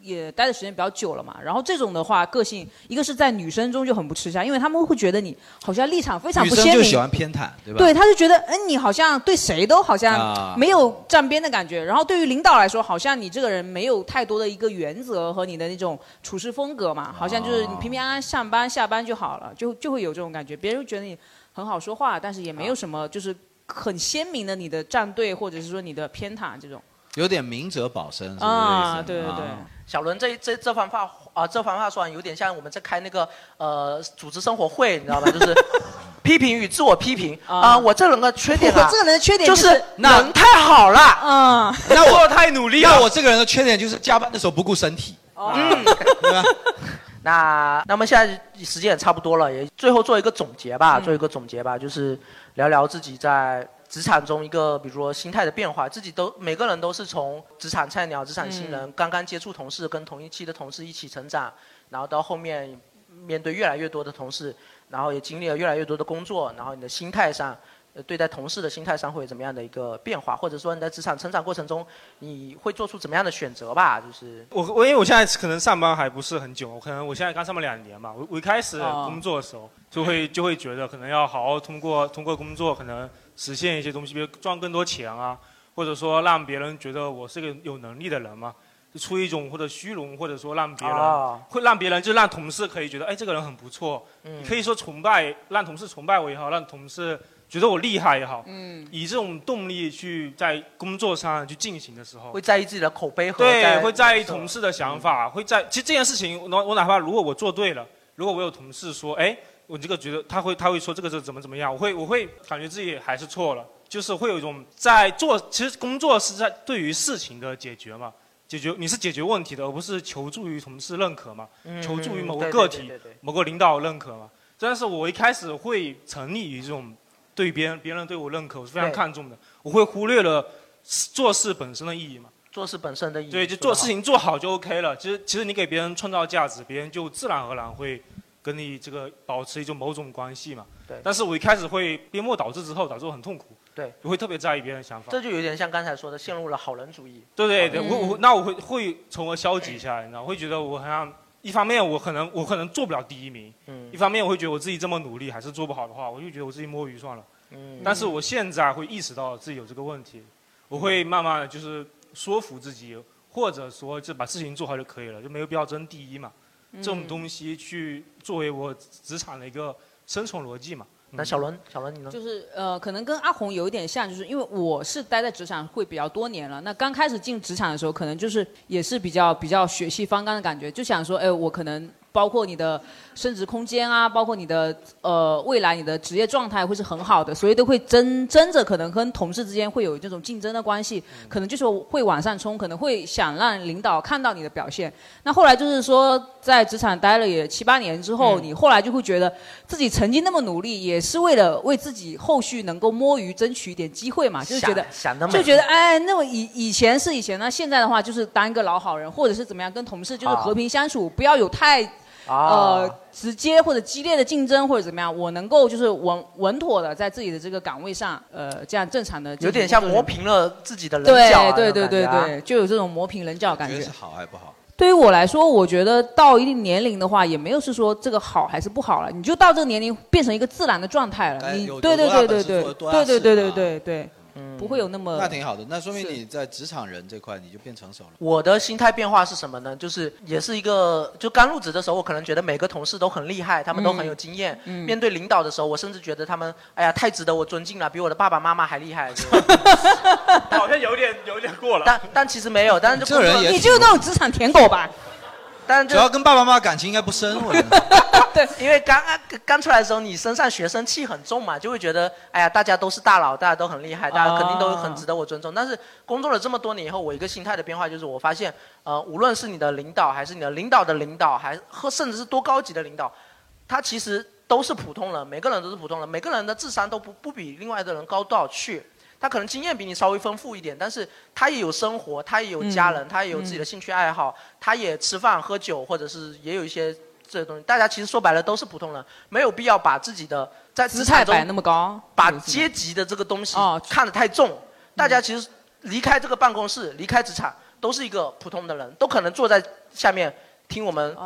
S2: 也待的时间比较久了嘛，然后这种的话，个性一个是在女生中就很不吃香，因为她们会觉得你好像立场非常
S9: 女
S2: 不
S9: 生
S2: 鲜
S9: 就
S2: 明，
S9: 喜欢偏袒，对吧？
S2: 对，他就觉得，嗯，你好像对谁都好
S9: 啊
S2: 像没有站边的感觉。然后对于领导来说，好像你这个人没有太多的一个原则和你的那种处事风格
S9: 啊
S2: 嘛，好像就是你平平安安上班下班就好了，就就会有这种感觉。别人就觉得你很好说话，但是也没有什么就是很鲜明的你的站队或者是说你的偏袒这种。
S9: 有点明哲保身是不是
S2: 啊
S9: 这意思
S2: 对对对
S9: 啊
S1: 小伦这这这番话啊、这番话说完有点像我们在开那个呃组织生活会，你知道吧？就是 批评与自我批评啊、我这人的缺点啊，
S2: 我这个人的缺点
S1: 就
S2: 就是那
S1: 人太好了，
S2: 嗯，
S9: 那 我
S3: 太努力
S9: 了。那我这个人的缺点就是加班的时候不顾身体。
S1: 啊 那那么现在时间也差不多了，也最后做一个总结吧，做一个总结吧，就是聊聊自己在职场中一个，比如说心态的变化。自己都每个人都是从职场菜鸟、职场新人，
S5: 嗯
S1: 刚刚接触同事，跟同一期的同事一起成长，然后到后面面对越来越多的同事，然后也经历了越来越多的工作，然后你的心态上呃对待同事的心态上会有怎么样的一个变化，或者说你在职场成长过程中你会做出怎么样的选择吧？就是
S3: 我我因为我现在可能上班还不是很久，我可能我现在刚上班两年嘛，我我一开始
S1: 哦
S3: 工作的时候就会就会觉得可能要好好通过通过工作可能实现一些东西，比如赚更多钱啊，或者说让别人觉得我是个有能力的人嘛，就出于一种或者虚荣，或者说让别人、
S1: 哦
S3: 会让别人就让同事可以觉得哎这个人很不错，
S1: 嗯
S3: 你可以说崇拜，让同事崇拜我也好，让同事觉得我厉害也好，
S1: 嗯
S3: 以这种动力去在工作上去进行的时候，
S1: 会在意自己的口碑和
S3: 哦对，
S1: 在
S3: 会在意同事的想
S1: 嗯
S3: 法，会在其实这件事情，我我哪怕如果我做对了，如果我有同事说，哎，我这个觉得他会他会说这个是怎么怎么样，我会我会感觉自己还是错了，就是会有一种在做，其实工作是在对于事情的解决嘛，解决你是解决问题的，而不是求助于同事认可嘛，
S1: 嗯
S3: 求助于某
S1: 嗯
S3: 个
S1: 对
S3: 个
S1: 对
S3: 体
S1: 对对对、
S3: 某个领导认可嘛。但是我一开始会沉溺于这种对别人别人对我认可，我是非常
S1: 对
S3: 看重的，我会忽略了做事本身的意义嘛。
S1: 做事本身的意义。
S3: 对，就做
S1: 是吧
S3: 事情做好就 OK 了。其实其实你给别人创造价值，别人就自然而然会跟你这个保持一种某种关系嘛。
S1: 对
S3: 但是我一开始会边末导致之后，导致我很痛苦。
S1: 对。
S3: 我会特别在意别人的想法。
S1: 这就有点像刚才说的，陷入了好人主义。
S3: 对对对，
S1: 嗯
S3: 我我那我会会从而消极下来，你知道，我会觉得我好像一方面我可能我可能做不了第一名，
S1: 嗯
S3: 一方面我会觉得我自己这么努力还是做不好的话，我就觉得我自己摸鱼算了。
S1: 嗯
S3: 但是我现在会意识到自己有这个问题，我会慢慢的就是说服自己，或者说就把事情做好就可以了，就没有必要争第一嘛。这种
S1: 嗯
S3: 东西去作为我职场的一个生存逻辑嘛。嗯
S1: 那小伦，小伦你呢？
S2: 就是呃，可能跟阿红有一点像，就是因为我是待在职场会比较多年了。那刚开始进职场的时候，可能就是也是比较比较血气方刚的感觉，就想说，哎，我可能包括你的升值空间啊，包括你的呃未来你的职业状态会是很好的，所以都会争争着，可能跟同事之间会有这种竞争的关系，
S1: 嗯
S2: 可能就是会往上冲，可能会想让领导看到你的表现。那后来就是说，在职场待了也七八年之后，
S1: 嗯
S2: 你后来就会觉得自己曾经那么努力，也是为了为自己后续能够摸鱼争取一点机会嘛，就是觉得
S1: 想想得美
S2: 就觉得哎，那么以以前是以前，那现在的话就是当一个老好人，或者是怎么样，跟同事就是
S1: 啊
S2: 和平相处，不要有太
S1: 啊
S2: 呃，直接或者激烈的竞争或者怎么样，我能够就是稳稳妥的在自己的这个岗位上，呃，这样正常的
S1: 有点像磨平了自己的棱
S2: 对
S1: 角啊。
S2: 对
S1: 那种
S2: 对对
S1: 感觉啊
S2: 对，就有这种磨平棱角的感
S9: 觉
S2: 觉。
S9: 得是好还不好？
S2: 对于我来说，我觉得到一定年龄的话，也没有是说这个好还是不好了，你就到这个年龄变成一个自然的状态了。你
S9: 哎有
S2: 对对
S9: 有多大
S2: 对
S9: 本
S2: 对
S9: 事
S2: 对
S9: 做多大事
S2: 对对对
S9: 啊嗯
S2: 对对对，不会有那么
S9: 那挺好的，那说明
S2: 是
S9: 你在职场人这块你就变成熟了。
S1: 我的心态变化是什么呢？就是也是一个，就刚入职的时候，我可能觉得每个同事都很厉害，他们都很有经验。
S2: 嗯嗯
S1: 面对领导的时候，我甚至觉得他们，哎呀，太值得我尊敬了，比我的爸爸妈妈还厉害。
S3: 好像有点有点过了。
S1: 但但其实没有，但是就
S9: 这人也
S2: 你就是那种职场舔狗吧？
S1: 但
S9: 主要跟爸爸妈妈感情应该不深，我觉得。
S2: 对，
S1: 因为刚刚出来的时候，你身上学生气很重嘛，就会觉得，哎呀，大家都是大佬，大家都很厉害，
S2: 哦
S1: 大家肯定都很值得我尊重。但是工作了这么多年以后，我一个心态的变化就是，我发现，呃，无论是你的领导，还是你的领导的领导，还和甚至是多高级的领导，他其实都是普通人，每个人都是普通人，每个人的智商都不不比另外的人高多少去。他可能经验比你稍微丰富一点，但是他也有生活，他也有家人，
S2: 嗯
S1: 他也有自己的
S2: 嗯
S1: 兴趣爱好，他也吃饭喝酒，或者是也有一些这些东西。大家其实说白了都是普通人，没有必要把自己的在职
S2: 姿
S1: 场
S2: 态
S1: 中
S2: 摆那么高，
S1: 把阶级的这个东西
S2: 哦
S1: 看得太重。大
S2: 嗯
S1: 家其实离开这个办公室，离开职场，都是一个普通的人，都可能坐在下面听我们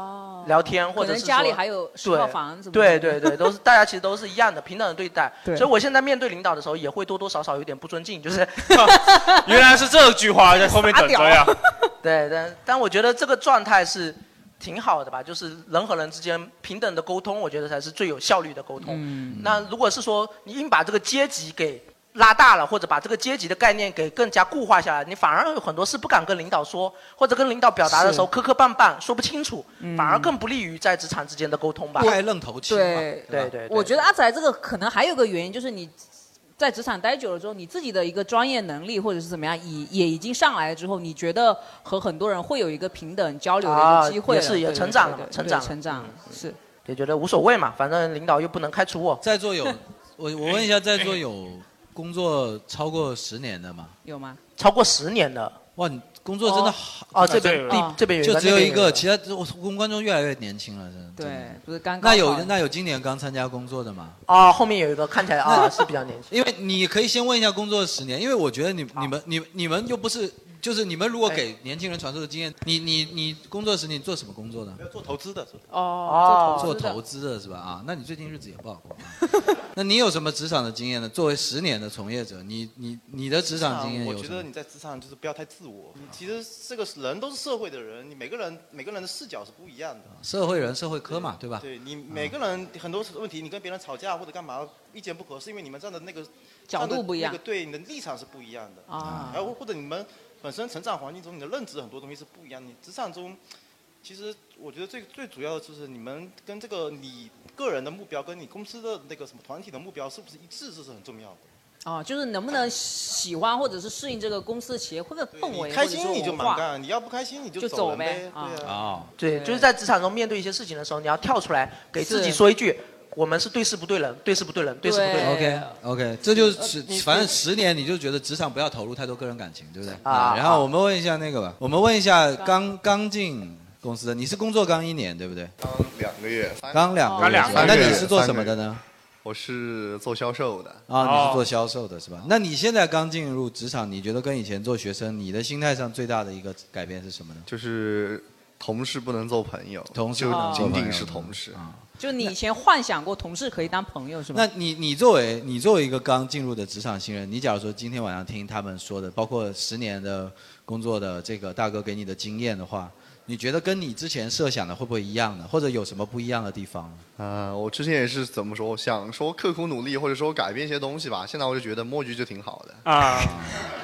S1: 聊天，或者
S2: 哦可
S1: 是
S2: 能家里
S1: 说
S2: 还有十
S1: 对
S2: 套房什么
S1: 对
S2: 的
S1: 对对，都是大家其实都是一样的，平等的对待。
S2: 对
S1: 所以我现在面对领导的时候，也会多多少少有点不尊敬，就是
S3: 原来是这句话在后面等着呀。
S1: 对，但但我觉得这个状态是挺好的吧，就是人和人之间平等的沟通，我觉得才是最有效率的沟通。
S2: 嗯
S1: 那如果是说你硬把这个阶级给拉大了，或者把这个阶级的概念给更加固化下来，你反而有很多事不敢跟领导说，或者跟领导表达的时候
S9: 是
S1: 磕磕绊绊，说不清楚，
S9: 嗯
S1: 反而更不利于在职场之间的沟通吧。
S9: 太愣头青嘛
S2: 对
S1: 对吧对对对
S2: 我觉得阿仔这个可能还有个原因，就是你在职场待久了之后，你自己的一个专业能力或者是怎么样，已也已经上来了之后，你觉得和很多人会有一个平等交流的一
S1: 啊
S2: 个机会
S1: 也
S2: 了、
S1: 是也
S2: 对
S1: 成长了
S2: 对
S1: 嘛
S2: 对，
S1: 成
S2: 对
S1: 长
S2: 成长是。
S1: 嗯也觉得无所谓嘛，反正领导又不能开除我。
S9: 在座 有我我问一下，在座有工作超过十年的吗？
S2: 有吗？
S1: 超过十年的，
S9: 哇，你工作真的好
S1: 哦哦这边地这边有一
S9: 就
S1: 个
S9: 只有一
S1: 那边有
S9: 个，
S1: 一个
S9: 其他我公关中越来越年轻了，真的。真的
S2: 不是刚
S9: 那有那有今年刚参加工作的吗？
S1: 哦，后面有一个看起来啊、是比较 年轻。
S9: 因为你可以先问一下工作十年，因为我觉得你你们你你们又不是，就是你们如果给年轻人传授的经验，你你你工作十年你做什么工作的？
S17: 做投资的，做
S2: 哦
S9: 做投资的是吧？啊，那你最近日子也不好过。 那你有什么职场的经验呢？作为十年的从业者，你你你的职场经验
S17: 我
S9: 有
S17: 觉
S9: 什么
S17: 得？你在职场就是不要太自我。你其实这个人都是社会的人，你每个人每个人的视角是不一样的。
S9: 社会人社会科嘛，对吧？嗯
S17: 对你每个人很多问题，你跟别人吵架或者干嘛意见不合，是因为你们站的那个
S2: 角度
S17: 站的
S2: 不一样
S17: 那个对你的立场是不一样的
S2: 啊
S17: 然后或者你们本身成长环境中你的认知很多东西是不一样的。你职场中，其实我觉得最最主要的就是你们跟这个你个人的目标跟你公司的那个什么团体的目标是不是一致，这是很重要的。
S2: 哦，就是能不能喜欢或者是适应这个公司的企业或者氛围，
S17: 你开心
S2: 或者
S17: 你就
S2: 说文化
S17: 蛮干，你要不开心你
S2: 就
S17: 走
S2: 走
S17: 人
S2: 呗
S17: 对啊。
S9: 哦，
S1: 对，就是在职场中面对一些事情的时候，你要跳出来，给自己
S9: 是
S1: 说一句：我们是对事不对人，对事不对人，对事不对人。
S9: OK
S20: 呃
S9: OK，这就是十
S1: 你
S9: 反正十年你就觉得职场不要投入太多个人感情，对不对？
S1: 啊
S9: 啊。然后我们问一下那个吧，我们问一下刚刚进公司的，你是工作刚一年对不对？
S20: 刚两个月，
S9: 刚两个月
S20: 三
S9: 那
S20: 月
S9: 你是做什么的呢？
S20: 我是做销售的
S9: 啊，你
S17: 哦
S20: 哦
S9: 是做销售的是吧？那你现在刚进入职场，你觉得跟以前做学生，你的心态上最大的一个改变是什么呢？
S20: 就是同事不能做朋友，
S9: 同事
S20: 就
S9: 不能做
S20: 仅
S9: 朋友啊
S20: 仅是同事。
S2: 就你以前幻想过同事可以当朋友是吗？
S9: 那你你作为你作为一个刚进入的职场新人，你假如说今天晚上听他们说的，包括十年的工作的这个大哥给你的经验的话，你觉得跟你之前设想的会不会一样呢？或者有什么不一样的地方呢？
S20: 啊、我之前也是怎么说，想说刻苦努力，或者说改变一些东西吧。现在我就觉得摸鱼就挺好的
S3: 啊，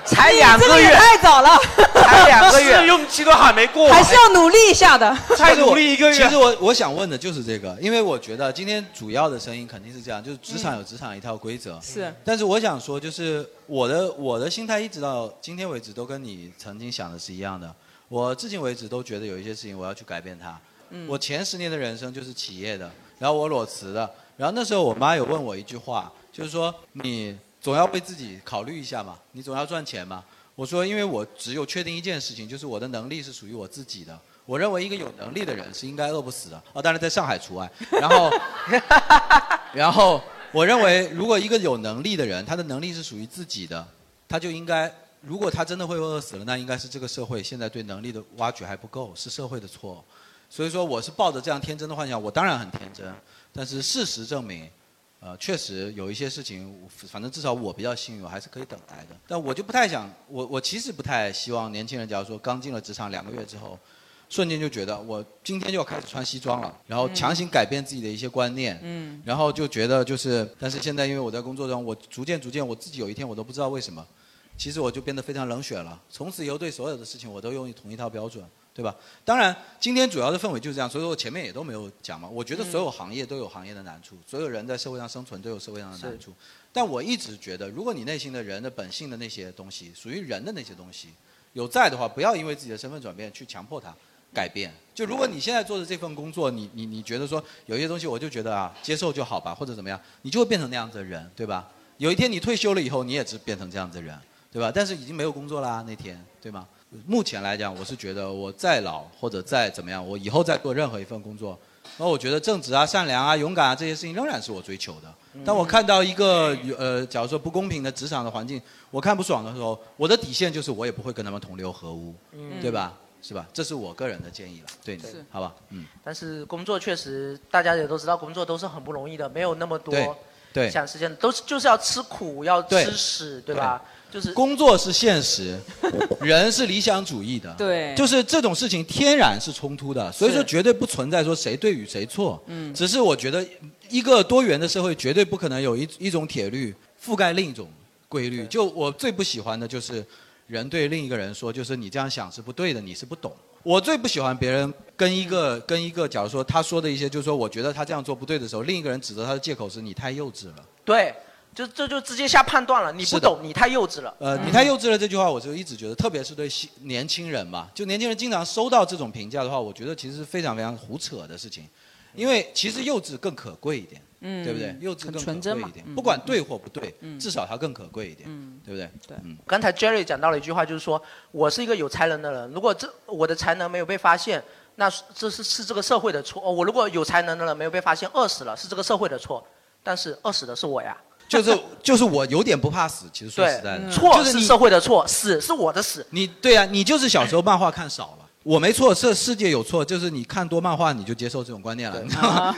S2: 才两哎个月，太早了，
S1: 才两
S3: 个月试用期都还没过
S2: 还是要努力一下的。
S9: 其实我其实我我想问的就是这个，因为我觉得今天主要的声音肯定是这样，就是职场有职场一套规则。
S2: 是
S9: 但是我想说，就是我的我的心态一直到今天为止都跟你曾经想的是一样的。我至今为止都觉得有一些事情我要去改变它。
S2: 嗯
S9: 我前十年的人生就是企业的，然后我裸辞的，然后那时候我妈有问我一句话，就是说你总要为自己考虑一下嘛，你总要赚钱嘛。我说，因为我只有确定一件事情，就是我的能力是属于我自己的。我认为一个有能力的人是应该饿不死的，啊，当然在上海除外。然后， 然后我认为，如果一个有能力的人，他的能力是属于自己的，他就应该，如果他真的会饿死了，那应该是这个社会现在对能力的挖掘还不够，是社会的错。所以说，我是抱着这样天真的幻想，我当然很天真，但是事实证明，呃，确实有一些事情，反正至少我比较幸运，我还是可以等待的。但我就不太想，我我其实不太希望年轻人，假如说刚进了职场两个月之后，瞬间就觉得我今天就要开始穿西装了，然后强行改变自己的一些观念，
S2: 嗯
S9: 然后就觉得就是，但是现在因为我在工作中，我逐渐逐渐我自己有一天我都不知道为什么，其实我就变得非常冷血了。从此以后对所有的事情我都用同一套标准，对吧？当然，今天主要的氛围就是这样，所以我前面也都没有讲嘛。我觉得所有行业都有行业的难处，所有人在社会上生存都有社会上的难处。但我一直觉得，如果你内心的人的本性的那些东西，属于人的那些东西有在的话，不要因为自己的身份转变去强迫它改变。就如果你现在做的这份工作，你你你觉得说有一些东西，我就觉得啊，接受就好吧，或者怎么样，你就会变成那样子的人，对吧？有一天你退休了以后，你也只变成这样子的人，对吧？但是已经没有工作啦、那天，对吗？目前来讲，我是觉得我再老或者再怎么样，我以后再做任何一份工作，那我觉得正直啊、善良啊、勇敢啊这些事情仍然是我追求的。
S1: 嗯
S9: 当我看到一个呃，假如说不公平的职场的环境，我看不爽的时候，我的底线就是我也不会跟他们同流合污，
S1: 嗯
S9: 对吧？是吧？这是我个人的建议了，对你
S1: 是，
S9: 好吧？嗯，
S1: 但是工作确实，大家也都知道，工作都是很不容易的，没有那么多
S9: 对对
S1: 想时间，都是就是要吃苦，要
S9: 对
S1: 吃屎，对吧？就是
S9: 工作是现实，人是理想主义的，
S2: 对
S9: 就是这种事情天然是冲突的，所以说绝对不存在说谁对与谁错，
S2: 嗯
S9: 只是我觉得一个多元的社会绝对不可能有一一种铁律覆盖另一种规律。就我最不喜欢的就是人对另一个人说，就是你这样想是不对的，你是不懂。我最不喜欢别人跟一个跟一个，假如说他说的一些，就是说我觉得他这样做不对的时候，另一个人指责他的借口是你太幼稚了。
S1: 对，就这就直接下判断了，你不
S9: 是的
S1: 懂，你太幼稚了。嗯
S9: 呃，你太幼稚了这句话，我就一直觉得，特别是对新年轻人嘛，就年轻人经常收到这种评价的话，我觉得其实是非常非常胡扯的事情，因为其实幼稚更可贵一点。
S2: 嗯
S9: 对不对？幼稚
S2: 很
S9: 更
S2: 纯
S9: 可
S2: 真
S9: 贵
S2: 嘛
S9: 一点
S2: 嗯，
S9: 不管对或不对
S1: 嗯，
S9: 至少它更可贵一点，对不嗯对？
S2: 对，
S1: 刚才 Jerry 讲到了一句话，就是说我是一个有才能的人，如果这我的才能没有被发现，那是这是是这个社会的错。哦我如果有才能的人没有被发现，饿死了是这个社会的错，但是饿死的是我呀。
S9: 就是就是我有点不怕死，其实说
S1: 对
S9: 实在的，，
S1: 错
S9: 就是
S1: 是
S9: 你
S1: 社会的错，死是我的死。
S9: 你对啊，你就是小时候漫画看少了。我没错，这世界有错，就是你看多漫画你就接受这种观念了，你知道吗？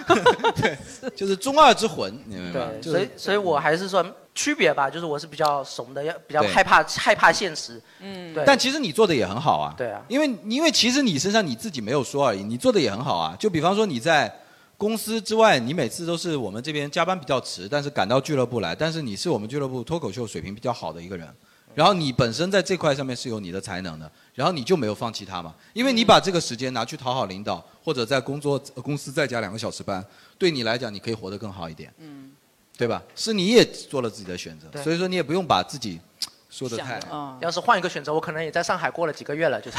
S9: 对，就是中二之魂，你明白吗？
S1: 啊对，
S9: 就
S1: 所以
S9: 是
S1: 所以我还是说区别吧，就是我是比较怂的，要比较
S9: 对
S1: 害怕害怕现实。
S2: 嗯，
S1: 对。
S9: 但其实你做的也很好啊。
S1: 对啊，
S9: 因为因为其实你身上你自己没有说而已，你做的也很好啊。就比方说你在公司之外，你每次都是我们这边加班比较迟，但是赶到俱乐部来，但是你是我们俱乐部脱口秀水平比较好的一个人。
S1: 嗯
S9: 然后你本身在这块上面是有你的才能的，然后你就没有放弃它嘛，因为你把这个时间拿去讨好领导，或者在工作、呃公司再加两个小时班，对你来讲你可以活得更好一点，
S2: 嗯，
S9: 对吧？是你也做了自己的选择，
S1: 对
S9: 所以说你也不用把自己说的太
S1: 要是换一个选择，我可能也在上海过了几个月了，就是。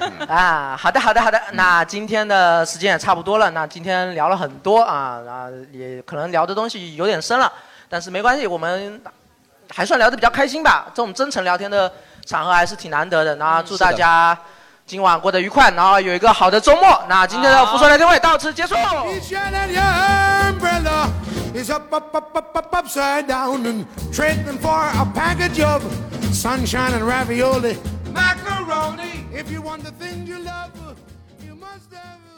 S9: 嗯
S1: 啊，好的，好的，好的。那今天的时间也差不多了，那今天聊了很多啊，然后也可能聊的东西有点深了，但是没关系，我们还算聊得比较开心吧。这种真诚聊天的场合还是挺难得的。那祝大家今晚过得愉快，然后有一个好的周末。那今天的
S4: 好
S1: 福说聊天会到此结束。
S4: Each end of your umbrella is up, up, up, up, up, upside down and trading for a package of sunshine and ravioli. Macaroni. If you want the thing you love, you must have.